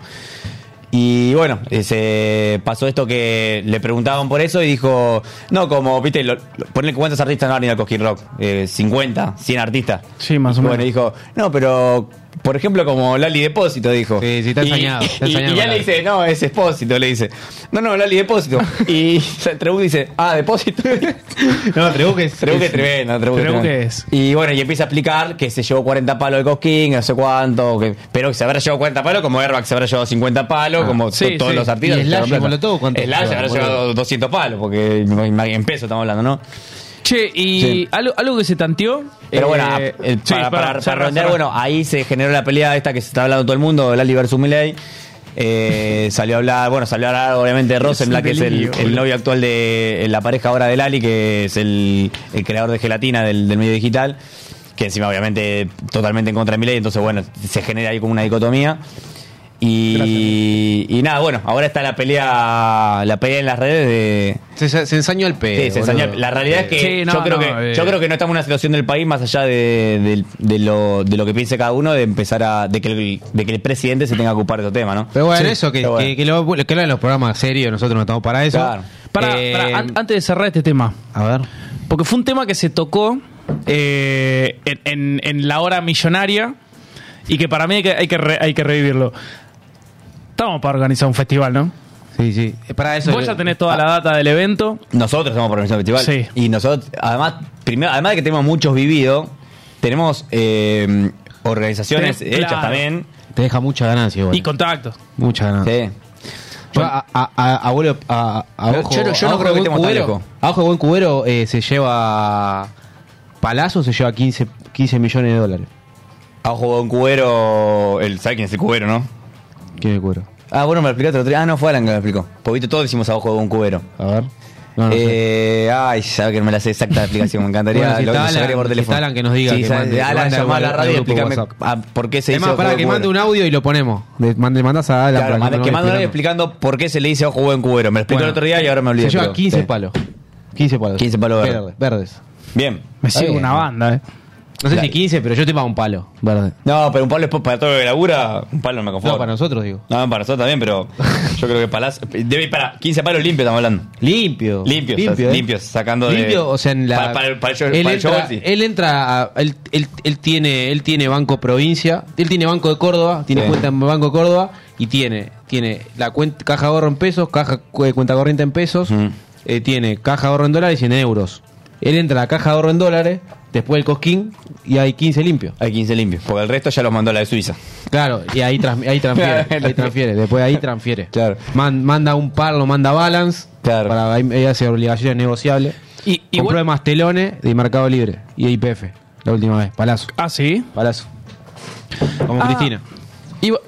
Speaker 9: Y bueno, eh, se pasó esto que le preguntaban por eso y dijo, no, como, viste, lo- lo- ponle cuántos artistas no han ido al Cosquín Rock, eh, 50, 100 artistas.
Speaker 10: Sí, más o
Speaker 9: Y
Speaker 10: menos.
Speaker 9: Bueno, dijo, no, pero, por ejemplo, como Lali Depósito, dijo. Sí, sí,
Speaker 8: está ensañado, está
Speaker 9: Y,
Speaker 8: ensañado
Speaker 9: y ya
Speaker 8: con
Speaker 9: le
Speaker 8: Lali.
Speaker 9: dice, no, es Espósito, le dice. No, no, Lali Depósito. Y Trebuch dice, ah, Depósito. no, Trebuch es... Trebuch es tremendo, Trebuch
Speaker 10: Trebuch
Speaker 9: tremendo.
Speaker 10: es.
Speaker 9: Y bueno, y empieza a explicar que se llevó 40 palos de Cosquín, no sé cuánto, que- pero que se habrá llevado 40 palos, como Airbag se habrá llevado 50 palos, como to-
Speaker 8: Ah, sí,
Speaker 9: todos
Speaker 8: sí.
Speaker 9: los artistas.
Speaker 8: ¿Y Slash y
Speaker 9: se habrá
Speaker 8: Molotov cuánto
Speaker 9: Slash se habrá
Speaker 8: llevan,
Speaker 9: llevado 200 palos, porque en peso estamos hablando, ¿no?
Speaker 10: Che, y
Speaker 9: Sí.
Speaker 10: algo, algo que se tanteó.
Speaker 9: Pero bueno,
Speaker 10: eh,
Speaker 9: a- el-
Speaker 10: sí, pará,
Speaker 9: para, para- para
Speaker 10: cerrá,
Speaker 9: redondear,
Speaker 10: cerrá.
Speaker 9: bueno, ahí se generó la pelea esta que se está hablando todo el mundo, Lali versus Milei. Eh, salió a hablar, bueno, salió a hablar obviamente de Rosenblatt, que es el,
Speaker 12: delirio,
Speaker 9: el novio actual de eh, la pareja ahora de Lali, que es el, el creador de gelatina del, del medio digital, que encima obviamente totalmente en contra de Milei, entonces bueno, se genera ahí como una dicotomía. Y, y nada, bueno, ahora está la pelea la pelea en las redes de...
Speaker 8: Se, se ensañó el pedo.
Speaker 9: Sí, se ensañó. La realidad es que, yo, creo que yo creo que no estamos en una situación del país más allá de, de- de lo, de lo que piense cada uno de empezar a de que el, de que el presidente se tenga que ocupar de este tema, ¿no?
Speaker 8: Pero bueno,
Speaker 9: Sí.
Speaker 8: eso que,
Speaker 9: Pero bueno.
Speaker 8: que, que lo, que hablan los programas serios, nosotros no estamos para eso.
Speaker 10: Pará,
Speaker 8: Eh,
Speaker 10: pará, an- antes de cerrar este tema.
Speaker 8: A ver.
Speaker 10: Porque fue un tema que se tocó eh, en, en- en la hora millonaria y que para mí hay que, hay que, re- hay que revivirlo. Estamos para organizar un festival, ¿no?
Speaker 8: Sí, sí. Para
Speaker 9: eso-
Speaker 10: Vos ya tenés
Speaker 8: Ah.
Speaker 10: toda la data del evento.
Speaker 9: Nosotros estamos por organizar el festival.
Speaker 10: Sí.
Speaker 9: Y nosotros, además, primero, además de que tenemos muchos vividos, tenemos eh, organizaciones
Speaker 10: Ten-
Speaker 9: hechas
Speaker 10: claro.
Speaker 9: también.
Speaker 8: Te deja mucha ganancia, igual.
Speaker 10: Y contactos.
Speaker 8: Mucha ganancia.
Speaker 9: Sí.
Speaker 8: Ah. Yo a, a, a- abuelo, a, a
Speaker 9: Yo-
Speaker 8: ojo,
Speaker 9: yo no- yo
Speaker 8: a
Speaker 9: no
Speaker 8: ojo
Speaker 9: creo
Speaker 8: de
Speaker 9: que
Speaker 8: buen
Speaker 9: estemos tan
Speaker 8: cubero,
Speaker 9: lejos.
Speaker 8: a ojo de buen cubero eh, se lleva Palazzo, se lleva 15, 15 millones de dólares.
Speaker 9: Ha jugado un cubero. El, ¿Sabes quién es el cubero, no?
Speaker 8: ¿Quién es el cubero?
Speaker 9: Ah, bueno, me lo explicaste el otro día. Ah, no, fue Alan que me lo explicó. Porque viste, todos decimos abajo de un cubero.
Speaker 8: A ver. no
Speaker 9: eh, ay, ya que no me la sé exacta la explicación. Me encantaría.
Speaker 8: Bueno, si
Speaker 9: lo-
Speaker 8: está
Speaker 9: lo
Speaker 8: Alan-
Speaker 9: sacaría por
Speaker 8: si
Speaker 9: teléfono.
Speaker 8: está Alan que nos diga
Speaker 9: Sí,
Speaker 8: que
Speaker 9: sabe-
Speaker 8: mande-
Speaker 9: Alan,
Speaker 8: manda
Speaker 9: llamá a la
Speaker 8: al- al
Speaker 9: radio y
Speaker 8: grupo
Speaker 9: explícame
Speaker 8: WhatsApp.
Speaker 9: ah, por qué se
Speaker 8: Es
Speaker 9: dice
Speaker 8: más,
Speaker 9: ojo
Speaker 8: para
Speaker 9: de
Speaker 8: que
Speaker 9: cubero.
Speaker 8: mande un audio y lo ponemos. Le mande- mandás a Alan.
Speaker 9: Claro,
Speaker 8: para
Speaker 9: manda-
Speaker 8: no
Speaker 9: que
Speaker 8: lo
Speaker 9: manda un
Speaker 8: esperemos.
Speaker 9: audio explicando por qué se le dice ojo buen cubero. Me lo explicó
Speaker 8: Bueno.
Speaker 9: el otro día y ahora me olvidé.
Speaker 8: Se lleva
Speaker 9: pero-
Speaker 8: 15
Speaker 9: sí.
Speaker 8: palos. 15 palos.
Speaker 9: 15 palos verdes.
Speaker 8: verdes. verdes.
Speaker 9: Bien.
Speaker 10: Me
Speaker 8: Está
Speaker 10: sigue
Speaker 8: bien.
Speaker 10: una banda, ¿eh?
Speaker 8: No sé si 15, pero yo te pago un palo verde.
Speaker 9: No, pero un palo es po- para todo lo que labura. Un palo no me conformo.
Speaker 8: No, para nosotros digo.
Speaker 9: No, para nosotros también, pero yo creo que palas. Debe ir para 15 palos limpios, estamos hablando.
Speaker 8: Limpio.
Speaker 9: Limpios,
Speaker 8: Limpio,
Speaker 9: o sea,
Speaker 8: eh.
Speaker 9: limpios, sacando de.
Speaker 8: Limpio, o sea, en la.
Speaker 9: Para, para el, para el show-
Speaker 8: él,
Speaker 9: para el show
Speaker 8: entra,
Speaker 9: sí.
Speaker 8: él entra a- él, él- él tiene, él tiene Banco Provincia, él tiene Banco de Córdoba, tiene
Speaker 9: Sí.
Speaker 8: cuenta en Banco de Córdoba y tiene, tiene la cuenta, caja de ahorro en pesos, caja cu- cuenta corriente eh, en pesos, eh, tiene caja de ahorro en dólares y en euros. Él entra a la caja de ahorro en dólares, Después el Cosquín y hay 15 limpios.
Speaker 9: Hay 15 limpios. Porque el resto ya los mandó a la de Suiza.
Speaker 8: Claro, y ahí, trans- ahí transfiere. ahí transfiere. Después ahí transfiere. Man- manda un par, lo manda balance. Para ahí, ahí hace obligaciones negociables.
Speaker 10: Y,
Speaker 8: Compró además telones de Mercado Libre y IPF. La última vez, Palazo.
Speaker 10: Ah, sí.
Speaker 8: Palazo. Como
Speaker 10: Ah.
Speaker 8: Cristina.
Speaker 10: Iba,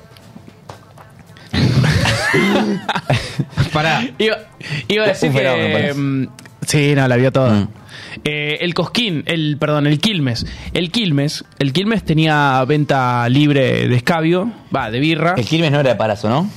Speaker 8: Pará.
Speaker 10: Iba, iba a
Speaker 8: Un
Speaker 10: decir
Speaker 8: fenómeno,
Speaker 10: que.
Speaker 8: parece.
Speaker 10: mm, Sí, no, la vio toda. Eh, el Cosquín, el, perdón, el Quilmes. El Quilmes, el Quilmes tenía venta libre de escabio, va, de birra. El
Speaker 9: Quilmes no era de Parazo, ¿no?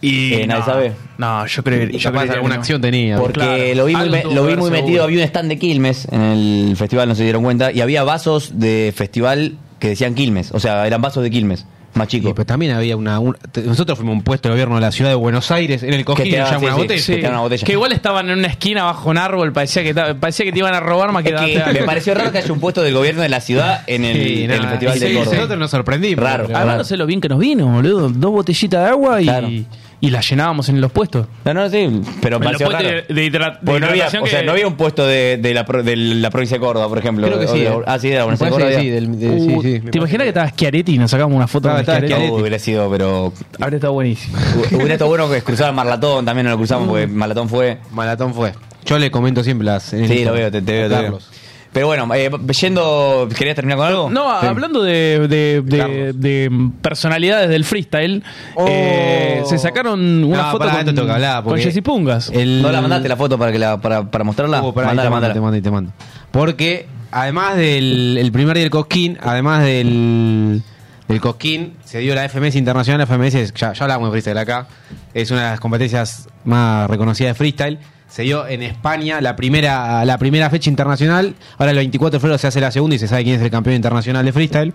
Speaker 10: Y
Speaker 9: Eh, nadie
Speaker 10: no,
Speaker 9: sabe.
Speaker 10: No, yo creo yo
Speaker 8: capaz
Speaker 10: creería
Speaker 8: alguna
Speaker 10: que no.
Speaker 8: acción tenía.
Speaker 9: Porque
Speaker 10: Claro,
Speaker 9: lo vi muy,
Speaker 10: algo
Speaker 9: me-
Speaker 10: tuvo que
Speaker 9: lo vi
Speaker 10: ver
Speaker 9: muy
Speaker 10: seguro.
Speaker 9: metido. Había un stand de Quilmes en el festival, no se dieron cuenta. Y había vasos de festival que decían Quilmes. O sea, eran vasos de Quilmes. Más chicos.
Speaker 8: Pues también había una, un- te- Nosotros fuimos a un puesto de gobierno de la ciudad de Buenos Aires en el Cosquín.
Speaker 9: Que te
Speaker 8: nos llama
Speaker 9: daban, sí,
Speaker 8: una
Speaker 9: sí,
Speaker 8: botella.
Speaker 9: que te daban una botella.
Speaker 10: Que igual estaban en una esquina bajo un árbol, parecía que, ta- parecía que te iban a robar más que,
Speaker 9: Que
Speaker 10: darte algo.
Speaker 9: me pareció raro que haya un puesto del gobierno de la ciudad en el,
Speaker 10: Sí,
Speaker 9: en
Speaker 10: nada,
Speaker 9: el festival
Speaker 10: sí,
Speaker 9: de Córdoba.
Speaker 10: nosotros
Speaker 8: nos sorprendimos.
Speaker 9: Raro,
Speaker 10: Además, no
Speaker 9: raro.
Speaker 10: sé lo bien que nos vino, boludo. Dos botellitas de agua y, y las llenábamos en los puestos.
Speaker 9: No, no, sí, pero
Speaker 10: En los
Speaker 9: pareció
Speaker 10: puestos
Speaker 9: raro.
Speaker 10: de, de hidra- de
Speaker 9: Porque no había,
Speaker 10: hidratación
Speaker 9: o sea,
Speaker 10: que-
Speaker 9: no había un puesto de, de la, pro- de la provincia de Córdoba, por ejemplo.
Speaker 10: Creo que
Speaker 9: O
Speaker 10: sí,
Speaker 9: de-
Speaker 10: eh.
Speaker 9: ah, sí, de la
Speaker 10: Me
Speaker 9: provincia de
Speaker 10: parece
Speaker 9: Córdoba. Uh,
Speaker 10: que
Speaker 9: había.
Speaker 10: sí, del- de- sí, sí, Uh, ¿Te imaginas que estaba Schiaretti y nos sacamos una foto
Speaker 9: Ah,
Speaker 10: de
Speaker 9: estaba
Speaker 10: Schiaretti?
Speaker 9: Schiaretti. Uh, hubiera sido, pero.
Speaker 10: Habría estado buenísimo.
Speaker 9: Hubiera estado bueno que cruzara Marlatón, también no lo cruzamos
Speaker 10: Mm.
Speaker 9: porque Marlatón fue.
Speaker 8: Maratón fue. Yo le comento siempre las. en el
Speaker 9: Sí, lo
Speaker 8: Instagram.
Speaker 9: veo, te, te veo,
Speaker 8: A
Speaker 9: te veo.
Speaker 8: Carlos.
Speaker 9: Pero bueno, eh, yendo. ¿Querías terminar con algo?
Speaker 10: No,
Speaker 9: Sí.
Speaker 10: hablando de, de- de- de personalidades del freestyle,
Speaker 8: Oh.
Speaker 10: eh, se sacaron una
Speaker 8: Ah,
Speaker 9: No,
Speaker 10: foto
Speaker 9: pará, esto
Speaker 10: con,
Speaker 9: tengo que hablar,
Speaker 10: con
Speaker 9: porque-
Speaker 10: Jessy Pungas.
Speaker 8: El-
Speaker 9: ¿No la mandaste la foto para, que la, para, para mostrarla?
Speaker 8: Oh, pará, ahí
Speaker 9: mandala,
Speaker 8: te mando,
Speaker 9: Uh, mandala.
Speaker 8: te mando, te mando. Porque además del el primer día del Cosquín, además del, del Cosquín, se dio la FMS Internacional. La FMS, es- ya, ya hablamos de freestyle acá, es una de las competencias más reconocidas de freestyle. Se dio en España la primera, la primera fecha internacional. Ahora el 24 de febrero se hace la segunda y se sabe quién es el campeón internacional de freestyle.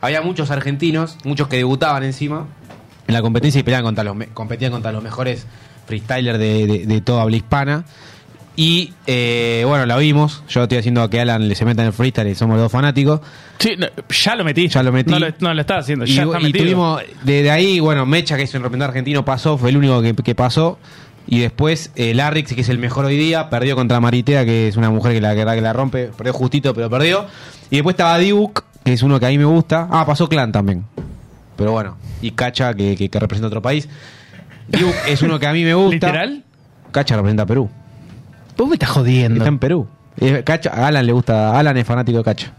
Speaker 8: Había muchos argentinos, muchos que debutaban encima en la competencia y peleaban contra los, me- competían contra los mejores freestylers de, de- de toda habla hispana. Y eh, bueno, la vimos. Yo estoy haciendo que Alan le se meta en el freestyle y somos los dos fanáticos.
Speaker 10: Sí, no, ya lo metí.
Speaker 8: Ya lo metí.
Speaker 10: No lo, no lo estaba haciendo, ya
Speaker 8: y,
Speaker 10: está
Speaker 8: y
Speaker 10: metido.
Speaker 8: tuvimos, desde ahí, bueno, Mecha, que es un representante argentino, pasó, fue el único que, que pasó. Y después eh, Larrix, que es el mejor hoy día, perdió contra Maritea, que es una mujer que la, que la- que la rompe, perdió justito, pero perdió. Y después estaba Duke, que es uno que a mí me gusta. Ah, pasó Clan también. Pero bueno, y Cacha, que, que- que representa otro país. Duke es uno que a mí me gusta.
Speaker 10: ¿Literal?
Speaker 8: Cacha representa a Perú.
Speaker 10: Vos me estás jodiendo.
Speaker 8: Está en Perú. Eh, Cacha, a Alan le gusta, Alan es fanático de Cacha.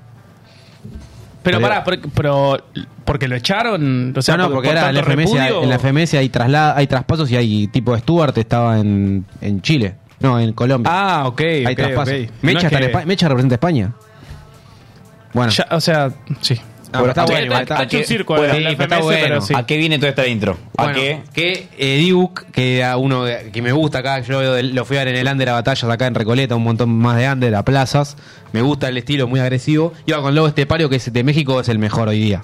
Speaker 10: Pero pará, pero, pero- porque lo echaron. O sea,
Speaker 8: no, no,
Speaker 10: por-
Speaker 8: porque
Speaker 10: por
Speaker 8: era en la,
Speaker 10: tanto
Speaker 8: FMS,
Speaker 10: repudio.
Speaker 8: en la FMS hay, trasla- hay traspasos y hay tipo Stuart estaba en, en Chile. No, en Colombia.
Speaker 10: Ah, ok.
Speaker 8: hay
Speaker 10: ok,
Speaker 8: traspasos.
Speaker 10: ok.
Speaker 8: Mecha,
Speaker 10: No es
Speaker 8: está en
Speaker 10: que-
Speaker 8: Espa- Mecha representa a España. Bueno.
Speaker 10: Ya, o sea, sí.
Speaker 8: Ah, pero está bueno, está-
Speaker 10: hecho un
Speaker 8: que-
Speaker 10: circo
Speaker 8: bueno,
Speaker 10: en la
Speaker 8: sí, pero está
Speaker 10: FMS, pero
Speaker 8: bueno.
Speaker 10: sí.
Speaker 9: ¿A qué viene toda esta intro? ¿A
Speaker 8: Bueno,
Speaker 9: qué?
Speaker 8: que eh, Duke, que era uno de- que me gusta acá, yo veo del- lo fui a ver en el Under a batallas acá en Recoleta, un montón más de Under, a plazas. Me gusta el estilo, muy agresivo. Iba con Lobo Estepario, que es de México es el mejor hoy día.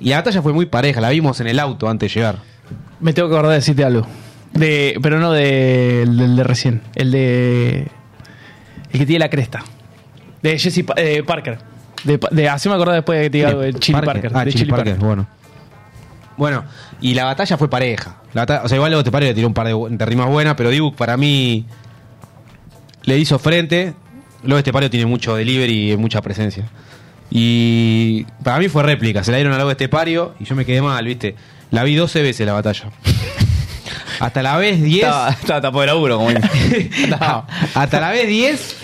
Speaker 8: Y la batalla fue muy pareja, la vimos en el auto antes de llegar.
Speaker 10: Me tengo que acordar de decirte algo. De, pero no de- del del de recién. El de. El que tiene la cresta. De Jesse Pa- eh, Parker. De, pa- de, así me acordé después de que te diga algo de Chili Parker.
Speaker 8: Ah,
Speaker 10: de
Speaker 8: Chili,
Speaker 10: Chili
Speaker 8: Parker, bueno. Bueno, y la batalla fue pareja. La bata- o sea, igual luego te paro le tiró un par de, bu- de rimas buenas, pero Duke para mí le hizo frente. Luego este paro tiene mucho delivery y mucha presencia. Y para mí fue réplica. Se la dieron a Lobo Estepario y yo me quedé mal, ¿viste? La vi 12 veces la batalla. Hasta la vez 10.
Speaker 9: Estaba, estaba tapado de laburo, como
Speaker 8: No, hasta la vez 10.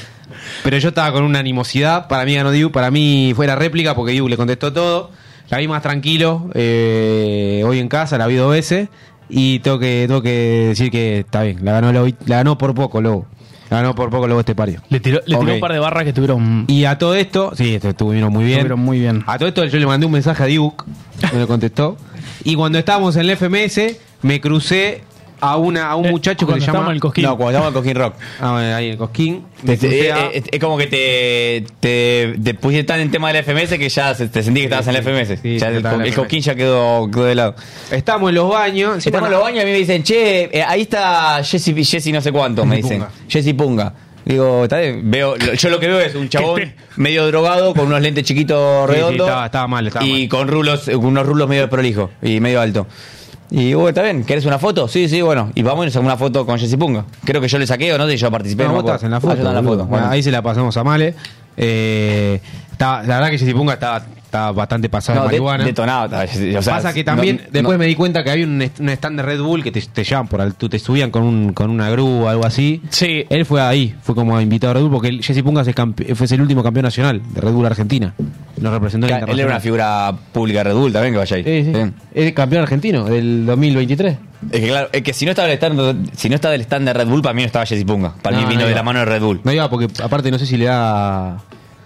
Speaker 8: Pero yo estaba con una animosidad. Para mí ganó Diu. Para mí fue la réplica porque Diu le contestó todo. La vi más tranquilo eh, hoy en casa. La vi dos veces. Y tengo que, tengo que decir que está bien. La ganó, Lobo- la ganó por poco, Lobo. La ganó por poco, Lobo, este pario.
Speaker 10: Le tiró, le tiró un par de barras que estuvieron.
Speaker 8: Y a todo esto, sí, esto estuvieron muy bien.
Speaker 10: Estuvieron muy bien.
Speaker 8: A todo esto yo le mandé un mensaje a Duke, me lo contestó. Y cuando estábamos en el FMS, me crucé a una a un muchacho que
Speaker 10: Eh, cuando
Speaker 8: se llama
Speaker 10: estábamos en el Cosquín. No,
Speaker 9: cuando estábamos en Cosquín Rock.
Speaker 8: Ah, bueno, ahí en el Cosquín. Me
Speaker 9: Te- te-
Speaker 8: crucé
Speaker 9: eh,
Speaker 8: a-
Speaker 9: eh, es como que te, te, te pusiste tan en tema de la FMS que ya se- te sentí que estabas en la FMS. Ya
Speaker 8: estaba
Speaker 9: el,
Speaker 8: en la
Speaker 9: el
Speaker 8: FMS.
Speaker 9: coquín ya quedó, quedó de lado.
Speaker 8: Estamos en los baños.
Speaker 9: este- Estamos en los baños y a mí me dicen, che, eh, ahí está Jesse, Jesse no sé cuánto, me dicen. Jesse Punga. Digo, está bien, Veo, lo- yo lo que veo es un chabón medio drogado con unos lentes chiquitos
Speaker 8: Este. Sí, sí,
Speaker 9: redondos
Speaker 8: estaba- estaba mal, estaba
Speaker 9: y con rulos, con unos rulos medio prolijo y medio alto. Y bueno, está bien, ¿querés una foto? Sí, sí, bueno. Y vamos y nos sacamos una foto con Jessy Punga. Creo que yo le saqué o no sé si yo participé.
Speaker 8: No,
Speaker 9: me
Speaker 8: vos
Speaker 9: acuerdo.
Speaker 8: estás en la
Speaker 9: Ah,
Speaker 8: foto.
Speaker 9: yo estaba en la
Speaker 8: boludo.
Speaker 9: foto.
Speaker 8: Bueno,
Speaker 9: Bueno.
Speaker 8: ahí se la pasamos a Male. Eh, está- la verdad que Jessy Punga está, está bastante pasada
Speaker 9: No,
Speaker 8: de
Speaker 9: de-
Speaker 8: marihuana.
Speaker 9: detonado estaba Jessy, o sea,
Speaker 8: Pasa que
Speaker 9: no-
Speaker 8: también,
Speaker 9: no-
Speaker 8: después me di cuenta que había un, est- un stand de Red Bull que te, te llevaban por alto, te subían con, un, con una grúa o algo así.
Speaker 10: Sí.
Speaker 8: Él fue ahí, fue como invitado a Red Bull porque el- Jessy Punga es el campe- fue el último campeón nacional de Red Bull Argentina. Nos representó en el
Speaker 9: Él era una
Speaker 8: internacional.
Speaker 9: figura pública de Red Bull también que vaya ahí. Bien.
Speaker 8: Es campeón argentino del 2023.
Speaker 9: Es que claro, es que si no estaba el stand, si no estaba el stand de Red Bull, para mí no estaba Jessy Punga. Para
Speaker 8: No,
Speaker 9: mí vino
Speaker 8: no
Speaker 9: de
Speaker 8: iba.
Speaker 9: la mano de Red Bull.
Speaker 8: No iba porque aparte no sé si le da...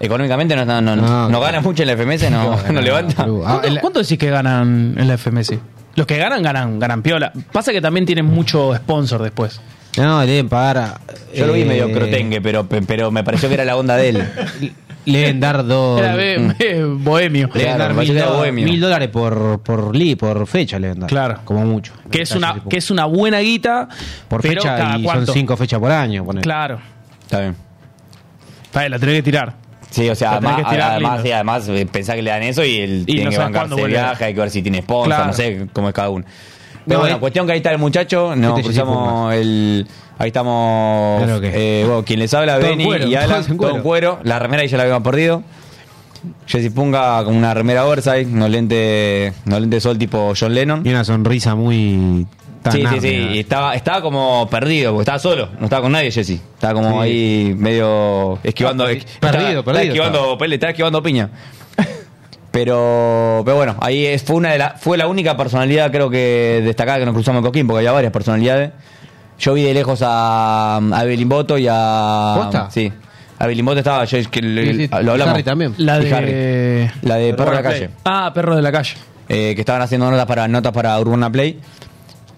Speaker 9: Económicamente no, está- no, no- no
Speaker 8: claro.
Speaker 9: gana mucho en la FMS, no, no, levanta.
Speaker 8: Ah,
Speaker 10: ¿Cuánto, cuánto decís que ganan en la FMS? Los que ganan, ganan, ganan piola. Pasa que también tienen mucho sponsor después.
Speaker 8: No, le deben pagar a-
Speaker 9: Yo lo vi
Speaker 8: eh,
Speaker 9: medio crotengue, pero, pero me pareció que era la onda de él.
Speaker 8: Le deben dar dos...
Speaker 10: Era be- be- bohemio.
Speaker 8: Le deben dar mil, do- mil dólares por, por, li- por fecha, le deben dar. Claro. Como mucho.
Speaker 10: Que es, una, que es una buena guita.
Speaker 8: Por
Speaker 10: pero
Speaker 8: fecha
Speaker 10: cada
Speaker 8: y
Speaker 10: cuánto.
Speaker 8: son cinco eh. fechas por año. ponele.
Speaker 10: Claro.
Speaker 9: Está bien.
Speaker 10: Está bien, la tenés que tirar.
Speaker 9: Sí, o sea,
Speaker 10: La tenés
Speaker 9: además,
Speaker 10: que tirar
Speaker 9: además,
Speaker 10: lindo.
Speaker 9: sí, además, eh, pensá que le dan eso y él tiene
Speaker 10: no
Speaker 9: que
Speaker 10: sabes cuándo
Speaker 9: bancarse el
Speaker 10: vuelve.
Speaker 9: viaje, hay que ver si tiene sponsor,
Speaker 10: Claro.
Speaker 9: no sé cómo es cada uno. Pero
Speaker 10: No,
Speaker 9: bueno,
Speaker 10: eh.
Speaker 9: cuestión que ahí está el muchacho,
Speaker 8: Este
Speaker 9: nos
Speaker 8: es Jessy
Speaker 9: cruzamos el... Ahí estamos,
Speaker 8: Claro que-
Speaker 9: eh, bueno, quien les habla,
Speaker 8: Todo en
Speaker 9: Benny
Speaker 8: cuero,
Speaker 9: y Alan,
Speaker 8: todos en
Speaker 9: todo en cuero, la remera ahí ya la habíamos perdido. Jessy Punga con una remera oversize, no lente, no lente de sol tipo John Lennon.
Speaker 8: Y una sonrisa muy... tan
Speaker 9: Sí, sí,
Speaker 8: amplia.
Speaker 9: sí. Y estaba, estaba como perdido, porque estaba solo, no estaba con nadie, Jessy. Estaba como
Speaker 8: Sí. Ah,
Speaker 9: ahí medio esquivando. Perdido,
Speaker 8: perdido,
Speaker 9: Estaba
Speaker 8: perdido
Speaker 9: esquivando, pele, estaba esquivando piña. Pero, pero bueno, ahí es- fue una de la, fue la única personalidad, creo que destacada que nos cruzamos en Coquín, porque había varias personalidades. Yo vi de lejos a, a Evelyn Boto y a.
Speaker 8: ¿Posta?
Speaker 9: Sí. A Evelyn Boto estaba, yo, es que le-
Speaker 8: Sí, sí,
Speaker 9: lo hablamos.
Speaker 8: y Harry también.
Speaker 10: La
Speaker 9: Y
Speaker 10: de-
Speaker 9: Harry. La de Eh, Perro de la
Speaker 10: Play.
Speaker 9: Calle
Speaker 10: Ah, perro de la calle.
Speaker 9: eh, que estaban haciendo notas para notas para Urbana Play.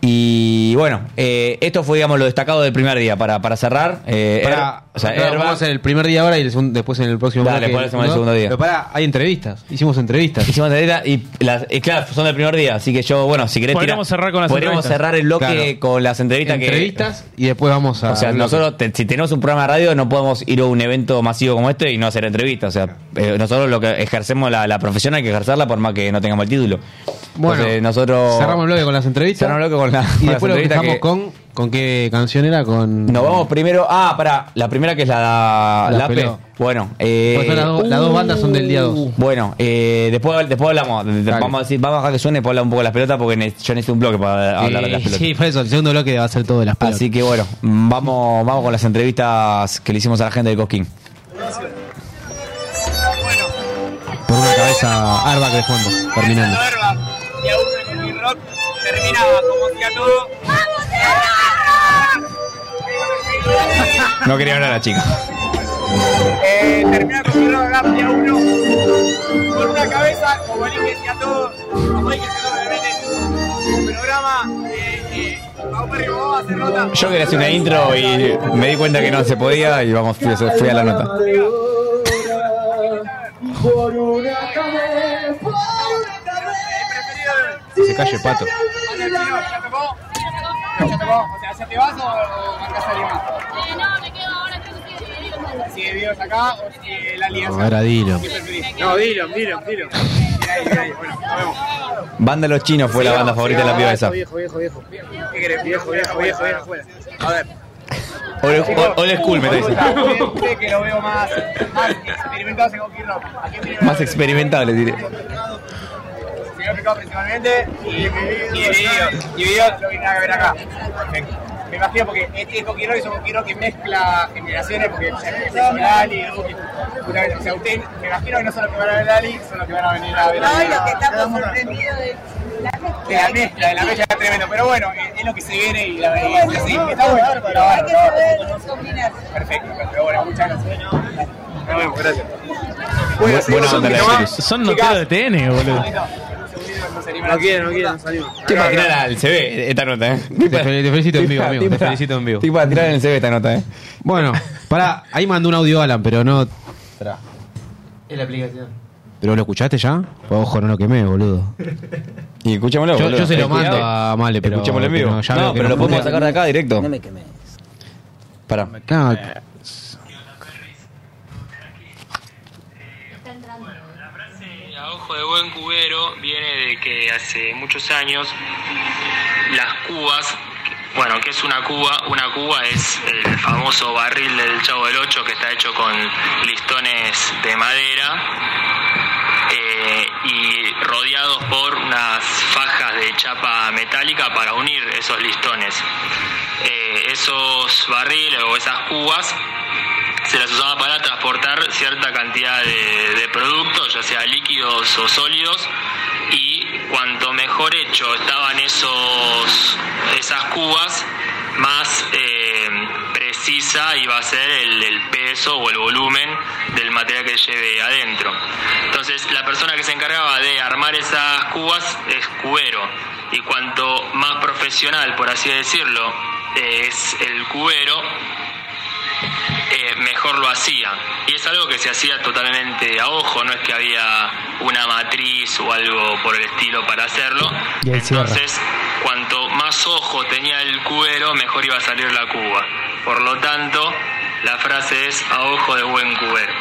Speaker 9: Y bueno, eh, esto fue, digamos, lo destacado del primer día. Para, para cerrar, eh,
Speaker 8: Pará,
Speaker 9: Her- o sea,
Speaker 8: pará,
Speaker 9: Herba-
Speaker 8: vamos a hacer el primer día ahora y el segun- después en el próximo
Speaker 9: Dale,
Speaker 8: bloque,
Speaker 9: después hacemos el segundo día.
Speaker 8: Pero pará, hay entrevistas. Hicimos entrevistas.
Speaker 9: hicimos entrevista y las, eh, claro, son del primer día. Así que yo, bueno, si querés
Speaker 10: Podríamos
Speaker 9: tirar-
Speaker 10: cerrar con las
Speaker 9: podríamos
Speaker 10: entrevistas.
Speaker 9: cerrar el bloque
Speaker 8: Claro.
Speaker 9: con las entrevistas que-
Speaker 8: Entrevistas y después vamos a...
Speaker 9: O sea,
Speaker 8: al bloque.
Speaker 9: nosotros, te- si tenemos un programa de radio, no podemos ir a un evento masivo como este y no hacer entrevistas. O sea, eh, nosotros lo que ejercemos la, la profesión hay que ejercerla por más que no tengamos el título.
Speaker 8: Bueno,
Speaker 9: Entonces, nosotros.
Speaker 8: cerramos el bloque con las entrevistas.
Speaker 9: Cerramos el bloque con la- con
Speaker 8: Y
Speaker 9: las
Speaker 8: después lo
Speaker 9: entrevistas
Speaker 8: dejamos
Speaker 9: que-
Speaker 8: con... ¿Con qué canción era? Con...
Speaker 9: Nos vamos primero. Ah, pará. La primera que es la,
Speaker 8: La
Speaker 9: la, P.
Speaker 8: peló.
Speaker 9: Bueno, eh,
Speaker 8: Pues son las dos- las dos bandas son del día dos.
Speaker 9: Bueno, eh, después, después hablamos. Vamos a, decir, vamos a dejar que suene después hablar un poco de las pelotas porque ne- yo necesito un bloque para hablar de las
Speaker 8: Sí,
Speaker 9: pelotas.
Speaker 8: sí, por eso, el segundo bloque va a ser todo de las pelotas.
Speaker 9: Así que bueno, mm, vamos, vamos con las entrevistas que le hicimos a la gente de Cosquín.
Speaker 8: Por una cabeza Arba de fondo, terminando.
Speaker 13: Y aún en el rock terminaba como si a todo.
Speaker 9: No quería hablar a la chica.
Speaker 13: Eh, terminaba con mi rock rap y a uno. Con una cabeza como el Inge a todo. Como hay que se el programa. Eh, eh, Pau Perry Bobo hace nota.
Speaker 9: Yo quería hacer una intro y me di cuenta que no se podía y vamos, fui a, fui a la nota.
Speaker 13: Por una cabeza. Por una
Speaker 9: Que se calle pato.
Speaker 13: O sea, ¿ya te vas o, o marcas a alguien más? no, me quedo ahora, Si vives acá o si la alianza.
Speaker 8: No, era Dilo.
Speaker 13: ¿Qué preferís? No, dilo, dilo, dilo. Bueno, nos vemos.
Speaker 9: Banda Los Chinos fue la banda favorita de la piba esa.
Speaker 13: Viejo, viejo, viejo. ¿Qué querés? Viejo, viejo, viejo, viejo. fuera. A ver.
Speaker 9: Old, old school, me está diciendo.
Speaker 13: Gente que lo veo más, más experimentado en Goki Rock. Aquí me
Speaker 9: Más experimentable, diré.
Speaker 13: se lo he picado principalmente y videos. Y videos. Y videos lo que nada que ver acá. Perfecto. Me imagino porque este es Goki Rock es un Goki Rock que mezcla generaciones porque ya es Lali, Goki- justamente, o sea, usted, me imagino que no son los que van a ver Lali, son los que van a venir a ver a-
Speaker 14: de
Speaker 13: de la mezcla, de la mezcla es tremendo. Pero bueno, es, es lo que se viene y la y es así. Está bueno, pero bueno, no. Perfecto, pero bueno, muchas gracias. Nos vemos, gracias.
Speaker 10: Buena,
Speaker 13: sí, son
Speaker 10: onda la
Speaker 13: noteros.
Speaker 10: de Cruz. Son noteros de TN, boludo.
Speaker 13: No quiero, no quiero, nos anima.
Speaker 9: Estoy para tirar al CB esta nota, eh. Te,
Speaker 8: felicito en vivo, amigo, te felicito en vivo.
Speaker 9: Estoy para tirar en el CB esta nota, eh.
Speaker 8: Bueno, pará, ahí mandó un audio Alan, pero no.
Speaker 12: Es la aplicación.
Speaker 8: ¿Pero lo escuchaste ya? Pues, ojo, no lo quemé, boludo.
Speaker 9: Y escuchémoslo,
Speaker 8: Yo,
Speaker 9: boludo.
Speaker 8: yo se lo mando
Speaker 9: Escuchá-
Speaker 8: a Male, pero.
Speaker 9: Escuchémoslo en vivo.
Speaker 8: pero ya
Speaker 9: No,
Speaker 8: veo que
Speaker 9: pero lo podemos sacar de acá directo. No me
Speaker 8: quemé.
Speaker 9: Pará.
Speaker 8: No,
Speaker 14: A ojo de buen cubero viene de que hace muchos años las cubas, bueno, ¿qué es una cuba? Una cuba es el famoso barril del Chavo del Ocho que está hecho con listones de madera eh, y rodeados por unas fajas de chapa metálica para unir esos listones. Eh, esos barriles o esas cubas se las usaba para transportar cierta cantidad de, de productos, ya sea líquidos o sólidos, y cuanto mejor hecho estaban esos, esas cubas, más eh, precisa iba a ser el, el peso o el volumen del material que lleve adentro. Entonces la persona que se encargaba de armar esas cubas es cubero, y cuanto más profesional, por así decirlo, eh, es el cubero, eh, mejor lo hacía. Y es algo que se hacía totalmente a ojo, no es que había una matriz o algo por el estilo para hacerlo.
Speaker 10: Y ahí cierra.
Speaker 14: Entonces, cuanto más ojo tenía el cubero, mejor iba a salir la cuba. Por lo tanto, la frase es a ojo de buen cubero.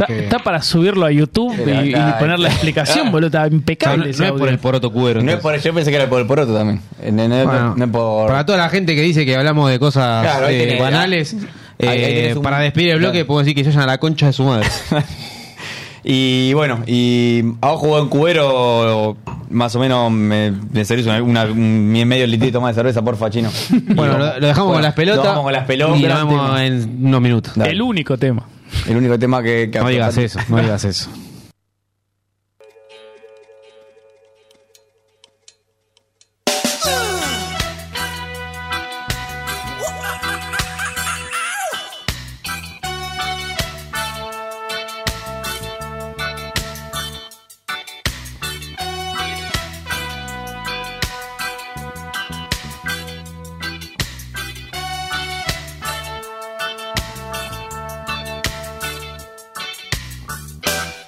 Speaker 10: Está, está para subirlo a YouTube
Speaker 15: Era
Speaker 10: y, y
Speaker 15: acá,
Speaker 10: poner la
Speaker 15: está.
Speaker 10: explicación,
Speaker 15: Ah.
Speaker 10: boludo. Está impecable. ese audio.
Speaker 15: poroto cubero. No es por, yo pensé que era por el poroto también. Eh, No, no-
Speaker 8: Bueno,
Speaker 15: no es por.
Speaker 8: Para toda la gente que dice que hablamos de cosas
Speaker 15: Claro, ahí
Speaker 8: eh,
Speaker 15: tenés,
Speaker 8: banales,
Speaker 15: ahí- ahí
Speaker 8: eh,
Speaker 15: tenés un-
Speaker 8: para despedir el bloque
Speaker 15: Claro.
Speaker 8: puedo decir que yo ya la concha de su madre.
Speaker 15: Y bueno, y a ojo en cubero, más o menos me, me servís una, una- un y medio litrito más de cerveza, porfa, chino.
Speaker 8: Bueno, lo, lo
Speaker 15: Bueno,
Speaker 8: dejamos con las
Speaker 15: Lo
Speaker 8: pelotas.
Speaker 15: dejamos con las pelotas.
Speaker 8: Y lo vemos en unos minutos.
Speaker 10: El único tema.
Speaker 15: El único tema que... que
Speaker 8: No digas eso, no digas eso.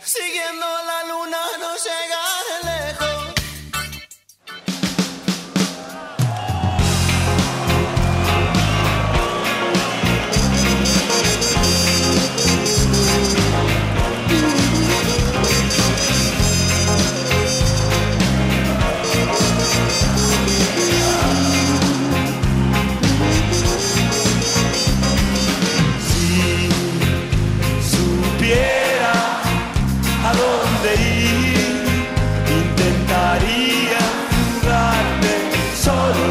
Speaker 16: Siguiendo la luna no llega de lejos.
Speaker 9: Si supiera a dónde ir, intentaría fugarme solo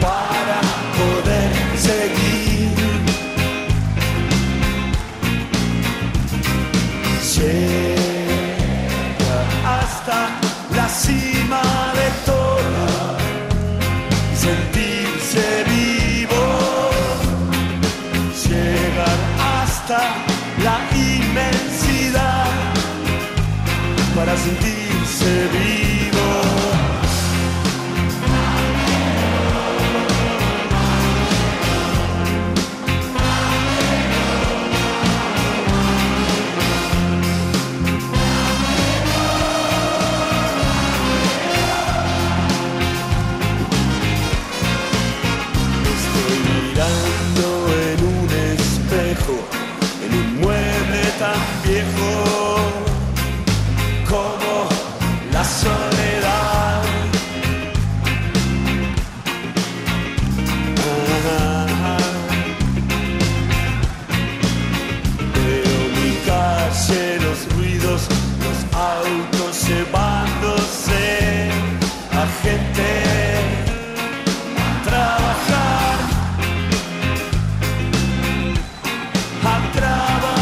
Speaker 9: para poder seguir. Llega hasta la cima de todo, sentirse vivo llegar hasta la inmensidad para sentirse vivo. Estoy mirando en un espejo, en un mueble tan viejo como la soledad. Ah, Veo mi calle, los ruidos, los autos llevándose a gente trabajar, a trabajar.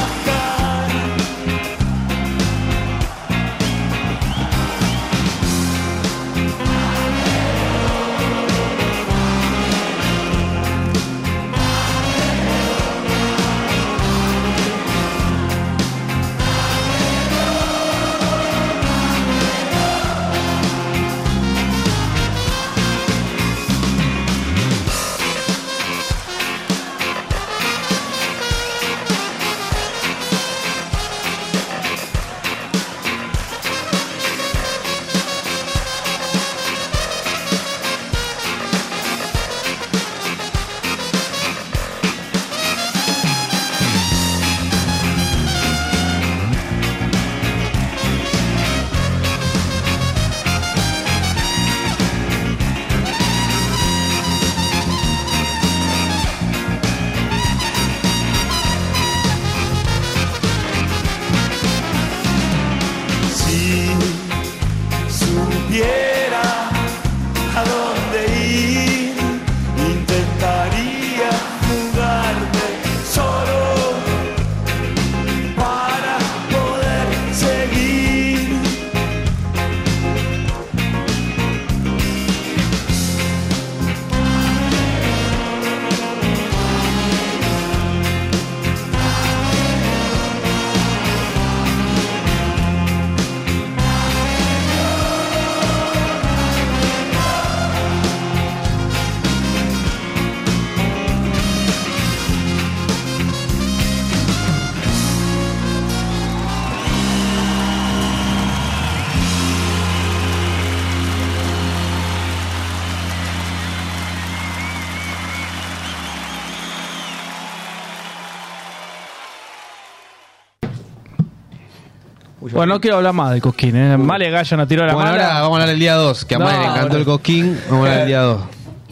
Speaker 10: Bueno, no quiero hablar más del Cosquín. ¿eh? Male Gallo nos tiró la
Speaker 8: Bueno,
Speaker 10: mano.
Speaker 8: ahora vamos a hablar del día 2, que a Male le encantó el cosquín. Vamos a hablar del día 2.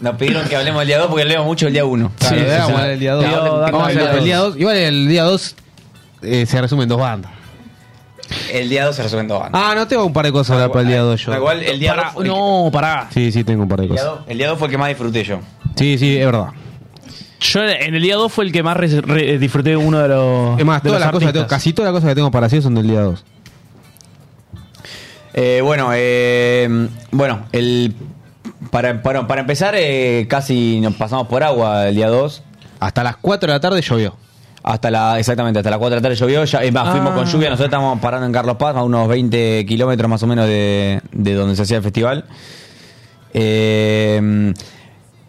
Speaker 9: Nos pidieron que hablemos del día 2 porque leemos mucho el día 1.
Speaker 8: Claro, vamos a hablar del día 2. Vamos a hablar del día 2. Igual el día 2 eh, se resume en dos bandas.
Speaker 9: El día 2 se resume en dos bandas.
Speaker 8: Ah, no tengo un par de cosas ahora para el día 2 yo.
Speaker 9: Tal cual, el día 2
Speaker 10: No, pará.
Speaker 8: Sí, sí, tengo un par de cosas.
Speaker 9: El día 2 fue el que más disfruté yo.
Speaker 8: Sí, sí, es verdad.
Speaker 10: Yo en el día 2 fue el que más re- re- disfruté uno de los.
Speaker 8: Es más,
Speaker 10: de
Speaker 8: todas las
Speaker 10: los
Speaker 8: cosas que tengo,
Speaker 10: artistas.
Speaker 8: casi todas las cosas que tengo para hacer son del día 2.
Speaker 9: Eh, bueno, eh, bueno, el para, para, para empezar, eh, casi nos pasamos por agua el día 2.
Speaker 8: Hasta las 4 de la tarde llovió.
Speaker 9: Hasta la, exactamente, hasta las 4 de la tarde llovió. Ya, es más, fuimos
Speaker 8: Ah.
Speaker 9: con lluvia. Nosotros estábamos parando en Carlos Paz, a unos 20 kilómetros más o menos de, de donde se hacía el festival. Eh,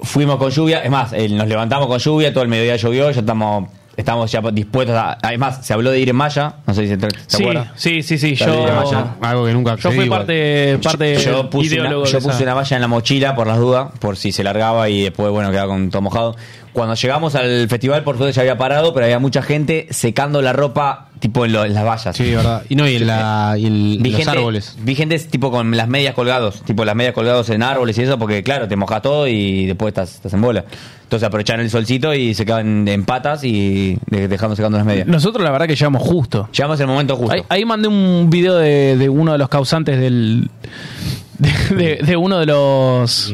Speaker 9: fuimos con lluvia. Es más, eh, nos levantamos con lluvia, todo el mediodía llovió. Ya estamos, estamos ya dispuestos a. Además, se habló de ir en malla. No sé si se te, te
Speaker 10: Sí,
Speaker 9: acuerdas.
Speaker 10: sí, sí, sí.
Speaker 9: Tal vez la malla.
Speaker 10: Yo,
Speaker 8: Algo que nunca
Speaker 10: Ah. yo fui parte, parte
Speaker 9: yo, yo puse, una,
Speaker 10: ideólogo
Speaker 9: yo
Speaker 10: de esa-
Speaker 9: puse una malla en la mochila por las dudas, por si se largaba y después, bueno, quedaba con todo mojado. Cuando llegamos al festival, por suerte ya había parado, pero había mucha gente secando la ropa, tipo en, lo- en las vallas.
Speaker 8: Sí, verdad. Y no, y, en la, y el-
Speaker 9: Vi
Speaker 8: los
Speaker 9: gente-
Speaker 8: árboles.
Speaker 9: Vi gente tipo con las medias colgados, tipo las medias colgados en árboles y eso, porque claro, te moja todo y después estás, estás en bola. Entonces aprovecharon el solcito y se quedan en patas y de- dejando secando las medias.
Speaker 10: Nosotros la verdad que llegamos justo.
Speaker 9: Llegamos en el momento justo.
Speaker 10: Ahí, ahí mandé un video de, de uno de los causantes del. De, de- de uno de los.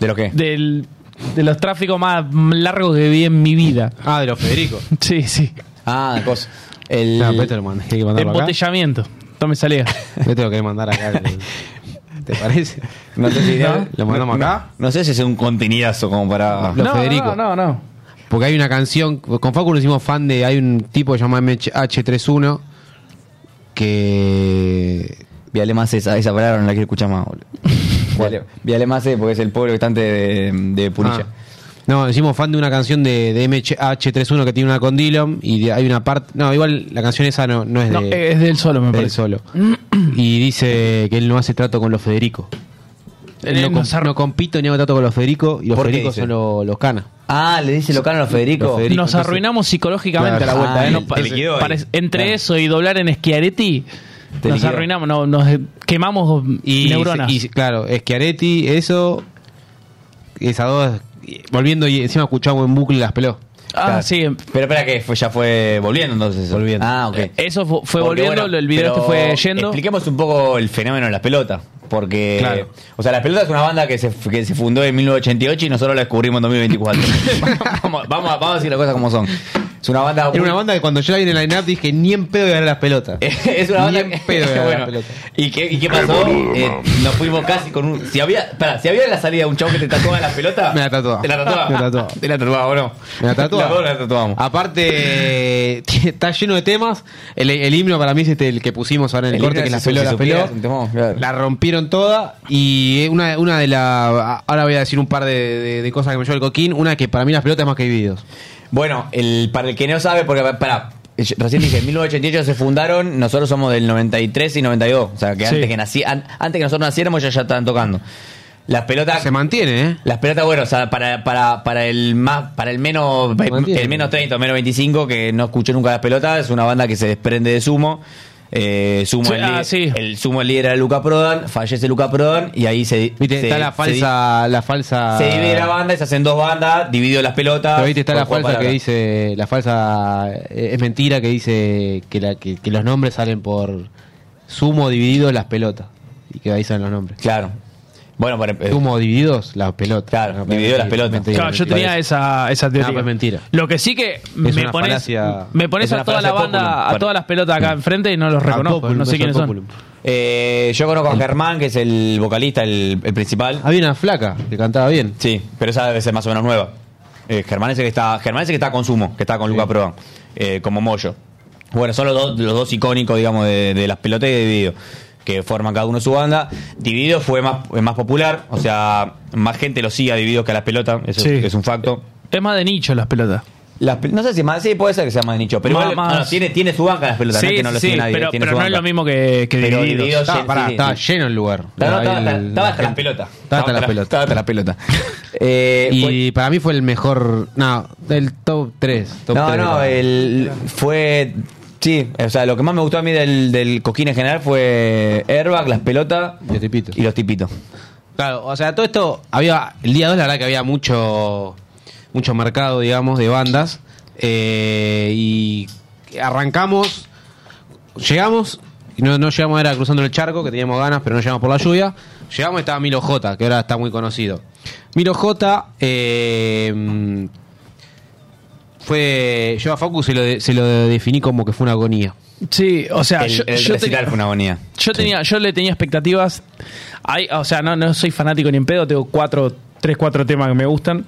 Speaker 9: ¿De lo qué?
Speaker 10: Del, de los tráficos más largos que vi en mi vida.
Speaker 8: Ah, de los Federico.
Speaker 10: Sí, sí.
Speaker 9: Ah, cosa. El,
Speaker 8: No, Ah, pero te Este lo mandé, hay que mandarlo acá.
Speaker 10: Embotellamiento. No me salía.
Speaker 8: Yo tengo que mandar acá. ¿Te parece?
Speaker 9: No sé si
Speaker 8: ¿No? ¿Lo mandamos
Speaker 9: no-
Speaker 8: acá?
Speaker 9: No sé si es un contenidazo como para.
Speaker 8: Los Federico.
Speaker 10: No, no, no.
Speaker 8: Porque hay una canción, con Facu nos hicimos fan de, hay un tipo que se llama MH31 que...
Speaker 9: Viale más esa, esa palabra no la quiero escuchar más, boludo. Viale, Viale más eh, porque es el pueblo que está antes de, de Punilla.
Speaker 8: Ah. No, nos hicimos fan de una canción de, de MH31 que tiene una con Dillom y de- hay una parte... No, igual la canción esa no, no es
Speaker 10: No, eh,
Speaker 8: de...
Speaker 10: es del solo, me
Speaker 8: del
Speaker 10: parece.
Speaker 8: solo. Y dice que él no hace trato con los Federico. Él no,
Speaker 10: Él
Speaker 8: com-
Speaker 10: Eh, nos ar-
Speaker 8: no compito ni hago trato con los Federico y los
Speaker 9: ¿Por qué
Speaker 8: Federico
Speaker 9: dice?
Speaker 8: son lo- los canas.
Speaker 9: Ah, le dice Locano a los Federico.
Speaker 8: Los Federico,
Speaker 10: Nos arruinamos psicológicamente
Speaker 9: Claro.
Speaker 10: a la vuelta.
Speaker 9: Ah,
Speaker 10: ¿eh? No
Speaker 9: te
Speaker 10: parece-
Speaker 9: liquidó ahí.
Speaker 10: parece- entre eso y doblar en Schiaretti,
Speaker 9: Te
Speaker 10: nos
Speaker 9: liquidó.
Speaker 10: arruinamos, no, nos quemamos
Speaker 8: Y,
Speaker 10: neuronas.
Speaker 8: y- claro, Schiaretti, eso. Esas dos. y- Volviendo y encima escuchamos en bucle y las peló.
Speaker 10: ah, sí.
Speaker 9: Pero espera que fue- ya fue volviendo entonces. Volviendo. Ah, ok.
Speaker 10: Eso fu- fue
Speaker 9: Porque,
Speaker 10: volviendo,
Speaker 9: bueno,
Speaker 10: el video este
Speaker 9: pero
Speaker 10: fue yendo.
Speaker 9: Expliquemos un poco el fenómeno de las pelotas. Porque.
Speaker 10: Claro.
Speaker 9: O sea, las pelotas es una banda que se, que se fundó en 1988 y nosotros la descubrimos en 2024. vamos, vamos, a- vamos a decir las cosas como son. Es una banda.
Speaker 8: Era una banda que cuando yo la vi en el line-up dije, ni en pedo de ganar las pelotas.
Speaker 9: es una banda
Speaker 8: Ni
Speaker 9: que-
Speaker 8: en pedo de ganar
Speaker 9: Bueno,
Speaker 8: las pelotas.
Speaker 9: ¿Y qué, y qué pasó? Eh, nos fuimos casi con un. Si había. Pará, si había en la salida un chavo que te tatuaba las pelotas.
Speaker 8: Me la tatuaba.
Speaker 9: Te la tatuaba.
Speaker 8: Me la tatuaba.
Speaker 9: Te la tatuaba, bro.
Speaker 8: Me la tatuaba. Ah.
Speaker 9: Los dos la tatuamos.
Speaker 8: Aparte, tiene- está lleno de temas. El, el himno para mí es este, el que pusimos ahora en el,
Speaker 9: El
Speaker 8: corte,
Speaker 9: himno
Speaker 8: que las
Speaker 9: se-
Speaker 8: peló,
Speaker 9: se
Speaker 8: las
Speaker 9: supiera,
Speaker 8: peló.
Speaker 9: es un temón, claro.
Speaker 8: La rompieron toda. Y eh, una, una de las. Ahora voy a decir un par de, de- de cosas que me llevó el coquín. Una que para mí las pelotas es más que videos.
Speaker 9: Bueno, el, para el que no sabe, porque para recién dije, en 1988 se fundaron, nosotros somos del 93 y 92, o sea, que
Speaker 8: Sí.
Speaker 9: antes que nací, an- antes que nosotros naciéramos ya ya estaban tocando. Las pelotas
Speaker 8: Se mantiene, ¿eh?
Speaker 9: las pelotas, bueno, o sea, para, para, para el más, para el menos,
Speaker 8: Mantiene.
Speaker 9: el menos 30 o menos 25 que no escuchó nunca las pelotas, es una banda que se desprende de Sumo. Eh, sumo
Speaker 10: Sí,
Speaker 9: el,
Speaker 10: ah,
Speaker 9: li-
Speaker 10: sí.
Speaker 9: el sumo el líder era Luca Prodan, fallece Luca Prodan y ahí se,
Speaker 8: Viste,
Speaker 9: se-
Speaker 8: está la
Speaker 9: se-
Speaker 8: falsa. La falsa.
Speaker 9: se divide la banda y se hacen dos bandas, dividido las pelotas.
Speaker 8: Pero viste, está
Speaker 9: Ah, Por
Speaker 8: la
Speaker 9: juego
Speaker 8: falsa
Speaker 9: palabra.
Speaker 8: que dice. La falsa. eh, Es mentira que dice que, la, que, que los nombres salen por sumo dividido las pelotas. Y que ahí salen los nombres.
Speaker 9: Claro. Bueno, para, eh,
Speaker 8: Sumo divididos las pelotas. Claro,
Speaker 9: dividido las pelotas.
Speaker 10: Claro, yo tenía esa, esa teoría.
Speaker 8: No, pues mentira.
Speaker 10: Lo que sí que me
Speaker 8: una
Speaker 10: pones,
Speaker 8: falacia-
Speaker 10: me pones
Speaker 9: es una
Speaker 10: a toda la
Speaker 9: falacia
Speaker 10: banda,
Speaker 9: populum.
Speaker 10: a
Speaker 9: Bueno.
Speaker 10: todas las pelotas acá enfrente y no los reconozco.
Speaker 8: populum,
Speaker 10: no
Speaker 8: eso
Speaker 10: sé
Speaker 8: es
Speaker 10: quiénes son.
Speaker 8: populum.
Speaker 9: Eh, yo conozco a Germán, que es el vocalista, el, el principal.
Speaker 8: Había una flaca que cantaba bien.
Speaker 9: Sí, pero esa debe ser más o menos nueva. Eh, Germán es el que está, Germán es el que está con Sumo, que está con Luca Prodan, eh, como Moyo. Bueno, son los dos, los dos icónicos, digamos, de, de las pelotas y de Dividido, que forman cada uno su banda. Dividido fue más, es más popular, o sea, más gente lo sigue a Dividido que a las pelotas, eso
Speaker 10: Sí.
Speaker 9: es, es un facto.
Speaker 10: Es más de nicho las pelotas.
Speaker 9: Las pe- no sé si es más, sí, puede ser que sea más de nicho, pero
Speaker 10: Más-
Speaker 9: igual, no,
Speaker 10: más-
Speaker 9: no, tiene, tiene su banca las pelotas, no es que no lo sigue nadie.
Speaker 10: pero,
Speaker 9: tiene
Speaker 10: pero
Speaker 9: su
Speaker 10: no es
Speaker 9: banca.
Speaker 10: lo mismo que, que
Speaker 9: Pero
Speaker 10: divididos. Ah,
Speaker 9: Divididos,
Speaker 8: Estaba,
Speaker 9: sí,
Speaker 8: pará,
Speaker 9: sí,
Speaker 8: estaba
Speaker 9: sí.
Speaker 8: lleno el lugar.
Speaker 9: Estaba, no, estaba-
Speaker 8: Ahí el-
Speaker 9: estaba hasta las pelotas.
Speaker 8: Estaba hasta las pelotas.
Speaker 9: Estaba hasta las pelotas. Eh,
Speaker 8: y
Speaker 9: fue-
Speaker 8: para mí fue el mejor. No, del top 3.
Speaker 9: no, no, el, fue. Sí, o sea, lo que más me gustó a mí del, del coquín en general fue airbag, las pelotas y los tipitos.
Speaker 8: Claro, o sea, todo esto había el día 2 la verdad que había mucho mucho mercado, digamos, de bandas eh, y arrancamos llegamos y no, no llegamos era cruzando el charco que teníamos ganas, pero no llegamos por la lluvia. Llegamos y estaba Milo J, que ahora está muy conocido. Milo J eh, fue yo a Facu se lo, de- se lo definí como que fue una agonía.
Speaker 10: Sí, o sea,
Speaker 8: El-
Speaker 10: Ah, yo,
Speaker 8: el
Speaker 10: yo
Speaker 8: recital fue una agonía.
Speaker 10: Yo tenía, yo le tenía expectativas. Hay, o sea, no, no soy fanático ni en pedo, tengo cuatro, tres, cuatro temas que me gustan.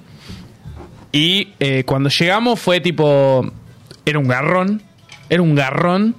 Speaker 10: Y eh, cuando llegamos fue tipo. Era un garrón. Era un garrón.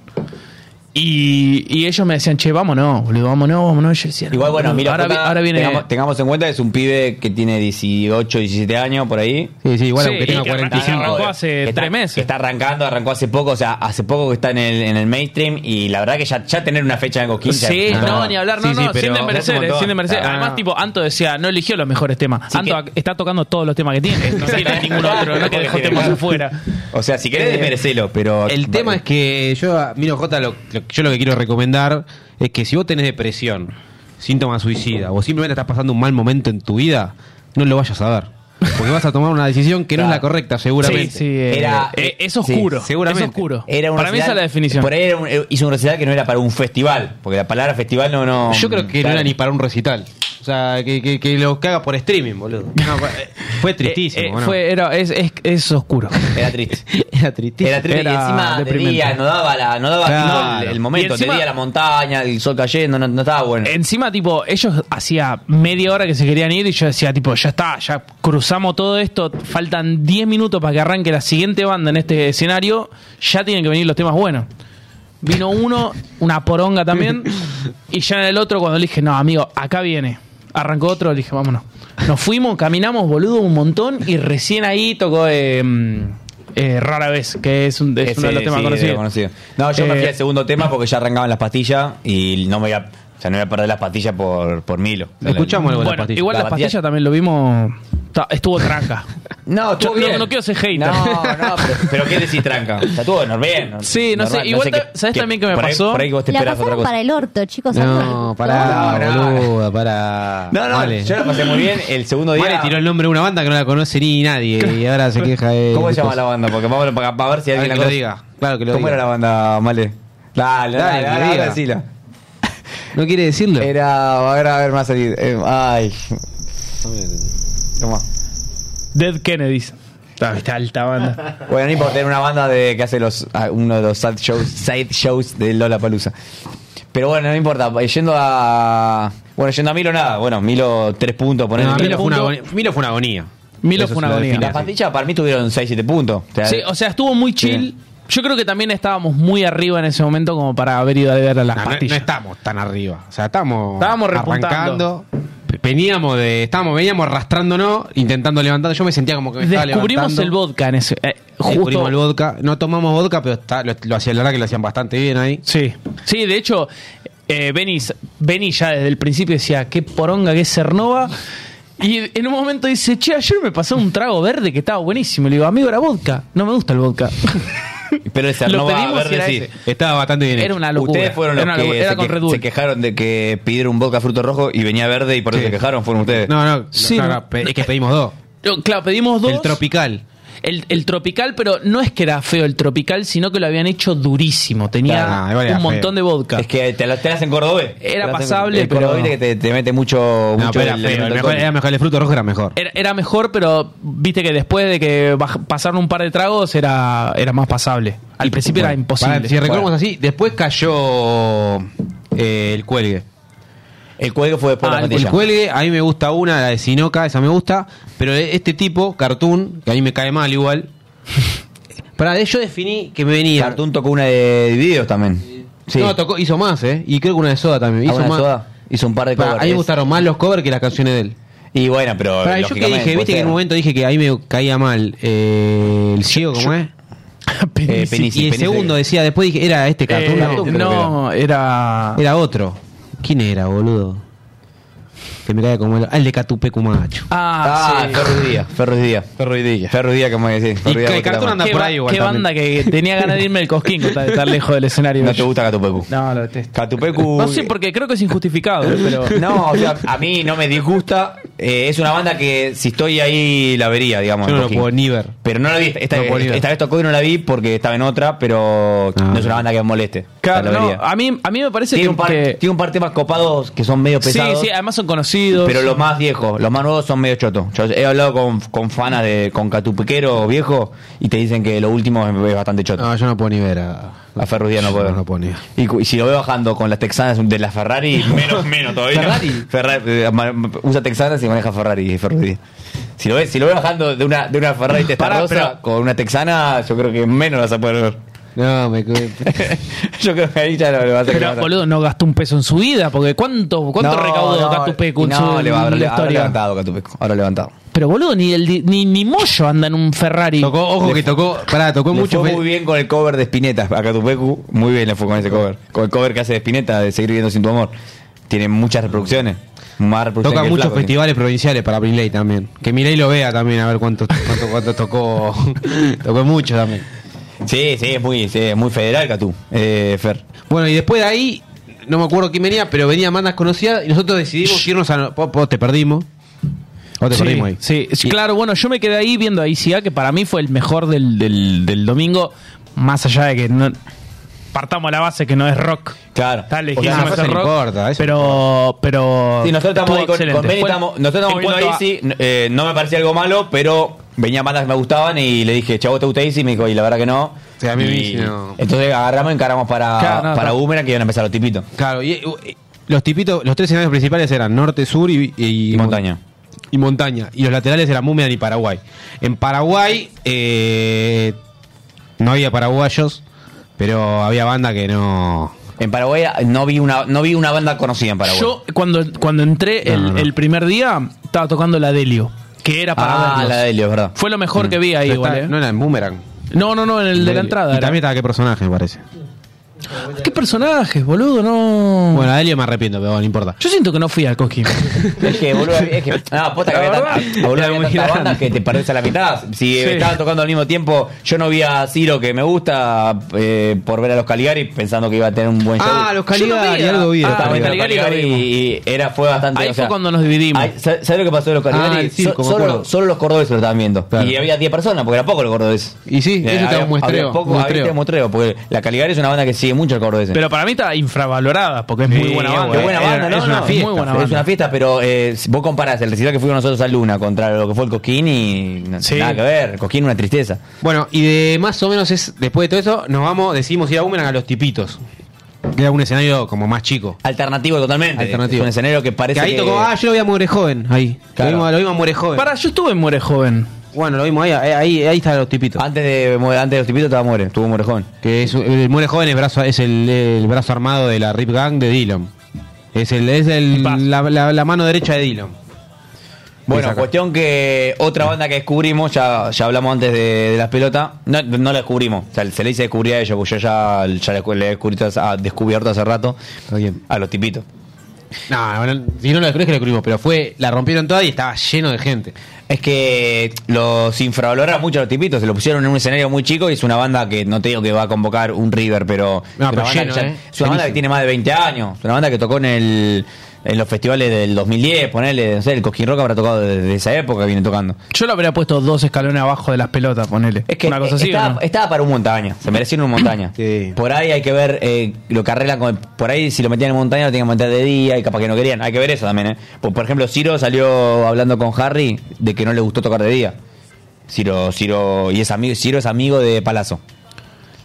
Speaker 10: Y, y ellos me decían, che, vámonos, boludo, vámonos, vámonos. Y Yo decía,
Speaker 9: Igual,
Speaker 10: "No,
Speaker 9: bueno,
Speaker 10: boludo,
Speaker 9: mira,
Speaker 10: ahora, vi- ahora viene.
Speaker 9: Tengamos, tengamos en cuenta que es un pibe que tiene 18, 17 años por ahí.
Speaker 8: Sí, sí,
Speaker 10: igual Sí, aunque tenga y que arran- 45. y que arrancó hace
Speaker 9: Que está-
Speaker 10: tres meses.
Speaker 9: que está arrancando, arrancó hace poco, o sea, hace poco que está en el, en el mainstream y la verdad que ya, ya tener una fecha de coquín. ya
Speaker 10: Sí,
Speaker 9: es un
Speaker 10: no,
Speaker 9: montón.
Speaker 10: ni hablar, no, no, sin desmerecer, eh, sin desmerecer.
Speaker 9: Ah,
Speaker 10: Además, tipo, Anto decía, no eligió los mejores temas. Anto está tocando todos los temas que tiene, no tiene ningún otro, no que dejó temas afuera.
Speaker 9: O sea, si querés
Speaker 8: Eh,
Speaker 9: desmerecelo, pero...
Speaker 8: El tema es que yo, a Miro J, lo, lo- yo lo que quiero recomendar es que si vos tenés depresión, síntoma suicida, o simplemente estás pasando un mal momento en tu vida, no lo vayas a ver. Porque vas a tomar una decisión que no es la correcta, seguramente.
Speaker 10: Sí, sí, eh, eh, es oscuro,
Speaker 8: sí, seguramente.
Speaker 10: es oscuro.
Speaker 9: Era un
Speaker 10: Para mí esa
Speaker 9: recital-
Speaker 10: es la definición.
Speaker 9: Por ahí era un- eh, hizo un recital que no era para un festival, porque la palabra festival no... no
Speaker 8: Yo creo que no era ni para un recital. O sea, que, que, que lo que haga por streaming, boludo. No, fue- fue tristísimo.
Speaker 10: Eh,
Speaker 8: ¿no?
Speaker 10: fue, era, es, es, es oscuro.
Speaker 9: Era triste.
Speaker 8: Era triste.
Speaker 9: eh, Era triste y encima de
Speaker 10: deprimente.
Speaker 9: día no daba, la, no daba
Speaker 10: Claro.
Speaker 9: el, el
Speaker 10: Y
Speaker 9: momento,
Speaker 10: encima-
Speaker 9: de día la montaña, el sol cayendo, no, no estaba bueno.
Speaker 10: Encima, tipo, ellos hacía media hora que se querían ir y yo decía, tipo, ya está, ya cruzamos todo esto, faltan 10 minutos para que arranque la siguiente banda en este escenario, ya tienen que venir los temas buenos. Vino uno, una poronga también, y ya en el otro cuando le dije, no, amigo, acá viene. Arrancó otro, le dije, vámonos. Nos fuimos, caminamos, boludo, un montón, y recién ahí tocó eh, mm, eh, Rara Vez, que es, un, es
Speaker 9: Ese,
Speaker 10: uno de los temas
Speaker 9: sí,
Speaker 10: conocidos.
Speaker 9: era conocido. No, yo me
Speaker 10: Eh,
Speaker 9: fui al segundo tema porque ya arrancaban las pastillas y no me voy a, o sea, no voy a perder las pastillas por, por Milo. O sea, la-
Speaker 10: bueno, Igual las pastillas también lo vimos. ta- Estuvo tranca.
Speaker 9: No, estuvo
Speaker 10: Yo- no,
Speaker 9: bien.
Speaker 10: no quiero ser hater.
Speaker 9: Pero qué decís tranca. O sea, estuvo bien.
Speaker 10: Sí, no sé, igual ta- ¿sabés también qué me
Speaker 9: por ahí-
Speaker 10: pasó?
Speaker 9: por ahí vos te
Speaker 17: La
Speaker 9: esperás otra
Speaker 17: pasaron
Speaker 9: cosa.
Speaker 17: para el orto, chicos.
Speaker 8: No, pará, boludo, pará.
Speaker 9: No, no, yo la pasé muy bien. El segundo día-
Speaker 8: Vale tiró el nombre de una banda que no la conoce ni nadie y ahora se queja de.
Speaker 9: ¿Cómo se llama
Speaker 8: cosas.
Speaker 9: la banda? Porque vamos para, para ver si
Speaker 8: A ver
Speaker 9: alguien
Speaker 8: que
Speaker 9: la
Speaker 8: lo
Speaker 9: conoce.
Speaker 8: diga. Claro que lo
Speaker 9: ¿Cómo
Speaker 8: diga.
Speaker 9: era la banda, Male? Dale, dale,
Speaker 8: Dale, que
Speaker 9: dale,
Speaker 8: diga.
Speaker 9: decila.
Speaker 8: ¿No quiere decirlo?
Speaker 9: Era, a ver, a ver, más salir. ay. Toma.
Speaker 10: Dead Kennedys. Está alta banda.
Speaker 9: Bueno, no importa, era una banda de que hace los ah, uno de los side shows, side shows de Lola Palusa. Pero bueno, no importa, eh, yendo a bueno, yendo a Milo nada, bueno, Milo tres puntos, poner
Speaker 8: No, Milo, fue una agonía. Milo fue una agonía.
Speaker 10: Milo
Speaker 9: Eso
Speaker 10: fue una
Speaker 9: se lo
Speaker 10: agonía.
Speaker 9: define. Las pastillas para mí tuvieron 6 7 puntos. O sea,
Speaker 10: Sí, o sea, estuvo muy chill. Yo creo que también estábamos muy arriba en ese momento como para haber ido a ver a las
Speaker 8: No, no-
Speaker 10: pastillas.
Speaker 8: no estamos tan arriba. O sea, estamos,
Speaker 10: Estábamos repuntando.
Speaker 8: arrancando. P- Veníamos de. Estábamos, veníamos arrastrándonos, intentando levantar. Yo me sentía como que me estaba
Speaker 10: Descubrimos
Speaker 8: levantando.
Speaker 10: el vodka en ese. eh,
Speaker 8: Descubrimos
Speaker 10: justo.
Speaker 8: el vodka. No tomamos vodka, pero está- lo, lo hacía la verdad que lo hacían bastante bien ahí.
Speaker 10: Sí. Sí, de hecho, eh, Benny, Benny ya desde el principio decía, qué poronga que es Cernova. Y en un momento dice, che, ayer me pasó un trago verde que estaba buenísimo. Le digo, amigo, era vodka. No me gusta el vodka.
Speaker 9: pero el
Speaker 10: lo
Speaker 9: Cernova
Speaker 10: pedimos y
Speaker 9: verde
Speaker 10: era
Speaker 9: sí.
Speaker 10: ese.
Speaker 8: Estaba bastante bien.
Speaker 10: Era
Speaker 9: hecho.
Speaker 10: una locura.
Speaker 9: Ustedes fueron
Speaker 10: Era una
Speaker 9: los que,
Speaker 10: locura. Era
Speaker 9: se,
Speaker 10: con
Speaker 9: que-
Speaker 10: Red Bull.
Speaker 9: se quejaron de que pidieron un vodka fruto rojo y venía verde y por eso se quejaron, fueron ustedes.
Speaker 8: No, no, no, no, pe- es que pedimos dos.
Speaker 10: Yo, Claro, pedimos dos.
Speaker 8: El tropical.
Speaker 10: El, el tropical, pero no es que era feo el tropical, sino que lo habían hecho durísimo. Tenía
Speaker 9: Claro, igual era
Speaker 10: un montón
Speaker 9: feo.
Speaker 10: de vodka.
Speaker 9: Es que te la, te la hacen cordobés.
Speaker 10: Era
Speaker 9: Te la hacen-
Speaker 10: pasable,
Speaker 9: el cordobés
Speaker 10: pero-
Speaker 9: viste que te, te mete mucho,
Speaker 8: No,
Speaker 9: mucho
Speaker 8: pero era
Speaker 9: el
Speaker 8: feo,
Speaker 9: elemento
Speaker 8: el mejor-
Speaker 9: alcohólico.
Speaker 8: era mejor, el fruto rojo era mejor.
Speaker 10: Era, era mejor, pero viste que después de que baj- pasaron un par de tragos era, era más pasable. Al principio era
Speaker 8: Bueno,
Speaker 10: imposible.
Speaker 8: pará, si recordamos así, después cayó eh, el cuelgue.
Speaker 9: El cuelgue fue después
Speaker 10: de la
Speaker 8: El
Speaker 10: pandilla.
Speaker 8: cuelgue, a mí me gusta una, la de Sinoca, esa me gusta. Pero este tipo, Cartoon, que a mí me cae mal igual. Para yo definí que me venía.
Speaker 9: Cartoon tocó una de videos también. Sí.
Speaker 8: No, tocó, hizo más, ¿eh? Y creo que una de Soda también.
Speaker 9: Ah,
Speaker 8: Hizo
Speaker 9: una de
Speaker 8: más.
Speaker 9: Soda. Hizo un par de
Speaker 8: Pará,
Speaker 9: covers.
Speaker 8: a mí me
Speaker 9: Es-
Speaker 8: gustaron más los covers que las canciones de él.
Speaker 9: Y bueno, pero.
Speaker 8: Pará, yo que
Speaker 9: lógicamente,
Speaker 8: dije,
Speaker 9: puede
Speaker 8: viste que en
Speaker 9: ser.
Speaker 8: un momento dije que ahí me caía mal eh, el ciego, ¿cómo es?
Speaker 10: Penici.
Speaker 8: Eh, Penici, y el
Speaker 10: Penici.
Speaker 8: segundo decía, después dije, era este
Speaker 10: Eh,
Speaker 8: cartoon.
Speaker 10: no, era.
Speaker 8: Era otro. ¿Quién era, boludo? Que me cae como el, ah, el de Catupecumacho.
Speaker 9: Ah, Ferro y Díaz. Ferro y Díaz. Ferro y Díaz. Ferro y Díaz, como decís. Ferro
Speaker 10: Y
Speaker 9: Díaz,
Speaker 10: que
Speaker 9: Boquerón.
Speaker 10: Cartoon anda por ahí igual también.
Speaker 9: estar
Speaker 10: estar lejos del escenario.
Speaker 9: No te gusta Catupecu.
Speaker 10: No, lo detesto.
Speaker 9: Catupecu.
Speaker 10: No sé, porque creo que es injustificado, pero...
Speaker 9: No, o sea, a mí no me disgusta. Eh, es una banda que si estoy ahí la vería, digamos.
Speaker 8: Yo no
Speaker 9: en
Speaker 8: lo
Speaker 9: Coquín.
Speaker 8: puedo ni ver.
Speaker 9: Pero no la vi. Esta,
Speaker 8: No lo puedo ni ver.
Speaker 9: esta vez tocó y no la vi porque estaba en otra, pero no es una banda que me moleste.
Speaker 10: Claro,
Speaker 9: la
Speaker 10: no,
Speaker 9: vería.
Speaker 10: a mí, a mí me parece
Speaker 9: Tiene
Speaker 10: que...
Speaker 9: un par- tiene un par de temas copados que son medio pesados.
Speaker 10: Sí, sí, además son conocidos.
Speaker 9: Pero los más viejos, los más nuevos son medio chotos. Yo he hablado con, con fanas de con catupequeros viejos y te dicen que lo último es es bastante choto.
Speaker 8: No, yo no puedo ni ver a,
Speaker 9: a Ferro Díaz no puedo. ver.
Speaker 8: Ah, No lo puedo ni ver.
Speaker 9: Y, cu- y si lo veo bajando con las texanas de la Ferrari, menos, menos todavía.
Speaker 8: Ferrari.
Speaker 9: Ferrari, eh, ma- ma- usa texanas y maneja Ferrari. Ferro Díaz. Si lo, ves, si lo veo bajando de una, de una Ferrari testarosa con una texana, yo creo que menos la vas a poder ver.
Speaker 8: No, me
Speaker 9: Yo creo que ahí ya no le vas a
Speaker 10: Pero,
Speaker 9: quedar.
Speaker 10: boludo, no gastó un peso en su vida, porque ¿cuánto, cuánto
Speaker 9: No,
Speaker 10: recaudó
Speaker 9: no,
Speaker 10: Catupecu
Speaker 9: y
Speaker 10: en
Speaker 9: no,
Speaker 10: su
Speaker 9: le va-
Speaker 10: en
Speaker 9: le-
Speaker 10: la
Speaker 9: ahora
Speaker 10: historia?
Speaker 9: levantado Catupecu, ahora levantado.
Speaker 10: Pero, boludo, ni, el, di- ni, ni Moyo anda en un Ferrari.
Speaker 8: Tocó, ojo que tocó, pará, tocó
Speaker 9: Le
Speaker 8: mucho.
Speaker 9: fue
Speaker 8: fe-
Speaker 9: muy bien con el cover de Spinetta. A Catupecu, muy bien le fue con ese cover. Con el cover que hace de Spinetta de Seguir viviendo sin tu amor. Tiene muchas reproducciones. Más reproducciones
Speaker 8: Toca
Speaker 9: que el
Speaker 8: muchos
Speaker 9: flaco, tiene.
Speaker 8: festivales provinciales para Miley también. Que Miley lo vea también, a ver cuánto, cuánto, cuánto tocó. tocó mucho también.
Speaker 9: Sí, sí, es muy, sí, es muy federal Catu, eh, Fer.
Speaker 8: Bueno, y después de ahí, no me acuerdo quién venía, pero venía bandas conocidas y nosotros decidimos irnos a. Vos, vos te perdimos. Vos te
Speaker 10: Sí,
Speaker 8: perdimos ahí.
Speaker 10: sí, sí, claro, bueno, yo me quedé ahí viendo a ICA, que para mí fue el mejor del, del, del domingo, más allá de que no, partamos a la base que no es rock.
Speaker 9: Claro.
Speaker 10: Está
Speaker 9: Porque
Speaker 10: lejísimo
Speaker 9: eso
Speaker 10: ese
Speaker 9: no
Speaker 10: rock,
Speaker 9: importa, eso
Speaker 10: pero, pero...
Speaker 9: Sí, nosotros estamos
Speaker 10: estuvo
Speaker 9: ahí con,
Speaker 10: excelente.
Speaker 9: con Benny,
Speaker 10: Fue-
Speaker 9: estamos, nosotros
Speaker 10: en
Speaker 9: estamos viendo
Speaker 10: cuanto
Speaker 9: a
Speaker 10: a-
Speaker 9: Easy, n- eh, no me parecía algo malo, pero venían bandas que me gustaban y le dije, chavo, ¿te gusta Easy? Y me dijo, y la verdad que no.
Speaker 8: Sí, a mí
Speaker 9: Y-
Speaker 8: Easy no.
Speaker 9: Entonces agarramos y encaramos para,
Speaker 8: Claro, no,
Speaker 9: para
Speaker 8: no.
Speaker 9: Boomerang que iban a empezar los tipitos.
Speaker 8: Claro, y, eh, los tipitos, los tres escenarios principales eran norte, sur y, y-
Speaker 9: montaña.
Speaker 8: Y montaña. Y los laterales eran Múmeda y Paraguay. En Paraguay eh, no había paraguayos, pero había banda que no.
Speaker 9: En Paraguay no vi una, no vi una banda conocida en Paraguay.
Speaker 10: Yo, cuando, cuando entré el, el primer día, estaba tocando la Delio, que era para
Speaker 9: Ah,
Speaker 10: verlos.
Speaker 9: la Delio, es verdad.
Speaker 10: Fue lo mejor que vi ahí,
Speaker 8: Pero
Speaker 10: igual,
Speaker 8: está-
Speaker 10: eh.
Speaker 8: No era en Boomerang.
Speaker 10: No, no, no, en el de la entrada.
Speaker 8: Y
Speaker 10: era.
Speaker 8: también estaba qué personaje, me parece.
Speaker 10: ¿Qué personajes, boludo? No.
Speaker 8: Bueno, a Delio me arrepiento, pero no importa.
Speaker 10: Yo siento que no fui al Cosquín.
Speaker 9: Es que, boludo, es que. No, aposta que había tanta- boludo, había tantas bandas que te perdés a la mitad. Si
Speaker 10: Sí.
Speaker 9: estaban tocando al mismo tiempo, yo no vi a Ciro que me gusta eh, por ver a los Caligari pensando que iba a tener un buen show.
Speaker 8: Ah, los Ah, Caligari,
Speaker 9: Yo no vi a-
Speaker 8: algo vi de los
Speaker 9: estaba viendo
Speaker 8: Caligari.
Speaker 9: los Caligari y, y era, fue bastante.
Speaker 10: Ahí
Speaker 9: o
Speaker 10: fue
Speaker 9: sea,
Speaker 10: cuando nos dividimos.
Speaker 9: ahí- ¿Sabes sabés lo que pasó de los Caligari?
Speaker 10: Ah, el circo,
Speaker 9: So-
Speaker 10: me
Speaker 9: solo,
Speaker 10: acuerdo.
Speaker 9: solo los cordobeses lo estaban viendo.
Speaker 10: Claro.
Speaker 9: Y había 10 personas, porque era poco los cordobeses. Eh,
Speaker 8: Y sí, ellos te
Speaker 9: había,
Speaker 8: dan muestreo,
Speaker 9: había poco,
Speaker 8: muestreo.
Speaker 9: había muestreo, porque la Caligari es una banda que sigue mucho el cordobese.
Speaker 10: Pero para mí está infravalorada, porque es
Speaker 9: Sí,
Speaker 10: muy buena banda.
Speaker 9: Es buena
Speaker 10: Era-
Speaker 9: banda, ¿no?
Speaker 10: es una
Speaker 9: No,
Speaker 10: fiesta.
Speaker 9: muy buena
Speaker 10: banda.
Speaker 9: Es una fiesta, pero eh, si vos comparás el recital que fuimos nosotros a Luna contra lo que fue el Cosquín y no- nada que ver. Cosquín una tristeza.
Speaker 8: Bueno, y de más o menos es después de todo eso, nos vamos, decidimos ir a Boomerang a los tipitos. Que era un escenario como más chico.
Speaker 9: Alternativo totalmente.
Speaker 8: Alternativo.
Speaker 9: Es un escenario que parece
Speaker 8: que ahí
Speaker 9: que-
Speaker 8: tocó, ah, yo lo vi a Muere Joven, ahí.
Speaker 9: Claro.
Speaker 8: Lo, vimos, lo vimos a Muere Joven.
Speaker 10: Para, yo estuve en Muere Joven.
Speaker 8: Bueno, lo vimos ahí, ahí, ahí, ahí están los tipitos.
Speaker 9: Antes de, antes de los tipitos estaba Muere, tuvo Muere Joven.
Speaker 8: Que es, el Muere Joven es, brazo, es el, el brazo armado de la Rip Gang de Dillon. Es, el, es el, la, la- la mano derecha de Dillon.
Speaker 9: Bueno,
Speaker 8: Esa-
Speaker 9: cuestión que otra banda que descubrimos, ya, ya hablamos antes de, de las pelotas, no, no la descubrimos, o sea, se le dice descubrir a ellos, porque yo ya, ya la- la he descubierto, hace- ah, descubierto hace rato a los tipitos.
Speaker 8: No, bueno, si no lo descubrí, que lo descubrimos, pero fue, la rompieron toda y estaba lleno de gente.
Speaker 9: Es que los infravaloran mucho a los tipitos, se lo pusieron en un escenario muy chico y es una banda que no te digo que va a convocar un River, pero,
Speaker 8: No,
Speaker 9: es una
Speaker 8: pero
Speaker 9: banda
Speaker 8: lleno,
Speaker 9: que ya-
Speaker 8: ¿eh?
Speaker 9: es una banda que
Speaker 8: Llenísimo.
Speaker 9: tiene más de 20 años, es una banda que tocó en el en los festivales del 2010, ponele, no sé, el Cosquín Rock habrá tocado desde esa época que viene tocando.
Speaker 10: Yo lo habría puesto dos escalones abajo de las pelotas, ponele.
Speaker 9: Es que eh,
Speaker 10: una cosa así.
Speaker 9: estaba,
Speaker 10: ¿o no?
Speaker 9: estaba para un montaña, se merecieron un montaña. Por ahí hay que ver eh, lo que arreglan con- Por ahí si lo metían en montaña lo tenían que meter de día y capaz que no querían. Hay que ver eso también, ¿eh? Por, por ejemplo, Ciro salió hablando con Harry de que no le gustó tocar de día. Ciro, Ciro, y es amigo, Ciro es amigo de Palazzo.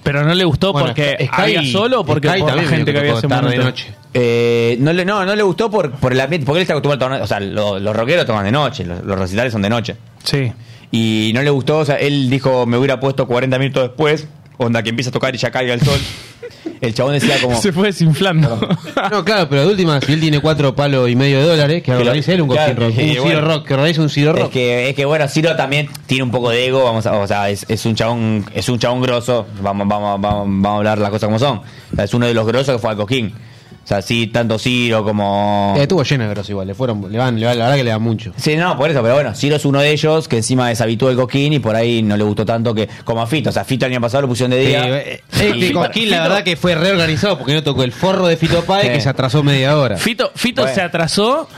Speaker 10: Pero no le gustó porque había solo o porque por la gente que había ese momento.
Speaker 9: Eh, no, le, no, no le gustó por, por el ambiente, porque él está acostumbrado a tomar, o sea, lo- los rockeros toman de noche, los, los recitales son de noche.
Speaker 10: Sí.
Speaker 9: Y no le gustó, o sea, él dijo, me hubiera puesto 40 minutos después, onda que empieza a tocar y ya caiga el sol. el chabón decía como...
Speaker 10: Se fue desinflando.
Speaker 8: No, claro, pero de última, si él tiene cuatro palos y medio de dólares, que
Speaker 9: Que lo-
Speaker 8: organiza él un
Speaker 9: claro,
Speaker 8: Cosquín Rock,
Speaker 9: y
Speaker 8: un
Speaker 9: bueno.
Speaker 8: Ciro Rock, que organiza un Ciro
Speaker 9: Es
Speaker 8: Rock.
Speaker 9: que, es que bueno, Ciro también tiene un poco de ego, vamos a- o sea, es, es un chabón, es un chabón grosso, vamos, vamos, vamos, vamos a hablar las cosas como son. O sea, es uno de los grosos que fue al Cosquín. O sea, sí, tanto Ciro como.
Speaker 8: Eh, estuvo lleno de grosos igual, le fueron, le van, le van- la verdad que le dan mucho.
Speaker 9: Sí, no, por eso, pero bueno, Ciro es uno de ellos que encima deshabitó el Coquín y por ahí no le gustó tanto que. Como a Fito, o sea, Fito el año pasado lo pusieron de día.
Speaker 8: Sí, eh, Este
Speaker 9: Y-
Speaker 8: Coquín, la
Speaker 9: ah. Fito-
Speaker 8: verdad que fue reorganizado porque no tocó el forro de Fito Páez que
Speaker 9: Sí.
Speaker 8: se atrasó media hora.
Speaker 10: Fito, Fito
Speaker 9: Bueno.
Speaker 10: se atrasó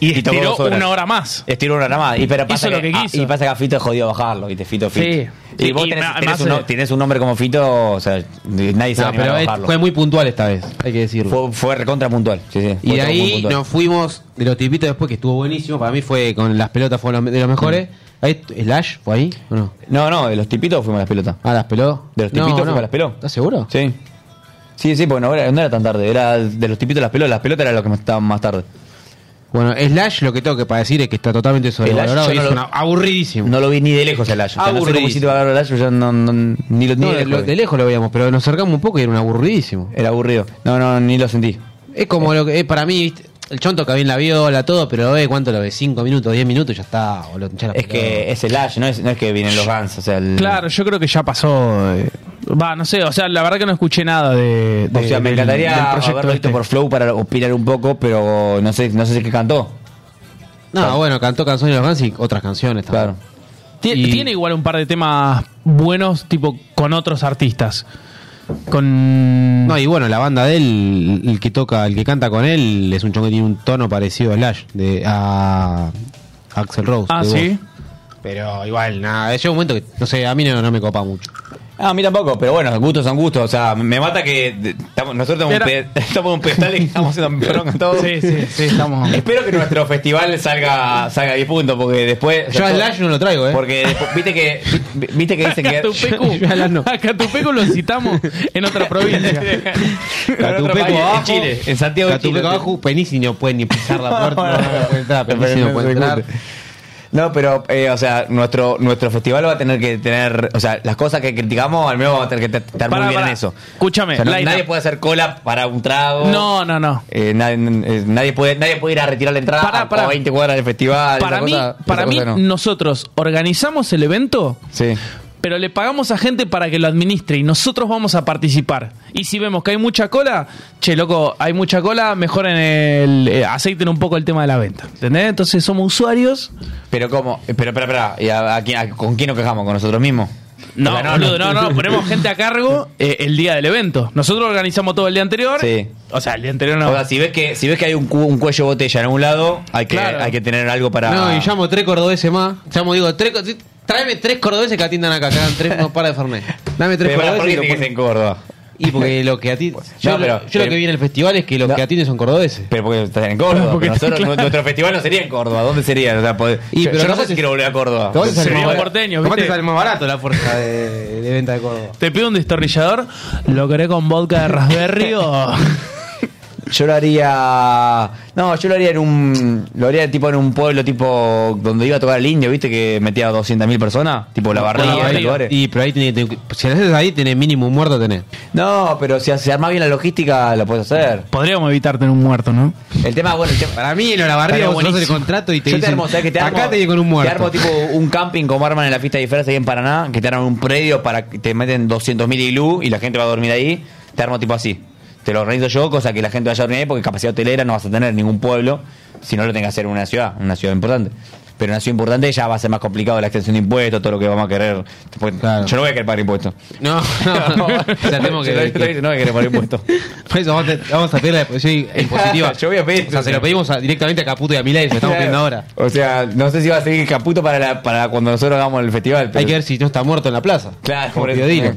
Speaker 10: y,
Speaker 9: Y tocó
Speaker 10: estiró
Speaker 9: dos horas.
Speaker 10: una hora más.
Speaker 9: Estiró una hora más. Y, pero
Speaker 10: Hizo
Speaker 9: pasa
Speaker 10: lo que
Speaker 9: ah,
Speaker 10: quiso.
Speaker 9: y pasa que a Fito es jodido bajarlo, ¿viste? Fito, Fito.
Speaker 10: Sí.
Speaker 9: Y vos
Speaker 10: Y
Speaker 9: tenés,
Speaker 10: ma-
Speaker 9: tenés
Speaker 10: más,
Speaker 9: un, no-
Speaker 10: eh,
Speaker 9: tenés un nombre como Fito, o sea, nadie se
Speaker 8: No,
Speaker 9: va a animar
Speaker 8: pero
Speaker 9: a
Speaker 8: es-
Speaker 9: bajarlo.
Speaker 8: fue muy puntual esta vez, hay que decirlo.
Speaker 9: Fue, fue recontra puntual. Sí, sí.
Speaker 8: Y
Speaker 9: Fue
Speaker 8: de
Speaker 9: todo muy
Speaker 8: ahí
Speaker 9: puntual.
Speaker 8: nos fuimos de los tipitos después, que estuvo buenísimo. Para mí fue con las pelotas, fue lo- de los
Speaker 9: Mm.
Speaker 8: mejores. Ahí, ¿Slash fue ahí? ¿O no?
Speaker 9: No, no, de los tipitos fuimos a las pelotas.
Speaker 8: Ah, las peló.
Speaker 9: De los
Speaker 8: No,
Speaker 9: tipitos
Speaker 8: no.
Speaker 9: fuimos a las peló.
Speaker 8: ¿Estás seguro?
Speaker 9: Sí. Sí, sí, porque no era, no era tan tarde. Era de los tipitos a las pelotas. Las pelotas era lo que estaban más tarde.
Speaker 8: Bueno, Slash lo que tengo que para decir es que está totalmente sobrevalorado.
Speaker 9: yo
Speaker 8: y
Speaker 9: no
Speaker 8: es
Speaker 9: lo-
Speaker 8: una- aburridísimo.
Speaker 9: No lo vi ni de lejos el Lash. O sea, no sé cómo
Speaker 8: Aburridísimo.
Speaker 9: hiciste para ver el Lash, yo no, no- ni lo ni
Speaker 8: No,
Speaker 9: de lejos.
Speaker 8: lo-
Speaker 9: lo vi.
Speaker 8: de lejos lo veíamos, pero nos acercamos un poco y era un aburridísimo.
Speaker 9: Era aburrido. No, no, ni lo sentí.
Speaker 8: Es como
Speaker 9: Eh.
Speaker 8: lo que es para mí, ¿viste? el chonto que bien la viola, todo, pero ve cuánto lo ve, 5 minutos, 10 minutos, ya está. boludo, ya la
Speaker 9: Es que es el Lash, no es, no es que vienen los Guns. O sea, el-
Speaker 10: Claro, yo creo que ya pasó. eh. Va, no sé, o sea, la verdad que no escuché nada de.
Speaker 9: O
Speaker 10: de-
Speaker 9: sea, me
Speaker 10: del- del
Speaker 9: encantaría
Speaker 10: proyecto
Speaker 9: haberlo visto
Speaker 10: este.
Speaker 9: por Flow para opinar un poco, pero no sé, no sé qué cantó.
Speaker 8: No, bueno, cantó canciones de los Guns y otras canciones también. Claro.
Speaker 10: Tie-
Speaker 8: Y-
Speaker 10: Tiene igual un par de temas buenos, tipo con otros artistas. Con.
Speaker 8: No, y bueno, la banda de él, el que toca, el que canta con él, es un chongo que tiene un tono parecido a Slash, de, a Axel Rose.
Speaker 10: ah,
Speaker 8: de voz.
Speaker 10: sí.
Speaker 8: Pero igual, nada, llega un momento que, no sé, a mí no, no me copa mucho.
Speaker 9: Ah, a mí tampoco, pero bueno, gustos son gustos. O sea, me mata que de- estamos- nosotros estamos, en un pe- estamos en un pedestal y estamos haciendo bronca todo.
Speaker 10: Sí, sí, sí, estamos.
Speaker 9: Espero que nuestro festival salga, salga a 10 puntos, porque después.
Speaker 8: Yo a Slash no lo traigo, ¿eh?
Speaker 9: Porque después- viste que. vi- Viste que dicen
Speaker 10: A
Speaker 9: que.
Speaker 10: Catupecu, a Catupecu lo citamos en otra provincia.
Speaker 8: Catupeco abajo,
Speaker 9: Chile, en Santiago de
Speaker 8: Catupeco
Speaker 9: Chile.
Speaker 8: abajo, Penisi no puede ni pisar la puerta, no, puede entrar, Penisi no puede entrar.
Speaker 9: No, pero, eh, o sea, nuestro, nuestro festival va a tener que tener. O sea, las cosas que criticamos, al menos vamos a tener que t- estar
Speaker 10: Pará,
Speaker 9: muy bien
Speaker 10: pará.
Speaker 9: en eso.
Speaker 10: Escúchame,
Speaker 9: O sea, no-
Speaker 10: Laila.
Speaker 9: nadie puede hacer cola para un trago.
Speaker 10: No, no, no.
Speaker 9: Eh, nadie, eh, nadie puede, nadie puede ir a retirar la entrada
Speaker 10: Pará, pará.
Speaker 9: a 20 cuadras del festival.
Speaker 10: Para
Speaker 9: esa
Speaker 10: mí,
Speaker 9: cosa-
Speaker 10: para
Speaker 9: esa
Speaker 10: mí
Speaker 9: cosa no.
Speaker 10: nosotros organizamos el evento,
Speaker 9: Sí.
Speaker 10: pero le pagamos a gente para que lo administre y nosotros vamos a participar. Y si vemos que hay mucha cola, che, loco, hay mucha cola, mejoren el. eh, aceiten un poco el tema de la venta. ¿Entendés? Entonces somos usuarios.
Speaker 9: Pero cómo, Eh, pero, espera, espera, ¿y a- a quién- a- ¿con quién nos quejamos? ¿Con nosotros mismos?
Speaker 10: No,
Speaker 9: O sea,
Speaker 10: boludo, no, no, ponemos gente a cargo eh, el día del evento. Nosotros organizamos todo el día anterior.
Speaker 9: Sí.
Speaker 10: O sea, el día anterior no.
Speaker 9: O sea, si ves que, si ves que hay un, cu- un cuello de botella en algún lado, hay que, hay que tener algo para.
Speaker 8: No, y llamo tres cordobeses más. Llamo, digo, tres, co- tráeme tres cordobeses que atiendan acá, que hagan tres no para de Fernet. Dame tres
Speaker 9: Pero pará, ¿por
Speaker 8: cordobeses
Speaker 9: qué
Speaker 8: y lo
Speaker 9: tiene que
Speaker 8: ponen.
Speaker 9: ser en Córdoba?
Speaker 8: Y porque lo que atienden. Yo,
Speaker 9: No,
Speaker 8: lo-
Speaker 9: pero-
Speaker 8: yo
Speaker 9: pero-
Speaker 8: lo que vi en el festival es que los que atienden son cordobeses.
Speaker 9: Pero porque están en Córdoba.
Speaker 8: Porque
Speaker 9: pero nosotros-
Speaker 8: claro.
Speaker 9: Nuestro festival no sería en Córdoba. ¿Dónde sería? O sea, podés-
Speaker 8: Y,
Speaker 9: yo,
Speaker 8: pero
Speaker 9: yo no
Speaker 8: capaz
Speaker 9: sé si
Speaker 8: es-
Speaker 9: quiero volver a Córdoba.
Speaker 8: Capaz te sale más barato.
Speaker 10: porteño,
Speaker 8: Capaz te
Speaker 10: ¿viste?
Speaker 8: sale más barato la fuerza de, de venta de Córdoba.
Speaker 10: Te pido un destornillador, lo querés con vodka de raspberry o.
Speaker 9: Yo lo haría. No, yo lo haría en un. Lo haría tipo en un pueblo tipo. Donde iba a tocar el indio, ¿viste? Que metía a 200.000 personas. Tipo la barriga,
Speaker 8: Bueno,
Speaker 9: esos
Speaker 8: ahí-
Speaker 9: lugares.
Speaker 8: y pero ahí tenés, tenés- si lo haces ahí tenés mínimo un muerto tenés.
Speaker 9: No, pero si se arma bien la logística, lo puedes hacer.
Speaker 10: Podríamos evitarte en un muerto, ¿no?
Speaker 9: El tema, bueno, el tema-
Speaker 8: Para mí lo la barriga
Speaker 9: Estaría
Speaker 8: vos haces el
Speaker 9: buenísimo.
Speaker 8: contrato y te
Speaker 9: Yo
Speaker 8: dicen,
Speaker 9: armo, ¿sabés qué te armo?
Speaker 8: acá te llevo con un
Speaker 9: Te armo
Speaker 8: muerto.
Speaker 9: tipo un camping como arman en la fiesta de disfraces ahí en Paraná, que te arman un predio para que te meten 200.000 iglú y la gente va a dormir ahí. Te armo tipo así. Te lo organizo yo, cosa que la gente vaya a dormir ahí porque capacidad hotelera no vas a tener en ningún pueblo si no lo tengas que hacer en una ciudad, una ciudad importante. Pero en una ciudad importante ya va a ser más complicado la extensión de impuestos, todo lo que vamos a querer. Porque Yo no voy a querer pagar impuestos.
Speaker 8: No, no, no. O sea, tenemos
Speaker 9: Yo
Speaker 8: que,
Speaker 9: lo- lo hice, no voy a querer pagar impuestos.
Speaker 8: Por eso vamos a, vamos a pedir la deposición impositiva.
Speaker 9: Yo voy a pedir.
Speaker 8: O sea, se lo pedimos a- directamente a Caputo y a Milei, se lo estamos
Speaker 9: Claro.
Speaker 8: pidiendo ahora.
Speaker 9: O sea, no sé si va a seguir Caputo para, la- para cuando nosotros hagamos el festival. pero-
Speaker 8: Hay que ver si no está muerto en la plaza.
Speaker 9: Claro,
Speaker 8: Como
Speaker 9: por eso.
Speaker 8: Piodino.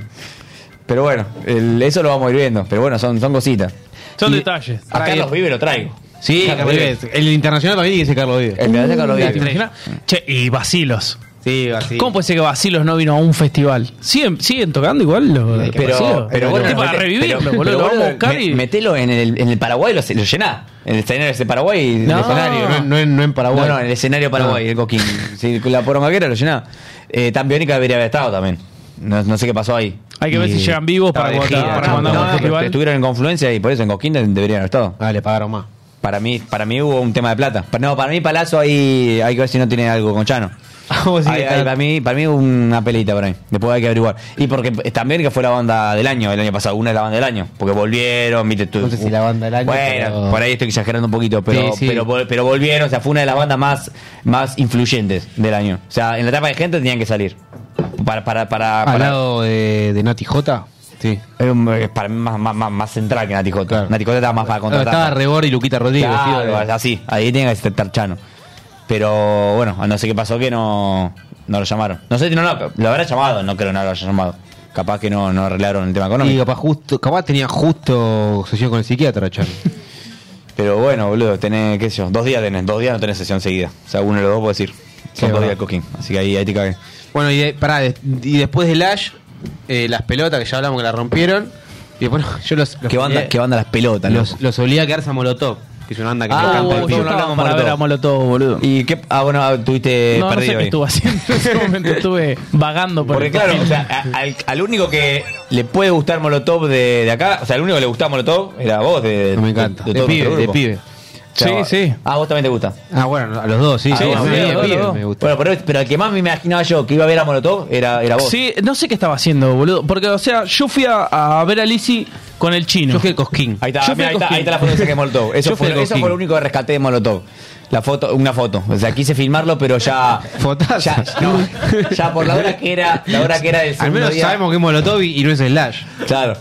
Speaker 9: Pero bueno, el- eso lo vamos a ir viendo. Pero bueno, son, son cositas.
Speaker 10: Son detalles.
Speaker 9: A Carlos Vive lo traigo.
Speaker 8: Sí,
Speaker 9: Carlos
Speaker 8: Carlos
Speaker 9: Vives.
Speaker 8: Vives. El internacional también dice Carlos Vives.
Speaker 9: El de Carlos
Speaker 10: ¿Te
Speaker 9: Vive.
Speaker 10: imaginas? Che, y Basilos.
Speaker 8: Sí, así.
Speaker 10: ¿Cómo puede ser que Basilos no vino a un festival? ¿Siguen, siguen tocando igual los los
Speaker 9: Pero,
Speaker 10: Basilos?
Speaker 9: pero, bueno,
Speaker 10: Tipo, para
Speaker 9: mete-
Speaker 10: revivirlo,
Speaker 9: pero-
Speaker 10: boludo.
Speaker 9: pero
Speaker 10: lo vamos a
Speaker 9: boludo,
Speaker 10: buscar
Speaker 9: me-
Speaker 10: y.
Speaker 9: Metelo en el, en el Paraguay, lo, lo llená. En el escenario de ese Paraguay. y-
Speaker 10: No.
Speaker 9: el
Speaker 8: Escenario,
Speaker 9: escenario,
Speaker 8: no, no en- no en Paraguay.
Speaker 9: No, no, en el escenario de Paraguay, el Coquín. Sí, con la porongaquera lo llená. Eh, tan biónica debería haber estado también. No, no sé qué pasó ahí.
Speaker 10: Hay que ver
Speaker 9: Y-
Speaker 10: si llegan vivos para,
Speaker 9: Estaba de
Speaker 10: cuando-
Speaker 9: gira,
Speaker 10: para
Speaker 9: chamo.
Speaker 10: cuando hagamos
Speaker 9: No,
Speaker 10: el
Speaker 9: pero
Speaker 10: festival.
Speaker 9: Estuvieron en confluencia y por eso en Coquín deberían haber estado.
Speaker 8: Ah, le pagaron más.
Speaker 9: Para mí, para mí hubo un tema de plata. Pa- No, para mí Palazzo ahí hay que ver si no tiene algo con Chano. Ahí- ahí, para mí, para mí una pelita por ahí. Después hay que averiguar. Y porque eh, también que fue la banda del año, el año pasado, una de la banda del año. Porque volvieron, viste tú.
Speaker 12: No sé si la banda del año,
Speaker 9: Bueno,
Speaker 12: pero-
Speaker 9: por ahí estoy exagerando un poquito, pero,
Speaker 12: Sí, sí.
Speaker 9: pero vol- pero volvieron, o sea, fue una de las bandas más, más influyentes del año. O sea, en la etapa de gente tenían que salir. Para, para, para,
Speaker 8: Al
Speaker 9: para-
Speaker 8: lado de, de Nati J. Sí.
Speaker 9: eh, para mí más, más, más, más central que Nati Jota. Nati Jota estaba más para contratar.
Speaker 8: estaba Rebor y Luquita Rodríguez.
Speaker 9: Claro,
Speaker 8: tío, de-
Speaker 9: así, ahí tiene que estar Chano. Pero bueno, no sé qué pasó que no, no lo llamaron. No sé, no, no, lo habrá llamado, no creo que no lo haya llamado. Capaz que no, no arreglaron el tema
Speaker 8: y
Speaker 9: económico.
Speaker 8: capaz, justo, capaz tenía justo sesión con el psiquiatra, Chan.
Speaker 9: Pero bueno, boludo, tenés, qué sé yo, dos días tenés, dos días no tenés sesión seguida. O sea, uno de los dos puede decir.
Speaker 8: Sí,
Speaker 9: Son dos
Speaker 8: verdad.
Speaker 9: días de cooking. Así que ahí, ahí te cae.
Speaker 8: Bueno, y, de- pará, de- y después del Ash, eh, las pelotas que ya hablamos que las rompieron. Y después yo los. los
Speaker 9: ¿Qué banda,
Speaker 8: eh,
Speaker 9: qué banda Ah, las pelotas,
Speaker 8: los, Ah, los obligué a quedarse a Molotov, que es una banda que me encanta. el pibe.
Speaker 9: Molotov, boludo. ¿Y qué? Ah, bueno, ah, tuviste
Speaker 10: no, no sé
Speaker 9: perdido.
Speaker 10: qué
Speaker 9: ahí.
Speaker 10: estuve haciendo. En ese momento estuve vagando por
Speaker 9: Porque
Speaker 10: el
Speaker 9: claro,
Speaker 10: pasillo.
Speaker 9: o sea, a- al, al único que le puede gustar Molotov de, de acá, o sea, al único que le gustaba Molotov era vos de,
Speaker 8: No me encanta.
Speaker 9: de,
Speaker 8: De
Speaker 9: todo
Speaker 8: pibe,
Speaker 9: nuestro
Speaker 8: de
Speaker 9: grupo.
Speaker 8: pibe.
Speaker 9: O sea,
Speaker 8: Sí, sí.
Speaker 9: Ah, vos también te gusta.
Speaker 8: Ah, bueno, a los dos, sí.
Speaker 9: Ah,
Speaker 8: sí,
Speaker 9: vos,
Speaker 8: a mí
Speaker 9: sí,
Speaker 8: de
Speaker 9: a vos,
Speaker 8: pibe
Speaker 9: a vos.
Speaker 8: me gusta.
Speaker 9: Bueno, pero, pero el que más me imaginaba yo que iba a ver a Molotov era, era vos.
Speaker 10: Sí, no sé qué estaba haciendo, boludo. Porque, o sea, yo fui a, a ver a Lizzy con el chino. Yo fui
Speaker 8: a Cosquín.
Speaker 9: Ahí está, mira, ahí, está, ahí está la foto que saqué de Molotov. Eso,
Speaker 10: Yo fui
Speaker 9: fue,
Speaker 10: a
Speaker 9: eso
Speaker 10: Cosquín.
Speaker 9: fue lo único que rescaté de Molotov. La foto, una foto. O sea, quise filmarlo, pero ya. Ya, no, ya por la hora que era, la hora que era del
Speaker 8: Al
Speaker 9: segundo
Speaker 8: menos
Speaker 9: día.
Speaker 8: sabemos que es Molotov y y no es Slash.
Speaker 9: Claro.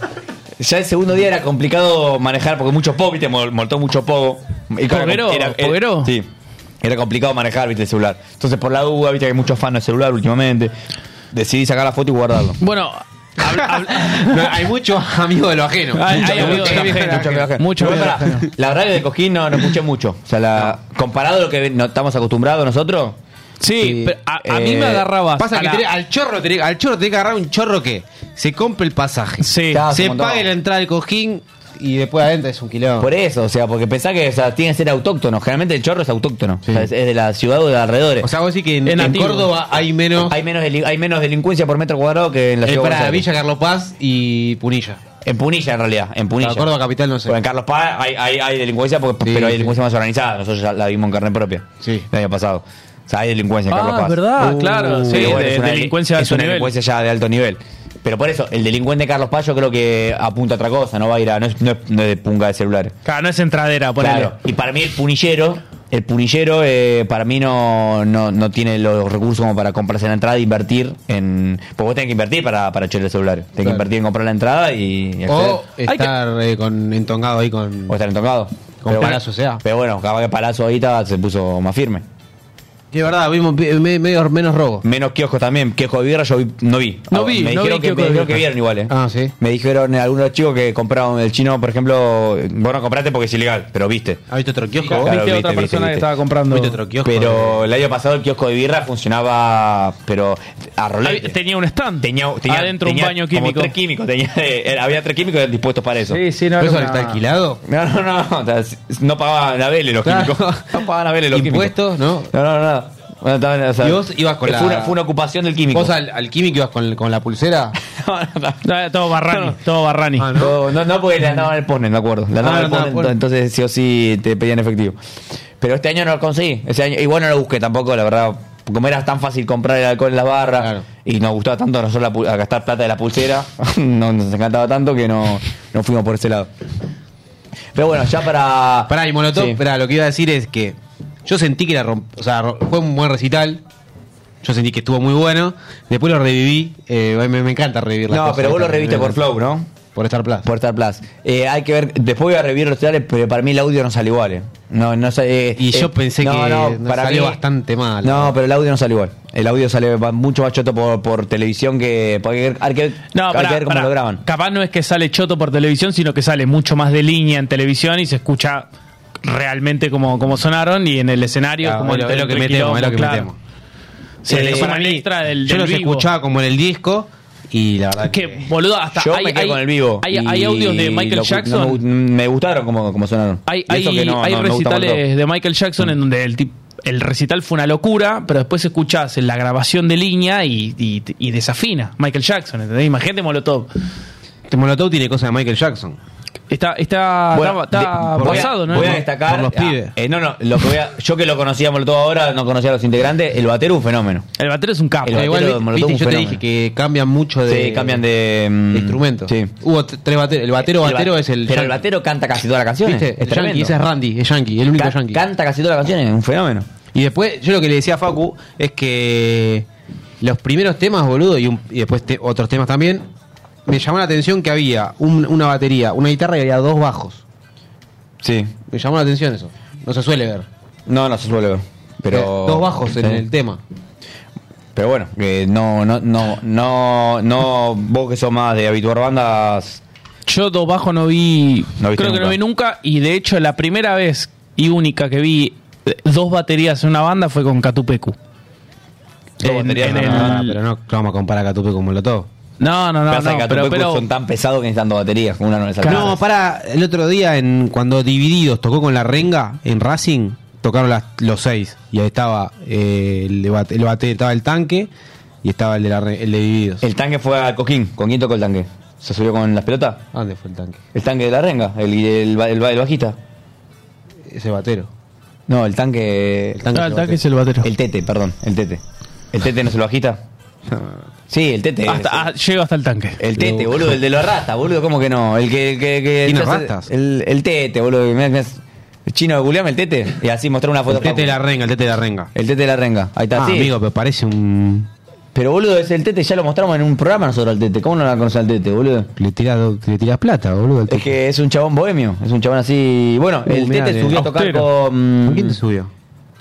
Speaker 9: Ya el segundo día era complicado manejar porque mucho pop, viste, mol- moltó mucho pogo. Y claro,
Speaker 10: ¿Poguero? ¿Poguero?
Speaker 9: Sí. Era complicado manejar, viste, el celular. Entonces, por la duda, viste que hay muchos fans del celular últimamente. Decidí sacar la foto y guardarlo.
Speaker 10: Bueno,
Speaker 8: No, hay muchos amigos de lo ajeno.
Speaker 9: Hay- hay
Speaker 8: Muchos
Speaker 9: amigos de lo
Speaker 8: amigos
Speaker 9: ajeno, muchos amigos de lo ajeno.
Speaker 8: Muchos amigos
Speaker 9: Igual
Speaker 8: de lo
Speaker 9: pará,
Speaker 8: ajeno.
Speaker 9: La radio de Coquín no, no escuché mucho. O sea, la, comparado a lo que no estamos acostumbrados nosotros. eh,
Speaker 10: Sí, pero a- a mí me agarraba-
Speaker 8: Eh, Pasa
Speaker 10: a
Speaker 8: que
Speaker 10: la-
Speaker 8: tenés- al chorro tenés, al chorro tenés que agarrar un chorro que se compre el pasaje.
Speaker 9: Claro,
Speaker 8: se
Speaker 9: como todo.
Speaker 8: pague la entrada del cojín y después adentro es un quilombo.
Speaker 9: Por eso, o sea, porque pensá que o sea, tiene que ser autóctono. Generalmente el chorro es autóctono. O sea, es, es de la ciudad o de alrededores. O sea,
Speaker 8: vos decís que en,
Speaker 10: Es en nativo.
Speaker 8: Córdoba hay menos.
Speaker 9: Hay menos, deli- hay menos delincuencia por metro cuadrado que en la
Speaker 8: Eh,
Speaker 9: ciudad de
Speaker 8: pará,
Speaker 9: Buenos Aires.
Speaker 8: Villa Carlos Paz y Punilla.
Speaker 9: En Punilla, en realidad. En Punilla.
Speaker 8: Ah, Córdoba capital, no sé.
Speaker 9: Porque en Carlos Paz hay, hay, hay delincuencia, porque-
Speaker 8: Sí,
Speaker 9: pero hay
Speaker 8: sí.
Speaker 9: delincuencia más organizada. Nosotros ya la vimos en carne propia. Sí. El año pasado. O sea, hay delincuencia en
Speaker 10: Ah,
Speaker 9: Carlos Paz.
Speaker 10: verdad,
Speaker 8: Uh,
Speaker 10: claro, sí,
Speaker 9: Pero
Speaker 10: de-
Speaker 9: es una-
Speaker 10: delincuencia de
Speaker 9: es
Speaker 10: alto
Speaker 9: una
Speaker 10: nivel.
Speaker 9: delincuencia ya de alto nivel. Pero por eso, el delincuente de Carlos Paz yo creo que apunta a otra cosa. No va a ir a... No es, no es- no es de punga de celulares.
Speaker 10: Claro, no es entradera, por
Speaker 9: Claro. Y para mí el punillero, el punillero eh, para mí no, no, no tiene los recursos como para comprarse la entrada e invertir en... Porque vos tenés que invertir para, para echar el celular. Tenés que
Speaker 8: Claro.
Speaker 9: invertir en comprar la entrada y... y acceder.
Speaker 8: O estar eh, con, entongado ahí con.
Speaker 9: O estar entongado.
Speaker 8: Con Palazzo, o sea.
Speaker 9: Pero bueno, capaz que Palazzo ahorita se puso más firme.
Speaker 8: Que es verdad, vimos eh, me- medio- menos robo.
Speaker 9: Menos kioscos también. Kiosco de birra yo vi- no vi.
Speaker 8: No
Speaker 9: Ah,
Speaker 8: vi,
Speaker 9: me
Speaker 8: no
Speaker 9: dijeron
Speaker 8: vi kiosco
Speaker 9: que, me
Speaker 8: de
Speaker 9: dijeron
Speaker 8: birra.
Speaker 9: que vieron igual. eh.
Speaker 8: Ah, sí.
Speaker 9: Me dijeron eh, algunos chicos que compraron el chino, por ejemplo, vos no compraste porque es ilegal, pero viste.
Speaker 8: ¿Ha visto otro kiosco?
Speaker 9: Claro,
Speaker 10: Viste a otra persona que estaba comprando.
Speaker 8: ¿Viste otro kiosco?
Speaker 9: Pero el año pasado el kiosco de birra funcionaba, pero a rolete.
Speaker 10: Tenía un stand.
Speaker 9: Tenía, tenía-
Speaker 10: Adentro un
Speaker 9: tenía
Speaker 10: baño
Speaker 9: como
Speaker 10: químico.
Speaker 9: tres químicos, tenía- era- había tres químicos dispuestos para eso.
Speaker 10: Sí, sí, no, era
Speaker 8: ¿Pero eso
Speaker 10: una-
Speaker 8: está alquilado?
Speaker 9: No, no, no. o sea, no pagaban la vele los
Speaker 8: Claro.
Speaker 9: químicos. No pagaban la vele los
Speaker 8: Impuestos, ¿no?
Speaker 9: químicos. No, no, no. Bueno, estaban, o sea,
Speaker 8: Y vos ibas con
Speaker 9: fue
Speaker 8: la-
Speaker 9: Una, fue una ocupación del químico.
Speaker 8: ¿Vos al, al químico ibas con, con la pulsera?
Speaker 10: No, Todo Barrani, todo Barrani.
Speaker 9: Ah,
Speaker 8: Ah,
Speaker 9: No, no, no, porque
Speaker 8: Mm.
Speaker 9: le andaban el ponen, de acuerdo. Le andaban
Speaker 10: Ah,
Speaker 9: al
Speaker 10: le andaban
Speaker 9: ponen,
Speaker 10: al ponen.
Speaker 9: entonces sí o sí te pedían efectivo. Pero este año no lo conseguí. Ese año, igual no lo busqué tampoco, la verdad. Como era tan fácil comprar el alcohol en las barras y nos gustaba tanto a nosotros la pu- a gastar plata de la pulsera, no, nos encantaba tanto que no, no fuimos por ese lado. Pero bueno, ya para.
Speaker 8: Pará, y Molotov,
Speaker 9: Sí.
Speaker 8: pará, lo que iba a decir es que yo sentí que la romp- o sea, ro- fue un buen recital. Yo sentí que estuvo muy bueno. Después lo reviví. eh, me, me encanta revivir las
Speaker 9: No,
Speaker 8: cosas
Speaker 9: pero vos lo
Speaker 8: estas,
Speaker 9: reviste
Speaker 8: me-
Speaker 9: por Flow, ¿no?
Speaker 8: Por Star Plus.
Speaker 9: Por Star Plus. Eh, hay que ver, después voy a revivir los titulares, pero para mí el audio no salió igual. eh. No, no sa- eh,
Speaker 8: Y yo
Speaker 9: eh,
Speaker 8: pensé
Speaker 9: no,
Speaker 8: que
Speaker 9: no,
Speaker 8: no,
Speaker 9: para
Speaker 8: salió
Speaker 9: mí-
Speaker 8: bastante mal.
Speaker 9: No, pero el audio no salió igual. El audio sale va- mucho más choto por, por televisión que. porque hay que- hay que,
Speaker 10: No,
Speaker 9: hay
Speaker 10: pará,
Speaker 9: que ver cómo
Speaker 10: pará.
Speaker 9: lo graban.
Speaker 10: Capaz no es que sale choto por televisión, sino que sale mucho más de línea en televisión y se escucha realmente como, como sonaron y en el escenario
Speaker 8: Claro,
Speaker 10: como
Speaker 8: es
Speaker 10: en
Speaker 8: lo-
Speaker 10: todo
Speaker 8: es lo que
Speaker 10: el
Speaker 8: metemos, es lo que
Speaker 10: quilombo,
Speaker 8: metemos.
Speaker 10: Se
Speaker 8: Eh,
Speaker 10: le suma
Speaker 8: para
Speaker 10: el
Speaker 8: mí,
Speaker 10: extra del,
Speaker 8: yo
Speaker 10: del
Speaker 8: los
Speaker 10: vivo.
Speaker 8: escuchaba como en el disco y la verdad
Speaker 10: Que, boludo, hasta
Speaker 9: Yo
Speaker 10: hay,
Speaker 9: me quedo
Speaker 10: hay-
Speaker 9: con el vivo.
Speaker 10: hay-
Speaker 9: y
Speaker 10: hay audios de Michael
Speaker 9: lo cu-
Speaker 10: Jackson.
Speaker 9: no me, gu- me gustaron como, como sonaron.
Speaker 10: Hay,
Speaker 9: Y eso
Speaker 10: hay-
Speaker 9: que no-
Speaker 10: hay
Speaker 9: no- no gusta
Speaker 10: recitales
Speaker 9: Molotov.
Speaker 10: de Michael Jackson en donde el, tip- el recital fue una locura, pero después escuchás la grabación de línea y, y- y desafina Michael Jackson, ¿entendés? Imagínate Molotov.
Speaker 8: Molotov tiene cosas de Michael Jackson.
Speaker 10: Está, está,
Speaker 9: Bueno,
Speaker 10: está- está
Speaker 9: de- voy a-
Speaker 10: basado, ¿no?
Speaker 9: Voy a destacar. ah, eh, no, no, lo que voy a- yo que lo conocíamos todo ahora, no conocía a los integrantes. El batero un fenómeno.
Speaker 10: El batero es un capo.
Speaker 9: El batero
Speaker 8: Ah, igual,
Speaker 9: de
Speaker 8: viste,
Speaker 9: Molotov, un
Speaker 8: yo te
Speaker 9: fenómeno.
Speaker 8: dije que cambian mucho de,
Speaker 9: Sí, cambian de, mm,
Speaker 8: instrumento.
Speaker 9: Sí.
Speaker 8: Hubo t- tres bateros. El batero
Speaker 9: El
Speaker 8: batero
Speaker 9: ba-
Speaker 8: es el.
Speaker 9: pero el batero canta casi todas las canciones.
Speaker 8: ¿Viste?
Speaker 9: Es
Speaker 8: El yankee,
Speaker 9: tremendo.
Speaker 8: ese es Randy, es yankee, el único
Speaker 9: Ca-
Speaker 8: yankee.
Speaker 9: Canta casi todas las canciones, un fenómeno.
Speaker 8: Y después, yo lo que le decía a Facu es que los primeros temas, boludo, y, un- y después te- otros temas también, me llamó la atención que había un- una batería, una guitarra y había dos bajos.
Speaker 9: Sí.
Speaker 8: Me llamó la atención eso. No se suele ver.
Speaker 9: No, no se suele ver. Pero,
Speaker 8: Eh, dos bajos en
Speaker 9: Sí.
Speaker 8: el tema.
Speaker 9: Pero bueno, que no, no, no, no, no, vos que sos más de habituar bandas.
Speaker 10: Yo dos bajos no vi.
Speaker 9: No viste
Speaker 10: Creo que no
Speaker 9: nunca.
Speaker 10: vi nunca. Y de hecho, la primera vez y única que vi eh, dos baterías en una banda fue con Catupecu.
Speaker 8: Dos baterías,
Speaker 10: en
Speaker 8: no,
Speaker 10: el-
Speaker 8: no, no, Ah, pero no vamos a comparar a Catupe con Molotov.
Speaker 10: No, no, no.
Speaker 9: Pasa
Speaker 10: no,
Speaker 9: que a
Speaker 10: pero,
Speaker 9: Tupecu
Speaker 10: pero-
Speaker 9: son tan pesados que necesitan dos baterías, una no les alcanza.
Speaker 8: No, para el otro día en cuando Divididos tocó con la Renga en Racing, tocaron las- los seis y ahí estaba eh, el de bate- el bate- estaba el tanque y estaba el de, la Re- el de Divididos.
Speaker 9: El tanque fue a Coquín. ¿Con quién tocó el tanque? ¿Se subió con las pelotas?
Speaker 8: ¿Dónde fue el tanque?
Speaker 9: El tanque de la renga, el, el, ba- el ba- el bajista.
Speaker 8: Ese batero.
Speaker 9: No, el tanque. El
Speaker 8: tanque Ah, el es el tanque batero. es el
Speaker 9: batero. El tete, perdón, el tete. ¿El tete no es el bajista? Sí, Eh, el tete.
Speaker 10: hasta- ah, llego hasta el tanque.
Speaker 9: El tete, boludo, el de los ratas, boludo, ¿cómo que no? El que. que, que
Speaker 10: ¿Tiene
Speaker 9: el-
Speaker 10: ratas?
Speaker 9: El, el tete, boludo. mirá, mirá, el chino, googleame el tete. Y así mostrar una foto.
Speaker 8: El tete de la renga, el tete de la renga.
Speaker 9: El tete de la renga. Ahí está,
Speaker 8: Ah,
Speaker 9: sí.
Speaker 8: amigo, pero parece un.
Speaker 9: Pero boludo, es el tete, ya lo mostramos en un programa nosotros al tete. ¿Cómo no la conoce al tete, boludo?
Speaker 8: Le tiras le tirás plata, boludo. al
Speaker 9: Es
Speaker 8: tete.
Speaker 9: que es un chabón bohemio, es un chabón así. Bueno,
Speaker 8: Uh,
Speaker 9: el
Speaker 8: mirá,
Speaker 9: tete
Speaker 8: de-
Speaker 9: subió a tocar
Speaker 8: austero.
Speaker 9: con.
Speaker 8: ¿Con quién te subió?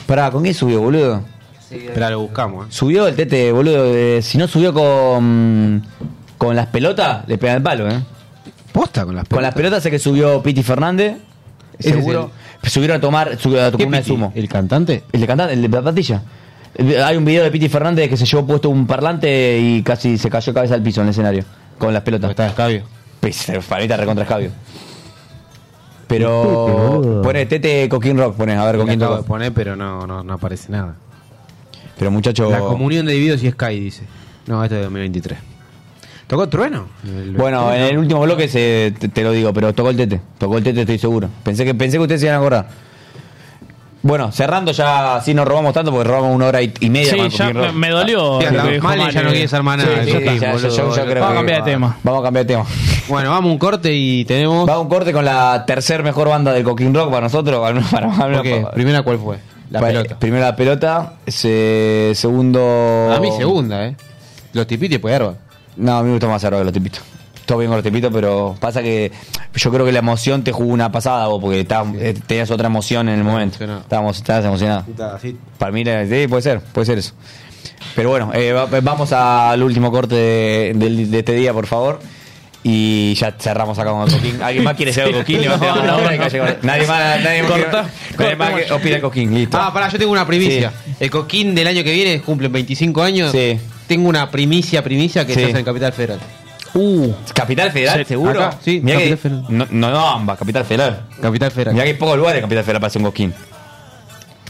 Speaker 9: Pará, ¿con quién subió, boludo?
Speaker 8: Esperá, lo buscamos. Um, eh.
Speaker 9: Subió el tete, boludo. eh, si no subió con. Con las pelotas, le pegan el palo, ¿eh?
Speaker 8: Posta con las
Speaker 9: Con las pelotas sé que subió Piti Fernández.
Speaker 8: Ese
Speaker 9: Seguro. Subieron a tomar, subieron a tocar una de
Speaker 8: Piti?
Speaker 9: sumo.
Speaker 8: ¿El cantante?
Speaker 9: El de cantante, el de la patilla. El- Hay un video de Piti Fernández que se llevó puesto un parlante y casi se cayó cabeza al piso en el escenario. Con las pelotas. Está
Speaker 8: escabio.
Speaker 9: Paleta recontra escabio. Pero. Pone Tete Coquín Rock, pone, a ver con
Speaker 8: Lo
Speaker 9: quién
Speaker 8: acabo
Speaker 9: toca.
Speaker 8: de poner, pero no, no, no aparece nada.
Speaker 9: Pero muchacho.
Speaker 8: La comunión de Divididos y Sky, dice. No, esto es de 2023. ¿Tocó Trueno? El-
Speaker 9: Bueno, en el último bloque se, te, te lo digo, pero tocó el tete. Tocó el tete, estoy seguro. Pensé que pensé que ustedes se iban a acordar. Bueno, cerrando ya, así nos robamos tanto porque robamos una hora y, y media.
Speaker 10: Sí,
Speaker 9: con el
Speaker 10: ya
Speaker 9: Cooking
Speaker 10: me-
Speaker 9: Rock.
Speaker 10: me dolió
Speaker 8: Ya,
Speaker 10: lo
Speaker 8: la-
Speaker 10: que dijo
Speaker 8: Male ya
Speaker 10: Male.
Speaker 8: no quiere ser más
Speaker 9: Sí,
Speaker 8: nada,
Speaker 9: sí,
Speaker 8: yo
Speaker 9: sí,
Speaker 8: también,
Speaker 9: ya-
Speaker 8: boludo.
Speaker 9: yo- yo creo que-
Speaker 10: Vamos a cambiar de tema.
Speaker 9: Vamos a cambiar de tema.
Speaker 8: Bueno, vamos a un corte y tenemos.
Speaker 9: Vamos a un corte con la tercer mejor banda del Coquín Rock para nosotros. Para, para, para-
Speaker 8: Ok, primera, ¿cuál fue? La
Speaker 9: para-
Speaker 8: pelota.
Speaker 9: Primero la pelota. se- segundo.
Speaker 8: A mí, segunda, ¿eh? Los tipitos y Puerba.
Speaker 9: No, a mí me gusta más Arroyo de los tipitos. Todo bien con los tipitos, pero pasa que yo creo que la emoción te jugó una pasada vos, porque estabas- eh, tenías otra emoción en el momento. Estábamos, estabas emocionado.
Speaker 8: Ah,
Speaker 9: Para mí, era- sí, puede ser, puede ser eso. Pero bueno, eh, va- vamos al último corte de, del- de este día, por favor. Y ya cerramos acá con el coquín. ¿Alguien más quiere ser el coquín? Le va a hacer una hora y que llega- Nadie más, nadie más.
Speaker 8: Corta-
Speaker 9: nadie más que opina el coquín, listo.
Speaker 8: Ah, pará, yo tengo una primicia. El Coquín del año que viene cumple 25 años.
Speaker 9: Sí.
Speaker 8: Tengo una primicia, primicia que
Speaker 9: Sí.
Speaker 8: se hace en Capital Federal.
Speaker 10: Uh.
Speaker 9: Capital Federal,
Speaker 8: Sí,
Speaker 9: seguro.
Speaker 8: acá, sí,
Speaker 9: Mirá
Speaker 8: Capital
Speaker 9: que- No, no, no, ambas, Capital Federal.
Speaker 8: Capital Federal.
Speaker 9: Mirá que hay pocos lugares en Capital Federal para hacer un coquín.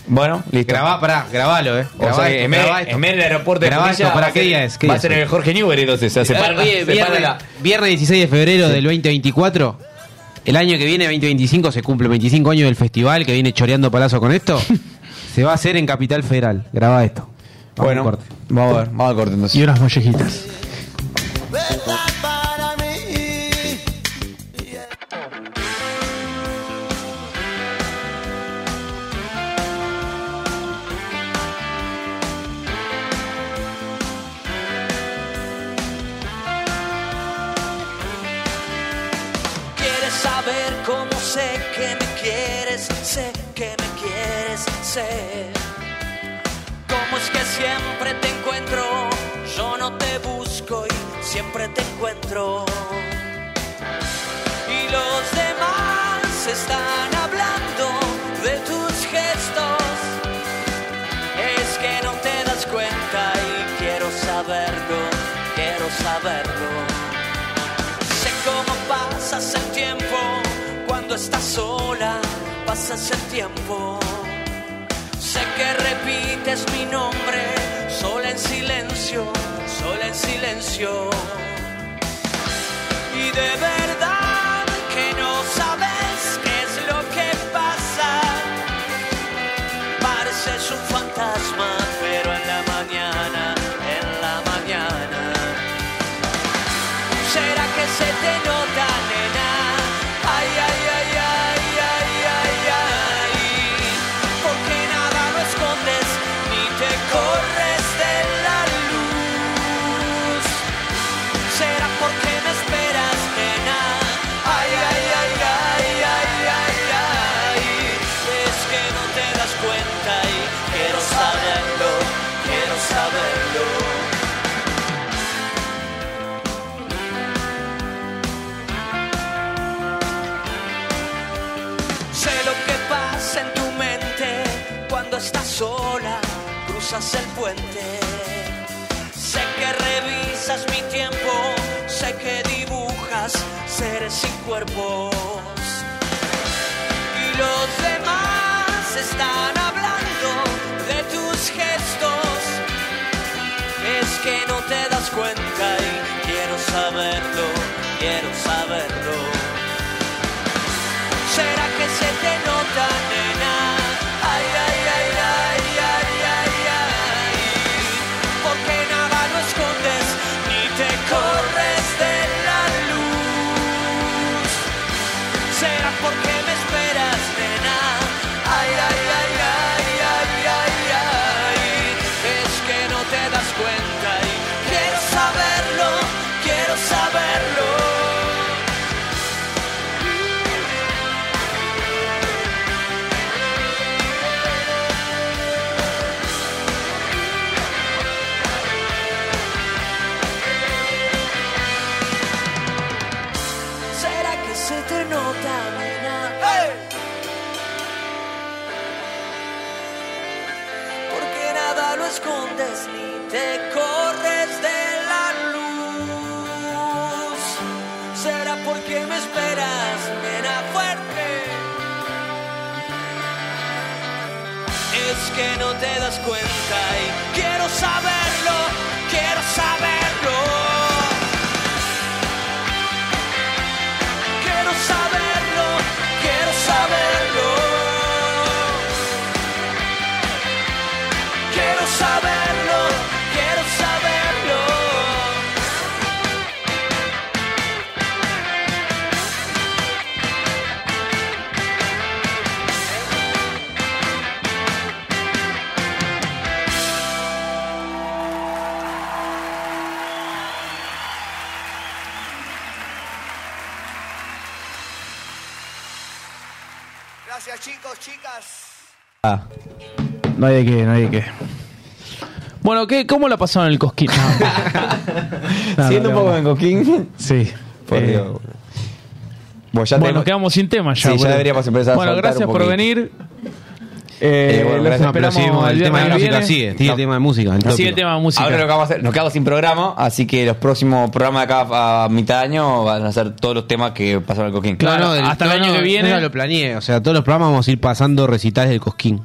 Speaker 9: Bueno, listo.
Speaker 8: Grabá, pará, grabalo, eh.
Speaker 9: O sea,
Speaker 8: Grabá
Speaker 9: que
Speaker 8: esto,
Speaker 9: en vez-
Speaker 8: grabá esto.
Speaker 9: en vez del aeropuerto de
Speaker 8: Grabá
Speaker 9: Punilla,
Speaker 8: esto,
Speaker 9: va
Speaker 8: ¿para
Speaker 9: a
Speaker 8: qué
Speaker 9: ser-
Speaker 8: día es? ¿Qué
Speaker 9: va
Speaker 8: día
Speaker 9: a ser
Speaker 8: es?
Speaker 9: el Jorge Newber entonces. Se separa,
Speaker 8: Oye,
Speaker 9: separa
Speaker 8: viernes,
Speaker 9: la-
Speaker 8: viernes 16 de febrero del 2024. El año que viene, 2025, se cumple 25 años del festival que viene choreando palazo con esto. se va a hacer en Capital Federal. Graba esto.
Speaker 9: Bueno, vamos a ver, vamos al corte entonces.
Speaker 10: Y unas mollejitas.
Speaker 17: Quieres saber cómo sé que me quieres, sé que me quieres, sé. Cómo es que siempre te encuentro, yo no te busco y siempre te encuentro. Y los demás están hablando de tus gestos. Es que no te das cuenta y quiero saberlo, quiero saberlo. Sé cómo pasas el tiempo cuando estás sola, pasas el tiempo. Sé que repites mi nombre, sola en silencio, sola en silencio. Y de verdad que no cruzas el puente. Sé que revisas mi tiempo, sé que dibujas seres sin cuerpos. Y los demás están hablando de tus gestos. Es que no te das cuenta y quiero saberlo, quiero saberlo. ¿Será que se te nota, nena? Ay, ay, ay, ay, ay, ay, ay. Porque nada lo escondes ni te corres de la luz. ¿Será porque me esperas, nena? Ay, ay, ay, ay, ay, ay, ay. Es que no te das cuenta y quiero saberlo, quiero saberlo. ¿Será que se te nota, nena? Porque nada lo escondes ni te corres de la luz. ¿Será porque me esperas, nena fuerte? Es que no te das cuenta y quiero saberlo, quiero saberlo. Quiero saberlo, quiero saberlo. Quiero saberlo, quiero saberlo.
Speaker 7: Gracias chicos, chicas.
Speaker 9: Ah.
Speaker 10: No hay de qué, no hay de qué. Bueno, ¿qué, ¿cómo la pasaron en el Cosquín?
Speaker 9: Siendo un poco en Coquín.
Speaker 10: Sí.
Speaker 9: Por
Speaker 10: Eh,
Speaker 9: Dios. Bueno, ya
Speaker 10: bueno,
Speaker 9: tengo-
Speaker 10: nos quedamos sin tema ya.
Speaker 9: Sí, ya
Speaker 10: boludo.
Speaker 9: deberíamos empezar a
Speaker 10: Bueno,
Speaker 9: soltar
Speaker 10: gracias
Speaker 9: un
Speaker 10: por
Speaker 9: poquito.
Speaker 10: venir.
Speaker 9: Eh, bueno,
Speaker 10: los
Speaker 9: gracias.
Speaker 8: No, pero
Speaker 10: esperamos
Speaker 8: seguimos, el
Speaker 10: el
Speaker 8: tema de
Speaker 10: viernes que
Speaker 8: música
Speaker 10: viene.
Speaker 8: sigue. Sigue el tema de música. el
Speaker 10: Sigue
Speaker 8: tópico.
Speaker 10: el tema de música.
Speaker 9: Ahora lo que vamos a hacer, nos quedamos sin programa, así que los próximos programas de acá a mitad de año van a ser todos los temas que pasaron en el Coquín.
Speaker 8: No, no, del- no, no, yo ya lo planeé. O sea, todos los programas vamos a ir pasando recitales del Cosquín.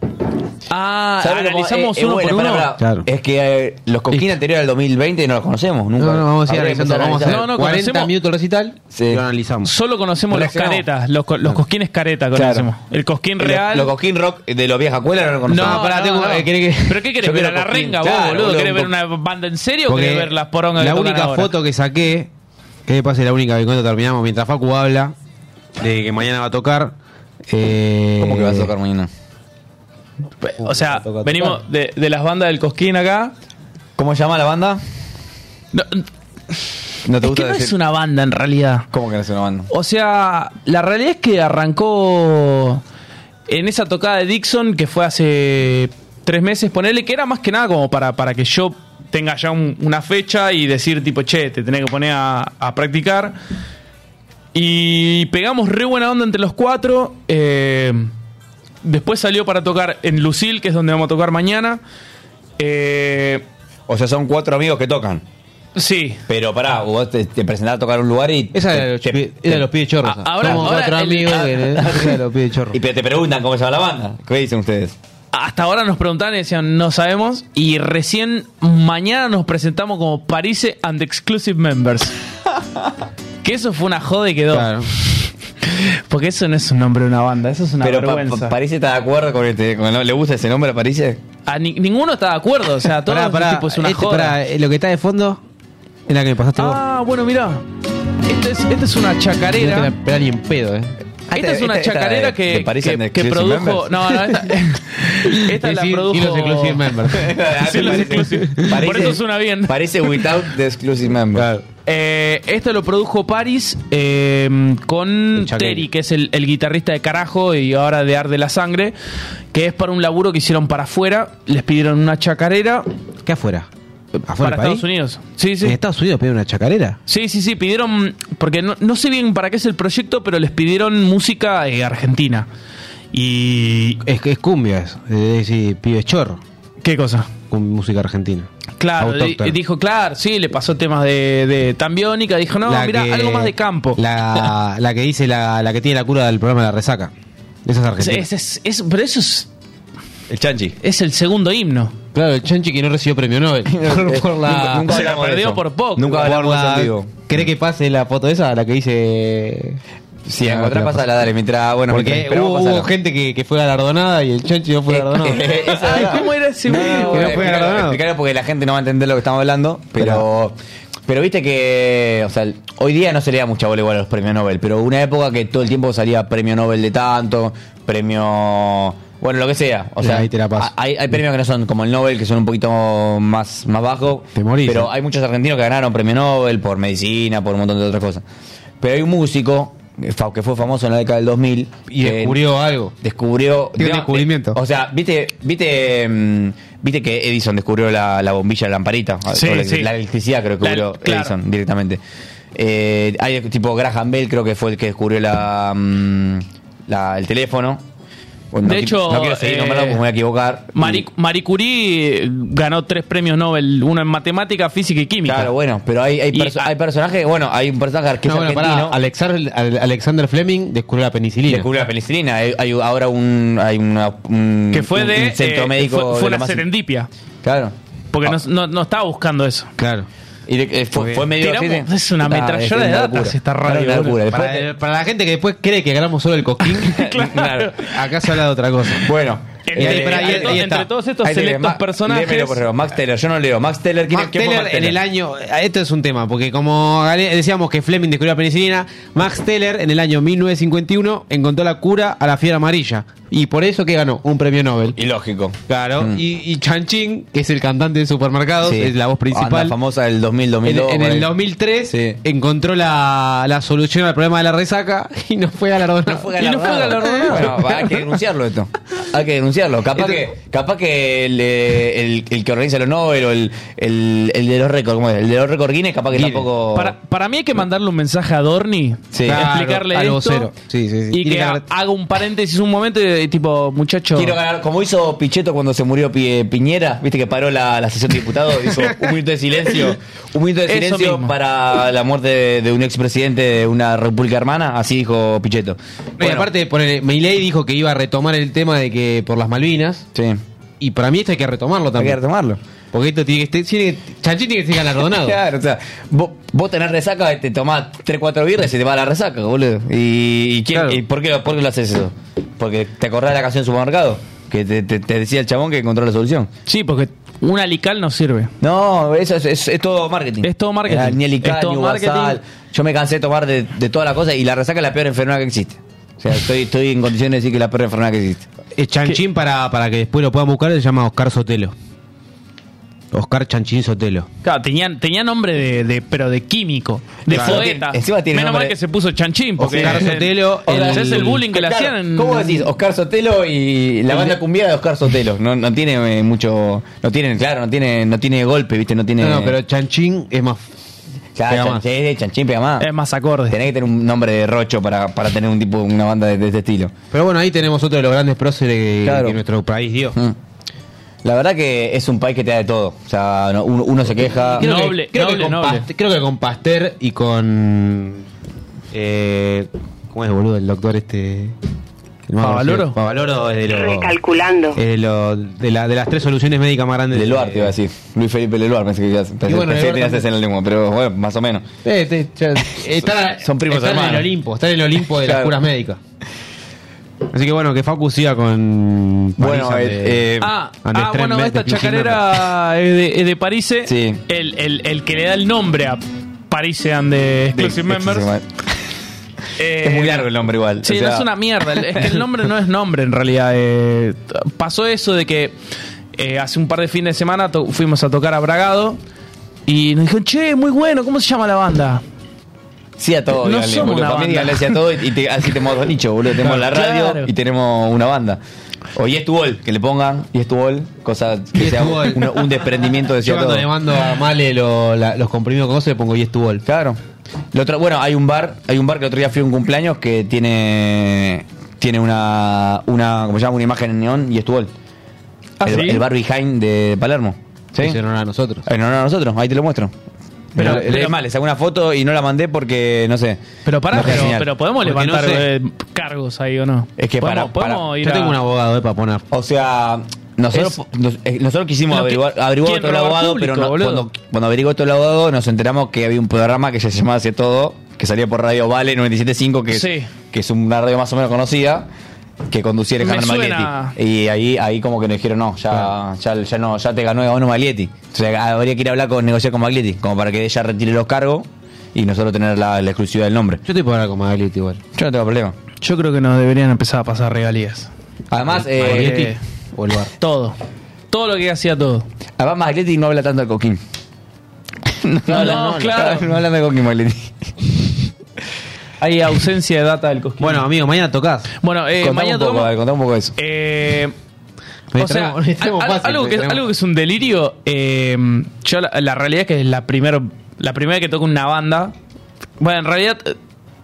Speaker 10: Ah,
Speaker 9: ¿Sabes lo que-
Speaker 10: analizamos
Speaker 9: eh, eh,
Speaker 10: uno
Speaker 9: bueno,
Speaker 10: por
Speaker 9: pará,
Speaker 10: uno.
Speaker 9: pará. Es que eh, los coquines anteriores al 2020 no los conocemos nunca.
Speaker 8: No, no, vamos a ir
Speaker 9: Habría que
Speaker 8: analizando.
Speaker 9: empezar
Speaker 8: Vamos a
Speaker 9: analizar.
Speaker 8: hacer 40 minutos de recital y lo analizamos.
Speaker 10: Solo conocemos los
Speaker 8: Relacionamos.
Speaker 10: caretas, los, co- los cosquines careta
Speaker 9: Claro.
Speaker 10: conocemos. El cosquín
Speaker 9: Los-
Speaker 10: real.
Speaker 9: Los, coquín rock de los viejas escuelas no los
Speaker 10: no,
Speaker 9: conocemos.
Speaker 10: no, no. ¿Pero qué querés
Speaker 9: Yo
Speaker 10: ver?
Speaker 9: quiero
Speaker 10: ¿A la
Speaker 9: Cosquín,
Speaker 10: renga vos,
Speaker 9: claro,
Speaker 10: boludo?
Speaker 9: boludo,
Speaker 10: ¿Querés
Speaker 9: un
Speaker 10: ver
Speaker 9: po-
Speaker 10: una banda en serio o
Speaker 8: Porque
Speaker 10: querés ver las porongas que
Speaker 8: La
Speaker 10: tocan
Speaker 8: única
Speaker 10: ahora?
Speaker 8: foto que saqué, que pasa la única que cuando terminamos, mientras Facu habla de que mañana va a tocar. eh,
Speaker 9: ¿Cómo que vas a tocar mañana?
Speaker 10: O sea, venimos de, de las bandas del Cosquín acá.
Speaker 9: ¿Cómo se llama la banda? No te
Speaker 10: es
Speaker 9: gusta
Speaker 10: que no
Speaker 9: decir-
Speaker 10: es una banda en realidad.
Speaker 9: ¿Cómo que no es una banda?
Speaker 10: O sea, la realidad es que arrancó en esa tocada de Dixon que fue hace tres meses, ponerle que era más que nada como para, para que yo tenga ya un- una fecha y decir tipo, che, te tenés que poner a, a practicar. Y pegamos re buena onda entre los cuatro. eh, después salió para tocar en Lucil, que es donde vamos a tocar mañana. Eh,
Speaker 9: O sea, son cuatro amigos que tocan.
Speaker 10: Sí.
Speaker 9: Pero pará, vos te, te presentás a tocar un lugar y. Esa era de los,
Speaker 8: pies chorros.
Speaker 10: ahora-
Speaker 8: Somos
Speaker 10: Ah, ahora
Speaker 8: cuatro
Speaker 10: el-
Speaker 8: amigos que- de los pies chorros.
Speaker 9: Y pe- te preguntan cómo se llama la banda. ¿Qué dicen ustedes?
Speaker 10: Hasta ahora nos preguntaban y decían, no sabemos. Y recién mañana nos presentamos como Parise and Exclusive Members. que eso fue una joda y quedó. Porque eso no es un nombre de una banda, eso es una
Speaker 9: Pero pa-
Speaker 10: vergüenza.
Speaker 9: pa- París está de acuerdo con este. con- ¿Le gusta ese nombre a París?
Speaker 10: A ni- ninguno está de acuerdo, o sea, todo
Speaker 8: Pará, pará,
Speaker 10: tipo es una
Speaker 8: este,
Speaker 10: joda.
Speaker 8: pará, eh, lo que está de fondo es la que me pasaste vos.
Speaker 10: Ah, bueno, mirá. Esta es, esta es una
Speaker 8: No te
Speaker 10: chacarera.
Speaker 8: la pegás ni en pedo, eh.
Speaker 9: Ah,
Speaker 10: Esta es una chacarera
Speaker 8: esta de-
Speaker 10: que,
Speaker 8: de Paris and
Speaker 10: que-
Speaker 8: the
Speaker 10: que
Speaker 8: Exclusive
Speaker 10: produjo.
Speaker 8: Members.
Speaker 10: No, no, esta, esta la
Speaker 8: Decir,
Speaker 10: produjo.
Speaker 8: y los exclusive members.
Speaker 10: ah, Sí, los exclusive. Por eso suena bien.
Speaker 9: Parece Without the Exclusive Member.
Speaker 10: Eh, esto lo produjo Paris eh, con Terry, que es el, el guitarrista de carajo y ahora de Arde la Sangre, que es para un laburo que hicieron para afuera. Les pidieron una chacarera.
Speaker 8: ¿Qué afuera?
Speaker 10: para
Speaker 8: ¿Afuera del
Speaker 10: Estados
Speaker 8: país?
Speaker 10: Unidos. Sí, sí.
Speaker 8: ¿En Estados Unidos piden una chacarera?
Speaker 10: Sí, sí, sí, pidieron, porque no, no sé bien para qué es el proyecto, pero les pidieron música eh, argentina. Y. eh,
Speaker 8: Es, es cumbia eso, es decir, pibe chorro.
Speaker 10: ¿Qué cosa?
Speaker 8: con música argentina.
Speaker 10: Claro, di-
Speaker 8: Autóctona.
Speaker 10: dijo, claro, sí, le pasó temas de, de tambiónica, dijo, no,
Speaker 8: La
Speaker 10: mira,
Speaker 8: que-
Speaker 10: algo más de campo.
Speaker 8: La, la que dice la, la que tiene la cura del programa de la resaca. Esa es
Speaker 10: Es-
Speaker 8: argentina.
Speaker 10: es- es- es- pero eso es,
Speaker 9: El chanchi.
Speaker 10: es el segundo himno.
Speaker 12: Claro, el chanchi que no recibió premio Nobel.
Speaker 9: Eh,
Speaker 12: por la...
Speaker 8: Ah,
Speaker 10: Nunca- nunca Se la hablamos de perdió eso. por poco. Nunca
Speaker 12: Por
Speaker 10: hablamos de eso
Speaker 12: la-
Speaker 10: en vivo.
Speaker 8: ¿Cree que pase la foto esa? La que dice. Ah,
Speaker 9: Sí, en otra pasala, dale, mientras. Bueno,
Speaker 8: Porque
Speaker 9: mientras esperamos,
Speaker 8: hubo,
Speaker 9: pasala.
Speaker 8: hubo gente que, que fue galardonada y el chanchi no
Speaker 9: Eh,
Speaker 8: fue galardonado.
Speaker 10: Ay, ¿cómo era ese video?
Speaker 9: Bueno, explicarlo, explicarlo porque la gente no va a entender lo que estamos hablando, pero pero viste que, o sea, hoy día no se le da mucha bola igual a los premios Nobel, pero hubo una época que todo el tiempo salía premio Nobel de tanto, premio bueno, lo que sea, o
Speaker 8: Ya,
Speaker 9: sea,
Speaker 8: ahí te la paso.
Speaker 9: ha- hay, hay premios que no son como el Nobel que son un poquito más más bajos,
Speaker 8: morís,
Speaker 9: pero
Speaker 8: eh.
Speaker 9: hay muchos argentinos que ganaron premio Nobel por medicina, por un montón de otras cosas. Pero hay un músico eh, fa- que fue famoso en la década del 2000
Speaker 8: Y
Speaker 9: que-
Speaker 8: descubrió algo.
Speaker 9: descubrió eh,
Speaker 8: Tiene un descubrimiento.
Speaker 9: O sea, viste, viste, mm, viste que Edison descubrió la, la bombilla, la lamparita,
Speaker 10: Sí,
Speaker 9: O la,
Speaker 10: sí.
Speaker 9: la electricidad creo que
Speaker 10: La-
Speaker 9: descubrió
Speaker 10: claro.
Speaker 9: Edison directamente. Eh, hay tipo Graham Bell creo que fue el que descubrió la, mm, la- el teléfono. Bueno,
Speaker 10: De
Speaker 9: no qui-
Speaker 10: hecho,
Speaker 9: no quiero seguir
Speaker 10: eh,
Speaker 9: nombrando porque me voy a equivocar.
Speaker 10: Marie, Marie Curie eh, ganó tres premios Nobel, uno en matemática, física y química.
Speaker 9: Claro, bueno, pero hay, hay,
Speaker 10: Y-
Speaker 9: perso- hay personajes, bueno, hay un personaje que
Speaker 8: No,
Speaker 9: es
Speaker 8: bueno, pará,
Speaker 9: argentino.
Speaker 8: Alexar- Al- Alexander Fleming descubrió la penicilina.
Speaker 9: Descubrió la penicilina, hay, hay ahora un, hay una- un-
Speaker 10: que fue
Speaker 9: un-
Speaker 10: de.
Speaker 9: un centro
Speaker 10: eh,
Speaker 9: médico
Speaker 10: Fue, fue
Speaker 9: de lo
Speaker 10: una
Speaker 9: más-
Speaker 10: serendipia.
Speaker 9: Claro. Ah,
Speaker 10: Porque no, no, no estaba buscando eso.
Speaker 8: Claro.
Speaker 9: Y de- eh, fue, fue medio
Speaker 10: Tiramos-
Speaker 9: así de-
Speaker 10: es una
Speaker 9: Ah,
Speaker 10: ametralladora
Speaker 9: es una
Speaker 10: de datas
Speaker 9: locura.
Speaker 10: esta
Speaker 9: Claro,
Speaker 10: radio,
Speaker 9: una locura. Después-
Speaker 8: Para, el- para la gente que después cree que ganamos solo el coquín,
Speaker 9: Claro.
Speaker 8: acá se habla de otra cosa.
Speaker 9: Bueno. eh,
Speaker 8: Y ahí, pará, ahí-
Speaker 10: entre,
Speaker 8: ahí está.
Speaker 10: entre todos estos
Speaker 9: Ahí te
Speaker 10: selectos
Speaker 9: Ma-
Speaker 10: personajes.
Speaker 9: léemelo, por favor. Max Taylor, yo no leo. Max Taylor, ¿quién,
Speaker 8: Max
Speaker 9: quién fue
Speaker 8: Teller
Speaker 9: Max
Speaker 8: en
Speaker 9: Taylor?
Speaker 8: el año. eh, Esto es un tema, porque como Gale- decíamos que Fleming descubrió la penicilina, Max Teller en el año 1951 encontró la cura a la fiebre amarilla. Y por eso que ganó un premio Nobel.
Speaker 9: Y lógico.
Speaker 8: Claro.
Speaker 9: Mm.
Speaker 8: Y, y Chan Ching, que es el cantante de supermercados,
Speaker 9: Sí.
Speaker 8: es la voz
Speaker 9: Banda
Speaker 8: principal.
Speaker 9: famosa del 2000,
Speaker 8: En,
Speaker 9: 2002.
Speaker 8: en
Speaker 9: por
Speaker 8: el
Speaker 9: ahí.
Speaker 8: 2003
Speaker 9: Sí.
Speaker 8: encontró la, la solución al problema de la resaca y no fue galardonado.
Speaker 10: Y no fue galardonado.
Speaker 9: Bueno, hay que denunciarlo esto. Hay que denunciarlo. Capaz que, capaz que el, eh, el, el que organiza los Nobel o el, el, el de los récords, ¿cómo es? El de los récords Guinness, capaz que tampoco.
Speaker 10: Para, para mí hay que mandarle un mensaje a Dorni,
Speaker 9: Sí.
Speaker 8: Claro,
Speaker 10: explicarle
Speaker 8: al
Speaker 10: esto
Speaker 8: vocero. Sí, sí, sí.
Speaker 10: y
Speaker 8: Tiene
Speaker 10: que
Speaker 8: que
Speaker 10: ha-
Speaker 8: haber-
Speaker 10: haga un paréntesis un momento y, y tipo, muchacho,
Speaker 9: Quiero ganar, como hizo Pichetto cuando se murió Pi- eh, Piñera, viste que paró la, la sesión de diputados, hizo un minuto de silencio, un minuto de
Speaker 10: Eso
Speaker 9: silencio
Speaker 10: mismo.
Speaker 9: para la muerte de, de un expresidente de una república hermana, así dijo Pichetto.
Speaker 8: No, y aparte, ponele, Milei dijo que iba a retomar el tema de que por las Malvinas.
Speaker 9: Sí.
Speaker 8: Y para mí esto hay que retomarlo
Speaker 9: Hay que
Speaker 8: también.
Speaker 9: retomarlo.
Speaker 8: Porque esto tiene que estar. Tiene que, Chanchín tiene que ser galardonado.
Speaker 9: Claro, o sea, vos, vos tenés resaca, este, te tomás 3-4 birras y se te va la resaca, boludo. ¿Y, y quién-
Speaker 8: Claro.
Speaker 9: y por, qué, por qué lo haces eso? ¿Porque te acordás de la canción Supermercado? Que te, te- te decía el chabón que encontró la solución.
Speaker 10: sí, porque un alical no sirve.
Speaker 9: No, eso es, es- es todo marketing.
Speaker 10: Es todo marketing.
Speaker 9: Ah, Ni el Ica,
Speaker 10: Es todo
Speaker 9: ni Ubasal.
Speaker 10: marketing.
Speaker 9: Yo me cansé de tomar de, de toda la cosa y la resaca es la peor enfermedad que existe. O sea, estoy, estoy en condiciones de decir que es la peor enfermedad que existe.
Speaker 8: Eh, Chanchín, para, para que después lo puedan buscar, se llama Oscar Sotelo. Oscar Chanchín Sotelo.
Speaker 9: Eh.
Speaker 10: Claro, tenía, tenía nombre de, de- pero de químico, de
Speaker 9: Claro.
Speaker 10: poeta.
Speaker 9: Encima tiene
Speaker 10: Menos
Speaker 9: nombre-
Speaker 10: mal que se puso chanchín, porque
Speaker 8: Oscar
Speaker 10: eh,
Speaker 8: Sotelo,
Speaker 10: o sea,
Speaker 8: el-
Speaker 10: es el bullying que le
Speaker 9: Claro,
Speaker 10: hacían en-
Speaker 9: ¿Cómo decís? Oscar Sotelo y la banda cumbia de Oscar Sotelo. No, no tiene eh, mucho. No tiene, claro, no tiene, no tiene golpe, ¿viste? No tiene.
Speaker 8: No, no, pero Chanchín es más.
Speaker 9: Claro,
Speaker 8: pega
Speaker 9: chan-
Speaker 8: más.
Speaker 9: sí, chanchín, pega más.
Speaker 10: Es más acorde.
Speaker 9: Ah. Tenés que tener un nombre de rocho para, para tener un tipo, una banda de, de este estilo.
Speaker 8: Pero bueno, ahí tenemos otro de los grandes próceres que,
Speaker 9: Claro.
Speaker 8: que nuestro país dio.
Speaker 9: Mm. La verdad que es un país que te da de todo. O sea, no- uno, uno se queja.
Speaker 10: Creo
Speaker 8: que-
Speaker 10: Noble,
Speaker 8: creo que,
Speaker 10: noble,
Speaker 8: con
Speaker 10: noble.
Speaker 8: Past- creo que con Pasteur y con. eh, ¿Cómo es, boludo? El doctor este. el más
Speaker 10: ¿Pavaloro?
Speaker 8: conocido. Pavaloro es de los.
Speaker 18: Recalculando.
Speaker 8: es de, lo- de la- de las tres soluciones médicas más grandes.
Speaker 9: Leluar te iba a decir. Luis Felipe Leluar, pensé que ibas- pensé-
Speaker 8: bueno,
Speaker 9: pensé que
Speaker 8: Leluar
Speaker 9: tenías ese en la lengua, pero bueno, más o menos.
Speaker 8: Eh, te- ya- está,
Speaker 9: Son primos
Speaker 8: está en
Speaker 9: hermanos.
Speaker 8: el Olimpo, está en el Olimpo de las
Speaker 9: Claro.
Speaker 8: curas médicas. Así que bueno, que Facu siga con.
Speaker 9: Bueno,
Speaker 8: palizas
Speaker 9: eh,
Speaker 8: de-
Speaker 9: eh,
Speaker 10: Ah,
Speaker 8: and
Speaker 10: ah,
Speaker 8: extreme
Speaker 10: bueno,
Speaker 8: med
Speaker 10: esta
Speaker 8: de Cristina.
Speaker 10: chacarera es de, es de Parise.
Speaker 9: Sí.
Speaker 10: El, el- el que le da el nombre a Parise and the Exclusive
Speaker 9: Sí,
Speaker 10: Members. eh,
Speaker 9: Es muy largo el nombre igual.
Speaker 10: Sí,
Speaker 9: o sea,
Speaker 10: no es una mierda. El- Es que el nombre no es nombre en realidad. Eh, t- pasó eso de que eh, hace un par de fines de semana to- fuimos a tocar a Bragado y nos dijeron, che, muy bueno, ¿cómo se llama la banda?
Speaker 9: Sí, a todo,
Speaker 10: No
Speaker 9: díganle,
Speaker 10: somos
Speaker 9: boludo.
Speaker 10: una
Speaker 9: Para mí,
Speaker 10: banda.
Speaker 9: díganle sí a todo y, y te- así tenemos dos nichos, boludo. Tenemos la radio
Speaker 10: Claro.
Speaker 9: y tenemos una banda. O Yes tu Ball, que le pongan Yes tu Ball, cosa que
Speaker 8: Yes
Speaker 9: sea
Speaker 8: to All.
Speaker 9: un, un desprendimiento de sí
Speaker 8: Yo
Speaker 9: a
Speaker 8: cuando
Speaker 9: todo.
Speaker 8: le mando a Male lo- la- los comprimidos con eso le pongo y tu bol.
Speaker 9: Claro. El otro, bueno, hay un bar, hay un bar que el otro día fui a un cumpleaños que tiene tiene una una como se llama una imagen en neón y estuvo el,
Speaker 10: Ah,
Speaker 9: el,
Speaker 10: ¿sí?
Speaker 9: el bar Behind de Palermo. ¿Sí?
Speaker 12: En honor a nosotros.
Speaker 9: En honor a nosotros, ahí te lo muestro.
Speaker 12: Pero-
Speaker 9: Pero, le-
Speaker 12: pero-
Speaker 9: es más, le saqué una foto y no la mandé porque, no sé.
Speaker 10: Pero pará,
Speaker 9: no queda
Speaker 10: pero,
Speaker 9: señal.
Speaker 10: pero podemos
Speaker 9: Porque no
Speaker 10: levantar
Speaker 9: sé.
Speaker 10: eh, cargos ahí o no.
Speaker 9: Es que
Speaker 10: podemos,
Speaker 9: para,
Speaker 10: podemos
Speaker 9: para-
Speaker 10: ir
Speaker 9: yo
Speaker 10: a-
Speaker 9: tengo un
Speaker 8: eh,
Speaker 12: abogado para poner.
Speaker 9: O sea, nosotros, nos- eh, nosotros quisimos
Speaker 10: Pero que-
Speaker 9: averiguar, averiguar
Speaker 10: ¿quién
Speaker 9: otro
Speaker 10: robar
Speaker 9: abogado,
Speaker 10: público,
Speaker 9: pero no-
Speaker 10: boludo?
Speaker 9: cuando, cuando averiguó otro abogado nos enteramos que había un programa que se llamaba Hacia Todo, que salía por Radio Vale 97.5, que, es-
Speaker 10: Sí.
Speaker 9: que es una radio más o menos conocida, que conducía
Speaker 10: Me
Speaker 9: Alejandro
Speaker 10: suena.
Speaker 9: Maglietti. Y ahí, ahí como que nos dijeron, no, ya, ya, ya no, ya te ganó Gano Maglietti. O sea, habría que ir a hablar con, negociar con Maglietti, como para que ella retire los cargos y nosotros tener la, la exclusividad del nombre.
Speaker 12: Yo te puedo hablar con Maglietti igual.
Speaker 9: Yo no tengo problema.
Speaker 10: Yo creo que nos deberían empezar a pasar regalías.
Speaker 9: Además, eh,
Speaker 10: Maglietti
Speaker 12: o el bar.
Speaker 10: Todo. Todo lo que hacía todo.
Speaker 9: Además, Maglietti Ah, no habla tanto de Coquín. No,
Speaker 10: habla- no, claro.
Speaker 9: No hablan de Coquín, Maglietti.
Speaker 10: Hay ausencia de data del cosquín.
Speaker 12: Bueno, amigo, mañana tocás.
Speaker 10: Bueno, eh,
Speaker 9: Contame
Speaker 10: mañana
Speaker 9: un poco,
Speaker 10: tomamos-
Speaker 9: dale, contame un poco de eso.
Speaker 10: Eh,
Speaker 12: Me
Speaker 10: o sea,
Speaker 12: distraemos- me distraemos
Speaker 10: al- al-
Speaker 12: fácil,
Speaker 10: algo,
Speaker 12: me
Speaker 10: que,
Speaker 12: distraemos.
Speaker 10: algo que es un delirio. eh, yo la, la realidad es que es la primera la primera que toco una banda. Bueno, en realidad eh,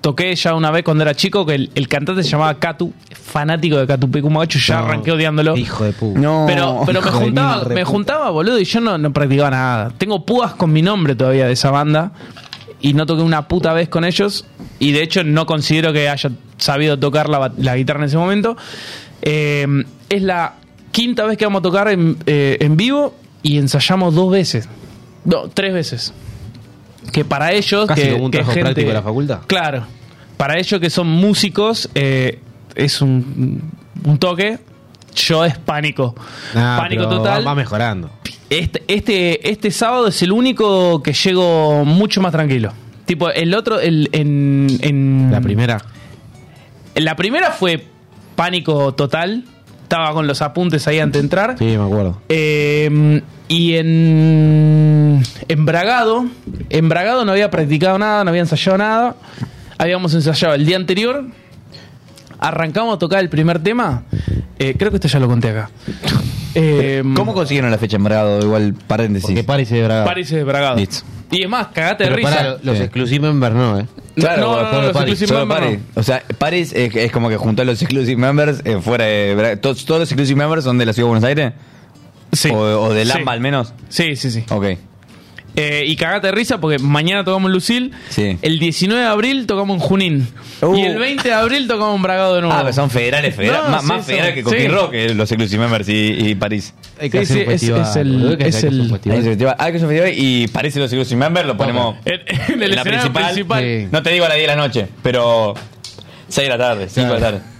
Speaker 10: toqué ya una vez cuando era chico que el, el cantante se llamaba Catu, fanático de Catu Pico Machu, ya arranqué odiándolo.
Speaker 12: Hijo de
Speaker 10: Uh.
Speaker 12: puta.
Speaker 10: pero pero me
Speaker 12: hijo de
Speaker 10: juntaba,
Speaker 12: mil re
Speaker 10: me
Speaker 12: puta.
Speaker 10: juntaba, boludo, y yo no, no practicaba nada. Tengo púas con mi nombre todavía de esa banda. Y no toqué una puta vez con ellos. Y de hecho no considero que haya sabido tocar la, ba- la guitarra en ese momento. Eh, es la quinta vez que vamos a tocar en, eh, en vivo y ensayamos dos veces. No, tres veces. Que para ellos...
Speaker 12: Casi
Speaker 10: que,
Speaker 12: como un
Speaker 10: que
Speaker 12: trabajo
Speaker 10: gente-
Speaker 12: práctico de la facultad.
Speaker 10: Claro. Para ellos que son músicos, eh, es un, un toque. Yo es pánico.
Speaker 12: Nah,
Speaker 10: pánico
Speaker 12: pero
Speaker 10: total.
Speaker 12: Va, va mejorando.
Speaker 10: Este, este, este sábado es el único que llego mucho más tranquilo. Tipo, el otro, el, en, en-
Speaker 12: La primera.
Speaker 10: La primera fue pánico total. Estaba con los apuntes ahí antes de entrar.
Speaker 12: Sí, me acuerdo.
Speaker 10: Eh, y en, en Bragado, en Bragado no había practicado nada, no había ensayado nada. Habíamos ensayado el día anterior. Arrancamos a tocar el primer tema. Eh, creo que esto ya lo conté acá. Eh,
Speaker 9: ¿Cómo consiguieron la fecha en Bragado? Igual, paréntesis. Porque
Speaker 12: París de Bragado.
Speaker 10: París de Bragado.
Speaker 9: Listo.
Speaker 10: Y es más, cagate de
Speaker 12: Pero
Speaker 10: risa.
Speaker 12: pará, lo- los
Speaker 9: Sí.
Speaker 12: exclusive members no, ¿eh?
Speaker 10: No, no, no,
Speaker 9: solo
Speaker 10: los
Speaker 9: Paris.
Speaker 10: exclusive
Speaker 9: Solo
Speaker 10: members
Speaker 9: Paris. O sea, Paris es, es como que juntó a los exclusive members eh, fuera de Bra- ¿Todos, todos los exclusive members son de la ciudad de Buenos Aires?
Speaker 10: Sí.
Speaker 9: O, o de
Speaker 10: Sí.
Speaker 9: Lamba, al menos.
Speaker 10: Sí, sí, sí.
Speaker 9: Ok.
Speaker 10: Eh, y cagate de risa porque mañana tocamos en Lucil.
Speaker 9: Sí. Uh.
Speaker 10: El 19 de abril tocamos en Junín. Y el 20 de abril tocamos en Bragado de nuevo.
Speaker 9: Ah, pero son federales, federales.
Speaker 10: No,
Speaker 9: más
Speaker 10: sí,
Speaker 9: más
Speaker 10: son-
Speaker 9: federal que Coquín
Speaker 10: sí.
Speaker 9: Rock, eh, los exclusive members y, y París.
Speaker 10: Hay que Sí, hacer un sí, es- festival, es el- boludo, que hay es que hacer el- un festival.
Speaker 9: Hay que hacer un festival. Hay que hacer un festival y París y los exclusive members lo ponemos
Speaker 10: En, en el
Speaker 9: la
Speaker 10: escenario
Speaker 9: principal.
Speaker 10: principal.
Speaker 9: No te digo a las 10 de la noche, pero 6 de la tarde, 5 de la tarde.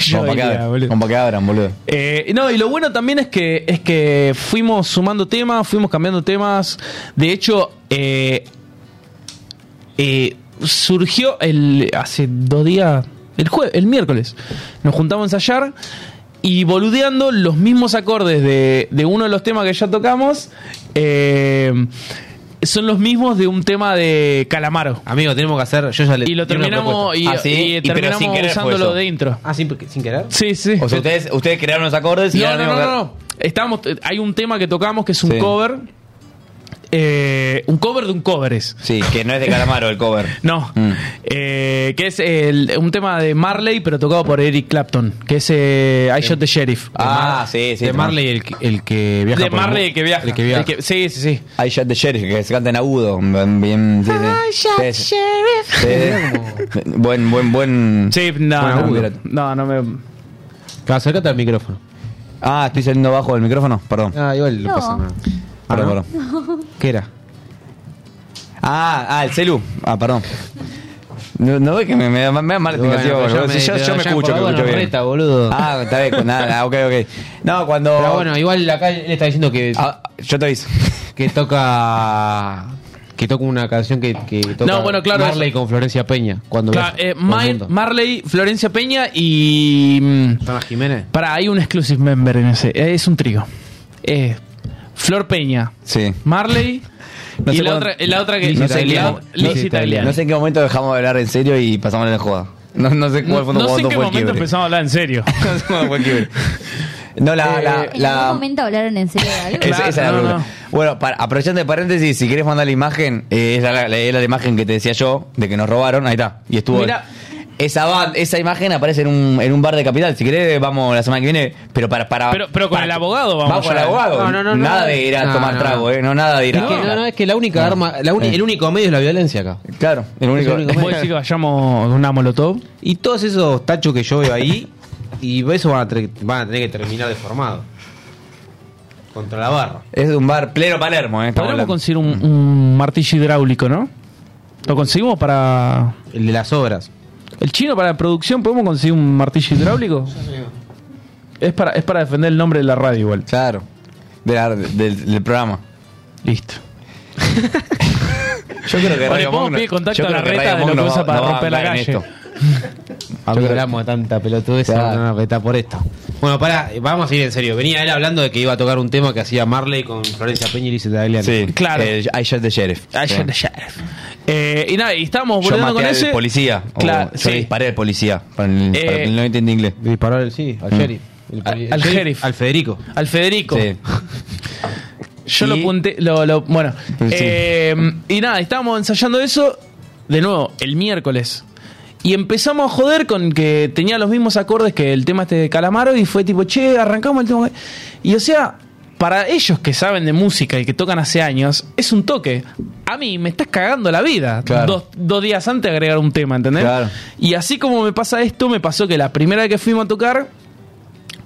Speaker 10: yo
Speaker 9: Como para que
Speaker 10: diría,
Speaker 9: abran, como para que abran, boludo.
Speaker 10: Eh, no, y lo bueno también es que, es que fuimos sumando temas, fuimos cambiando temas. De hecho, eh, eh, surgió el hace dos días, el jueves, el miércoles. Nos juntamos a ensayar y boludeando los mismos acordes de, de uno de los temas que ya tocamos. eh, son los mismos de un tema de Calamaro.
Speaker 12: Amigo, tenemos que hacer. Yo ya le
Speaker 10: Y lo
Speaker 12: tengo una
Speaker 10: terminamos,
Speaker 12: propuesta.
Speaker 10: y,
Speaker 9: Ah, sí,
Speaker 10: y
Speaker 9: y pero sin
Speaker 10: terminamos
Speaker 9: querer fue
Speaker 10: usándolo
Speaker 9: eso.
Speaker 10: de intro.
Speaker 12: Ah, sin, sin querer.
Speaker 10: Sí, sí.
Speaker 9: O sea, ustedes, ustedes crearon los acordes y
Speaker 10: No, no,
Speaker 9: ahora
Speaker 10: no,
Speaker 9: mismo-
Speaker 10: no. Estábamos, eh, hay un tema que tocamos que es un
Speaker 9: Sí.
Speaker 10: cover. eh, un cover de un cover es.
Speaker 9: Sí, que no es de Calamaro el cover. Mm.
Speaker 10: No.
Speaker 12: Mm.
Speaker 10: eh, que es el- un tema de Marley, pero tocado por Eric Clapton. Que es eh, I Shot the Sheriff.
Speaker 9: Ah, sí, sí.
Speaker 12: de Marley, el, que- el que viaja.
Speaker 10: de
Speaker 12: por el
Speaker 10: Marley
Speaker 12: mu-
Speaker 10: que viaja.
Speaker 12: El que viaja.
Speaker 10: El que- sí, sí, sí.
Speaker 9: I shot the sheriff, que se canta en agudo. Bien, bien, sí, sí. Sí, sí. Sí, sí. Buen, buen, buen.
Speaker 10: Sí, no,
Speaker 9: buen
Speaker 10: no,
Speaker 9: agudo.
Speaker 10: no, no me.
Speaker 12: Claro, acércate al micrófono.
Speaker 9: Ah, estoy saliendo bajo del micrófono, perdón.
Speaker 12: Ah, igual no,
Speaker 11: No.
Speaker 12: pasa nada. Ah,
Speaker 9: Perdón,
Speaker 12: ¿no?
Speaker 9: perdón.
Speaker 12: ¿Qué era?
Speaker 9: Ah, ah, el celu. Ah, perdón. No, no ves que me, me, me da mala
Speaker 12: Bueno,
Speaker 9: explicación,
Speaker 12: pero ya
Speaker 9: boludo.
Speaker 12: me-
Speaker 9: yo, yo
Speaker 12: pero
Speaker 9: me
Speaker 12: ya por
Speaker 9: escucho, me
Speaker 12: algo
Speaker 9: escucho
Speaker 12: nos
Speaker 9: bien.
Speaker 12: reta, boludo.
Speaker 9: Ah, está bien, con nada, ok, ok. No, cuando.
Speaker 12: Pero bueno, igual acá él está diciendo que.
Speaker 9: Ah, yo te aviso.
Speaker 12: Que toca. Que toca una canción que, que toca
Speaker 10: No, bueno, claro,
Speaker 12: Marley
Speaker 10: eso.
Speaker 12: con Florencia Peña. Cuando
Speaker 10: Claro,
Speaker 12: viaja,
Speaker 10: eh,
Speaker 12: todo el
Speaker 10: Mar-
Speaker 12: mundo.
Speaker 10: Marley, Florencia Peña y. mm,
Speaker 12: ¿Están las Jiménez?
Speaker 10: Para, hay un exclusive member en ese. eh, Es un trío. Eh, Flor Peña,
Speaker 9: Sí.
Speaker 10: Marley
Speaker 9: No
Speaker 10: y
Speaker 9: sé
Speaker 10: la
Speaker 9: cuándo-
Speaker 10: otra, la otra que.
Speaker 9: No
Speaker 10: la-
Speaker 9: sé, en qué
Speaker 10: la-
Speaker 9: mo-
Speaker 10: Lizzy
Speaker 9: no,
Speaker 10: Tagliani.
Speaker 9: no sé en qué momento dejamos de hablar en serio y pasamos a la joda. No, no sé cuál fue,
Speaker 10: No sé en
Speaker 9: cuándo
Speaker 10: qué
Speaker 9: fue el
Speaker 10: momento
Speaker 9: quiebre.
Speaker 10: empezamos a hablar en serio.
Speaker 9: No sé cuándo fue el quiebre. No, la. la,
Speaker 11: Eh, ¿En algún
Speaker 9: la
Speaker 11: momento hablaron en serio de algo?
Speaker 9: es- esa es la
Speaker 10: no,
Speaker 9: pregunta.
Speaker 10: no.
Speaker 9: Bueno, para, aprovechando de paréntesis, si querés mandar la imagen, eh, es la, la- es la imagen que te decía yo de que nos robaron. Ahí está. Y estuvo.
Speaker 10: Mira.
Speaker 9: Esa, ba- esa imagen aparece en un, en un bar de Capital. Si querés, vamos la semana que viene. Pero para. para
Speaker 10: Pero, pero con el abogado vamos.
Speaker 9: Vamos con el
Speaker 10: ya.
Speaker 9: abogado.
Speaker 10: No, no, no,
Speaker 9: nada
Speaker 10: no.
Speaker 9: de ir a
Speaker 10: No,
Speaker 9: tomar
Speaker 10: no.
Speaker 9: trago, ¿eh? No, nada de ir a.
Speaker 10: Es que no,
Speaker 12: no, Eh. es que la única arma, la uni- el único medio es la violencia acá.
Speaker 9: Claro, el
Speaker 10: único- ¿Puedo decir que vayamos con una molotov?
Speaker 12: Y todos esos tachos que yo veo ahí, y eso van a, tre- van a tener que terminar deformado. Contra la barra.
Speaker 9: Es de un bar pleno Palermo, ¿eh?
Speaker 10: Podríamos conseguir un, un martillo hidráulico, ¿no? Lo conseguimos para.
Speaker 12: El de las obras.
Speaker 10: El chino para la producción, ¿podemos conseguir un martillo hidráulico? es, para, es para defender el nombre de la radio, igual.
Speaker 9: Claro. del, del programa.
Speaker 10: Listo.
Speaker 9: Yo creo que
Speaker 10: O le
Speaker 9: Radio
Speaker 10: podemos
Speaker 9: Monk no-
Speaker 10: pedir contacto
Speaker 9: yo
Speaker 10: a
Speaker 9: creo
Speaker 10: la
Speaker 9: que
Speaker 10: reta
Speaker 9: Radio
Speaker 10: de lo
Speaker 9: Monk
Speaker 10: que
Speaker 9: no
Speaker 10: usa
Speaker 9: va-
Speaker 10: para
Speaker 9: no va a
Speaker 10: romper la
Speaker 9: andar en
Speaker 10: calle.
Speaker 9: esto.
Speaker 12: Hablamos de tanta pelotudez,
Speaker 9: Claro.
Speaker 12: ahora no está por esto. Bueno, pará, eh, vamos a ir en serio. Venía él hablando de que iba a tocar un tema que hacía Marley con Florencia Peña y Lisa Tagliani.
Speaker 9: Sí, Eh, claro. I shot the sheriff.
Speaker 10: I shot the
Speaker 12: sheriff.
Speaker 10: Ah, Eh, y nada, y estábamos
Speaker 9: Yo
Speaker 10: volviendo
Speaker 9: maté
Speaker 10: con
Speaker 9: al
Speaker 10: ese.
Speaker 9: policía.
Speaker 10: Claro,
Speaker 9: Claro. Yo
Speaker 10: sí.
Speaker 9: le disparé al policía. Para el, para
Speaker 10: Eh,
Speaker 9: el que no entiende inglés. Mm.
Speaker 12: Disparó el sí, al sheriff. El poli- el
Speaker 10: al
Speaker 12: sheriff,
Speaker 10: sheriff.
Speaker 12: Al Federico. Ah,
Speaker 10: Al Federico.
Speaker 9: Sí.
Speaker 10: Yo lo punté. Lo, lo- bueno.
Speaker 12: Sí.
Speaker 10: Eh, y nada, estábamos ensayando eso de nuevo el miércoles. Y empezamos a joder con que tenía los mismos acordes que el tema este de Calamaro. Y fue tipo, che, arrancamos el tema. Y o sea, para ellos que saben de música y que tocan hace años, es un toque. A mí me estás cagando la vida. Dos, dos días antes de agregar un tema, ¿entendés? Y así como me pasa esto, me pasó que la primera vez que fuimos a tocar,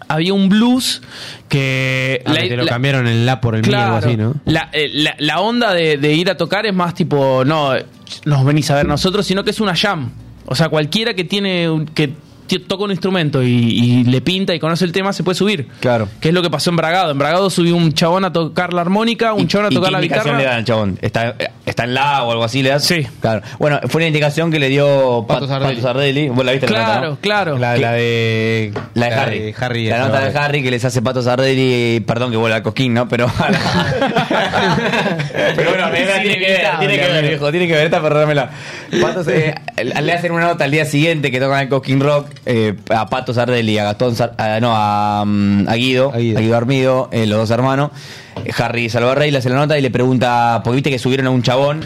Speaker 10: había un blues que.
Speaker 12: Ah,
Speaker 10: la-
Speaker 12: que te lo
Speaker 10: la-
Speaker 12: cambiaron el la por el mi, algo
Speaker 10: Claro.
Speaker 12: así, ¿no?
Speaker 10: La, eh, la- la onda de, de ir a tocar es más tipo, no, eh, nos venís a ver nosotros, sino que es una jam. O sea, cualquiera que tiene un- que t- toca un instrumento y, y le pinta y conoce el tema se puede subir.
Speaker 9: Claro.
Speaker 10: Que es lo que pasó en Bragado. En Bragado subió un chabón a tocar la armónica, un chabón a
Speaker 9: ¿Y
Speaker 10: tocar
Speaker 9: qué
Speaker 10: la
Speaker 9: indicación
Speaker 10: guitarra.
Speaker 9: le dan al chabón? ¿Está, ¿Está en la o algo así? ¿Le das? Sí. Claro. Bueno, fue una indicación que le dio Pat- Pato Sardelli. Vos la viste la nota,
Speaker 10: claro,
Speaker 9: ¿no?
Speaker 10: claro.
Speaker 9: La, la de. La de
Speaker 10: la
Speaker 9: Harry.
Speaker 10: de Harry
Speaker 9: la
Speaker 10: de
Speaker 9: nota
Speaker 10: Harry.
Speaker 9: de Harry que les hace Pato Sardelli. Perdón que vuelva a Cosquín, ¿no? Pero. Pero bueno,
Speaker 10: Es
Speaker 9: tiene que ver, tiene que ver,
Speaker 10: inevitable.
Speaker 9: viejo, tiene que ver, esta perdónamela. Pato se- le hacen una nota al día siguiente que tocan el Cosquín Rock eh, a Pato Sardelli, a Gastón, Sar- a- no, a, mm, a Guido, a Guido, Armido, eh, los dos hermanos. Harry Salvarrey le hace la nota y le pregunta, porque viste que subieron a un chabón,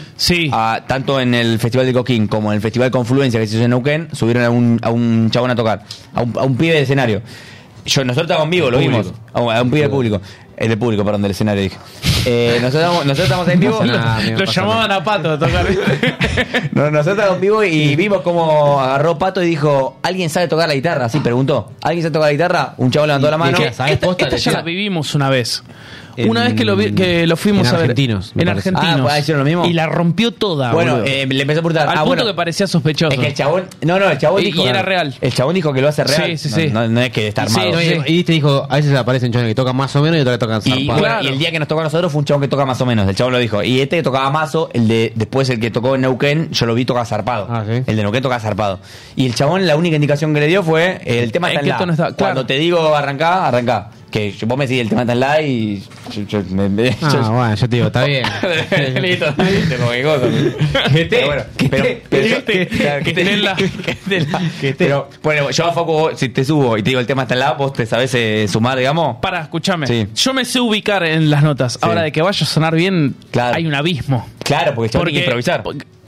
Speaker 9: a- tanto en el Festival de Coquín como en el Festival Confluencia que se hizo en Neuquén, subieron a un, a un chabón a tocar, a un, a un pibe de escenario. Yo, nosotros estábamos en vivo, lo
Speaker 12: Del
Speaker 9: vimos. A un, a un pibe del público. El del público, perdón, del escenario dije. Eh, nosotros, estábamos- nosotros estamos en vivo.
Speaker 10: Lo- lo llamaban a Pato a tocar.
Speaker 9: No, nosotros estábamos en vivo y vimos cómo agarró Pato y dijo, ¿alguien sabe tocar la guitarra? Así preguntó. ¿Alguien sabe tocar la guitarra? Un chavo levantó la mano.
Speaker 10: Que esta, esta ya la vivimos una vez. una vez que lo, vi- que lo fuimos
Speaker 9: en
Speaker 10: a ver.
Speaker 9: Argentinos, me
Speaker 10: En
Speaker 9: parece.
Speaker 10: argentinos.
Speaker 9: Ah, pues, ah, hicieron lo mismo.
Speaker 10: Y la rompió toda.
Speaker 9: Bueno,
Speaker 10: "Ah, boludo.
Speaker 9: eh, le empezó a preguntar.
Speaker 10: Al
Speaker 9: ah,
Speaker 10: punto
Speaker 9: bueno,
Speaker 10: que parecía sospechoso.
Speaker 9: es que el chabón. No, no, el chabón
Speaker 10: Y-
Speaker 9: dijo.
Speaker 10: y era real.
Speaker 9: El chabón dijo que lo hace real.
Speaker 10: Sí, sí,
Speaker 9: No,
Speaker 10: sí.
Speaker 9: No, no es que está armado.
Speaker 12: No, y- Y te dijo, a veces aparecen chones que tocan más o menos y otras que tocan
Speaker 9: Y,
Speaker 12: zarpado.
Speaker 9: bueno, y el día que nos tocó a nosotros fue un chabón que toca más o menos, el chabón lo dijo. Y este que tocaba mazo, el de después el que tocó en Neuquén, yo lo vi tocar zarpado. El de Neuquén toca zarpado. Y el chabón la única indicación que le dio fue eh, el tema
Speaker 10: Es
Speaker 9: está en
Speaker 10: que
Speaker 9: la.
Speaker 10: esto no está-
Speaker 9: Cuando te digo arrancá, arrancá. Que yo- vos me decís el tema está en la y yo, yo- me- me-
Speaker 12: Ah,
Speaker 9: yo-
Speaker 12: bueno, yo te digo, está bien.
Speaker 9: Listo, está bien, te pongo el gozo. Pero bueno, pero- pero yo- claro, que te- que te la- Pero bueno, yo a Facu, vos, si te subo y te digo el tema está en la, vos te sabés eh, sumar, digamos.
Speaker 10: Pará, escúchame.
Speaker 9: Sí.
Speaker 10: Yo me sé ubicar en las notas. Ahora, de que vaya a sonar bien, hay un abismo.
Speaker 9: Claro, porque el chabón tiene que improvisar.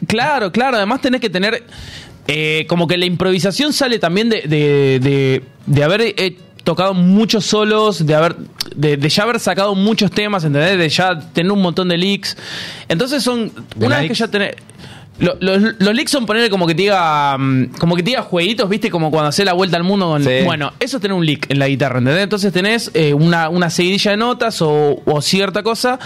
Speaker 10: Claro, claro. Además, tenés que tener. eh, como que la improvisación sale también de, de, de- de haber eh, tocado muchos solos, de haber de, de ya haber sacado muchos temas, ¿entendés? De ya tener un montón de leaks. Entonces, son.
Speaker 12: ¿De
Speaker 10: una vez
Speaker 12: likes?
Speaker 10: que ya tenés. lo- Los, los leaks son poner como que te diga mm, como que te diga jueguitos, viste, como cuando haces la vuelta al mundo con. Bueno, eso es tener un leak en la guitarra, ¿entendés? Entonces tenés eh, una, una seguidilla de notas o, o cierta cosa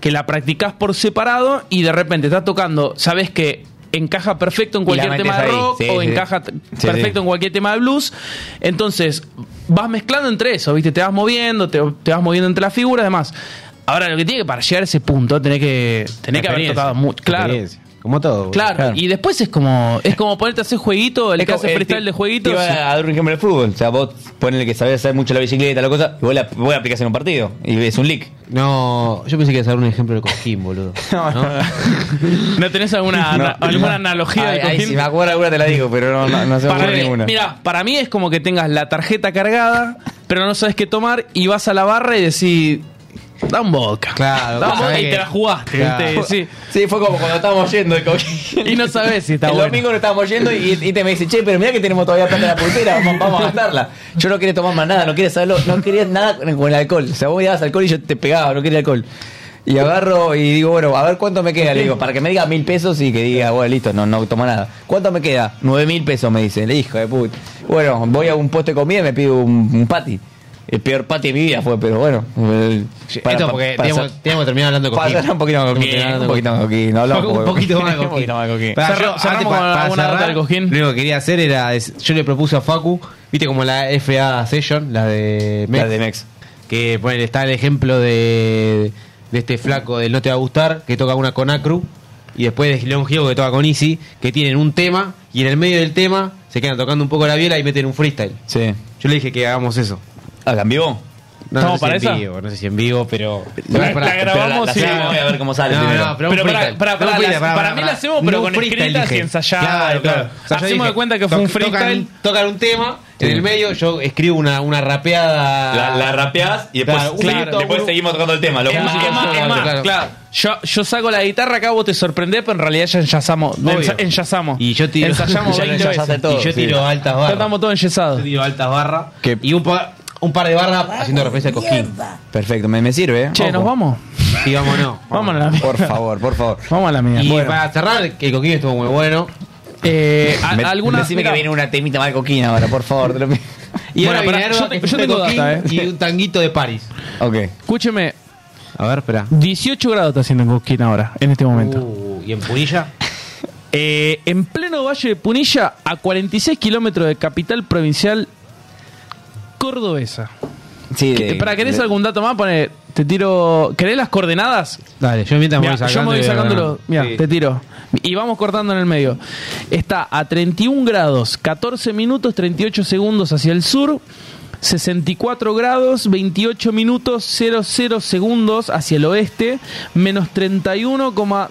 Speaker 10: que la practicás por separado y de repente estás tocando, sabes que encaja perfecto en
Speaker 9: Y la
Speaker 10: cualquier
Speaker 9: metes
Speaker 10: tema de
Speaker 9: ahí,
Speaker 10: rock
Speaker 9: sí,
Speaker 10: o
Speaker 9: sí.
Speaker 10: encaja t-
Speaker 9: Sí,
Speaker 10: perfecto
Speaker 9: sí.
Speaker 10: en cualquier tema de blues. Entonces, vas mezclando entre eso, ¿viste? Te vas moviendo, te, te vas moviendo entre las figuras, además. Ahora, lo que tiene que para llegar a ese punto, tenés que, tenés que haber
Speaker 12: Experiencia,
Speaker 10: tocado mucho. Claro.
Speaker 12: experiencia. Como todo.
Speaker 10: Claro, y después es como es como ponerte a hacer jueguito, el
Speaker 9: Es
Speaker 10: que
Speaker 9: como-
Speaker 10: hace
Speaker 9: eh,
Speaker 10: freestyle
Speaker 9: te-
Speaker 10: de
Speaker 9: te
Speaker 10: jueguitos.
Speaker 9: iba a dar un ejemplo del fútbol. O sea, vos ponele que sabés hacer mucho la bicicleta, la cosa, y vos la, vos la aplicás en un partido. Y es un leak.
Speaker 12: No, yo pensé que ibas a dar un ejemplo de cojín, boludo.
Speaker 9: No,
Speaker 10: ¿No tenés alguna, ana- Ah, alguna analogía
Speaker 9: Ay,
Speaker 10: del
Speaker 9: ay,
Speaker 10: cojín?
Speaker 9: si me acuerdo alguna te la digo, pero no, no, no se me
Speaker 10: para
Speaker 9: ocurre
Speaker 10: mí,
Speaker 9: ninguna.
Speaker 10: Mira, para mí es como que tengas la tarjeta cargada, pero no sabes qué tomar y vas a la barra y decís, Da un boca. Claro, da un
Speaker 9: vos
Speaker 10: boca
Speaker 9: sabés
Speaker 10: y
Speaker 9: que-
Speaker 10: te la jugaste,
Speaker 9: Claro.
Speaker 10: ¿viste? Sí.
Speaker 9: Sí, fue como cuando estábamos yendo de Coquín.
Speaker 10: Y no sabés si está
Speaker 9: El
Speaker 10: bueno.
Speaker 9: domingo no estábamos yendo y, y te me dice, che, pero mirá que tenemos todavía plata en la pulpera, vamos, vamos a gastarla. Yo no quería tomar más nada, no quería saberlo, no quería nada con con el alcohol. O sea, vos me dabas alcohol y yo te pegaba, no quería alcohol. Y agarro y digo, bueno, a ver cuánto me queda. Le digo, para que me diga mil pesos y que diga, bueno, listo, no, no tomo nada. ¿Cuánto me queda? Nueve mil pesos, me dice, el hijo de puta. Bueno, voy a un poste de comida y me pido un, un patty. El peor patty de mi vida fue, pero bueno. el- para-
Speaker 8: Esto porque
Speaker 9: para-
Speaker 8: teníamos, teníamos terminado hablando con
Speaker 9: Pasa
Speaker 8: Coquín.
Speaker 9: un poquito más coquín, un poquito más coquín, no hablamos
Speaker 8: Un
Speaker 9: poco-
Speaker 8: poquito más de
Speaker 9: un poquito más de
Speaker 8: coquín.
Speaker 9: coquín.
Speaker 8: Pará,
Speaker 9: Cerro-
Speaker 8: yo,
Speaker 9: cerramos
Speaker 8: antes,
Speaker 9: con
Speaker 8: para, para
Speaker 9: alguna nota
Speaker 8: cerrar,
Speaker 9: del
Speaker 8: lo único que quería hacer era, es- yo le propuse a Facu, viste como la FA Session, la de Mex.
Speaker 9: La de Mex.
Speaker 8: Que bueno, está el ejemplo de, de este flaco del No Te Va a Gustar, que toca una con Acru, y después de León Gieco que toca con Easy, que tienen un tema, y en el medio del tema se quedan tocando un poco la viola y meten un freestyle.
Speaker 9: Sí.
Speaker 8: Yo le dije que hagamos eso.
Speaker 9: ¿Hablan vivo?
Speaker 8: No,
Speaker 10: ¿Estamos
Speaker 8: no sé
Speaker 10: para
Speaker 8: si
Speaker 10: esa?
Speaker 8: en vivo, no sé si en vivo, pero...
Speaker 9: La-
Speaker 8: Pero pará,
Speaker 10: la grabamos
Speaker 8: pero
Speaker 10: y-
Speaker 8: hacemos,
Speaker 9: No,
Speaker 8: No,
Speaker 9: no,
Speaker 8: pero,
Speaker 10: Pero para, para, para,
Speaker 8: mí
Speaker 10: las- para mí la hacemos, pero con escritas y ensayadas. Hacemos de cuenta que fue un freestyle.
Speaker 8: Tocan, tocan un tema, en el medio yo escribo una, una rapeada.
Speaker 10: Ah.
Speaker 9: La, la rapeás y después,
Speaker 8: Claro, un
Speaker 9: segui-
Speaker 8: minuto,
Speaker 9: después
Speaker 8: un-
Speaker 9: seguimos tocando el tema. Lo
Speaker 10: Eh,
Speaker 8: Es más,
Speaker 9: músicos
Speaker 8: es más,
Speaker 9: son-
Speaker 8: es más.
Speaker 9: claro.
Speaker 10: Claro, yo, yo saco la guitarra acá, vos te sorprendés, pero en realidad ya ensayamos.
Speaker 8: Obvio.
Speaker 10: Ensayamos.
Speaker 8: Y yo tiro.
Speaker 10: Ensayamos 20 veces.
Speaker 8: y yo tiro altas
Speaker 10: Ya
Speaker 8: barras.
Speaker 10: estamos todos enyesados.
Speaker 8: Yo tiro altas barras. Y un, pa- un par de barras haciendo referencia a Cosquín.
Speaker 9: Perfecto, me, me sirve. ¿eh?
Speaker 10: Che,
Speaker 9: Ojo.
Speaker 10: ¿nos vamos?
Speaker 8: Y vámonos.
Speaker 10: Vamos a la mierda.
Speaker 9: Por favor, por favor.
Speaker 10: Vamos a la mierda.
Speaker 8: Y
Speaker 10: Bueno.
Speaker 8: para cerrar, que Coquín estuvo muy bueno.
Speaker 10: Eh, a-
Speaker 9: Me-
Speaker 10: alguna,
Speaker 9: decime
Speaker 10: mirá,
Speaker 9: que viene una temita mal coquina ahora, por favor. te lo pido.
Speaker 8: Y
Speaker 10: Bueno,
Speaker 8: ahora
Speaker 10: pará,
Speaker 8: viene
Speaker 10: yo
Speaker 8: Erba,
Speaker 10: te-
Speaker 8: que
Speaker 10: yo
Speaker 8: fue
Speaker 10: tengo
Speaker 8: Coquín
Speaker 10: data, eh.
Speaker 8: y un tanguito de París.
Speaker 9: Ok.
Speaker 10: escúcheme,
Speaker 8: A ver, espera.
Speaker 10: 18 grados está haciendo en Cosquín ahora, en este momento.
Speaker 8: Uh, ¿Y en Punilla?
Speaker 10: Eh, en pleno valle de Punilla, a 46 kilómetros de capital provincial cordobesa.
Speaker 9: Sí,
Speaker 10: Que-
Speaker 9: de-
Speaker 10: ¿Para querés
Speaker 9: de-
Speaker 10: algún dato más? Pone, te tiro. ¿Querés las coordenadas?
Speaker 8: Dale, yo mientras
Speaker 10: Mirá,
Speaker 8: voy
Speaker 10: yo
Speaker 8: sacando.
Speaker 10: me voy
Speaker 8: y-
Speaker 10: sacándolo. Mira,
Speaker 8: Sí.
Speaker 10: te tiro. Y vamos cortando en el medio. Está a 31 grados, 14 minutos, 38 segundos hacia el sur. 64 grados, 28 minutos, 00 segundos hacia el oeste. Menos
Speaker 9: Hasta el viernes Ah,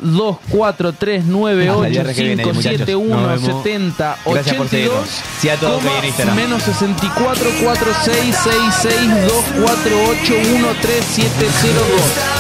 Speaker 9: que viene, muchachos. Nos vemos.
Speaker 10: 31,24398517082
Speaker 9: Gracias por seguirnos. Sí, a todos seguir en Instagram.
Speaker 10: Menos 64466624813702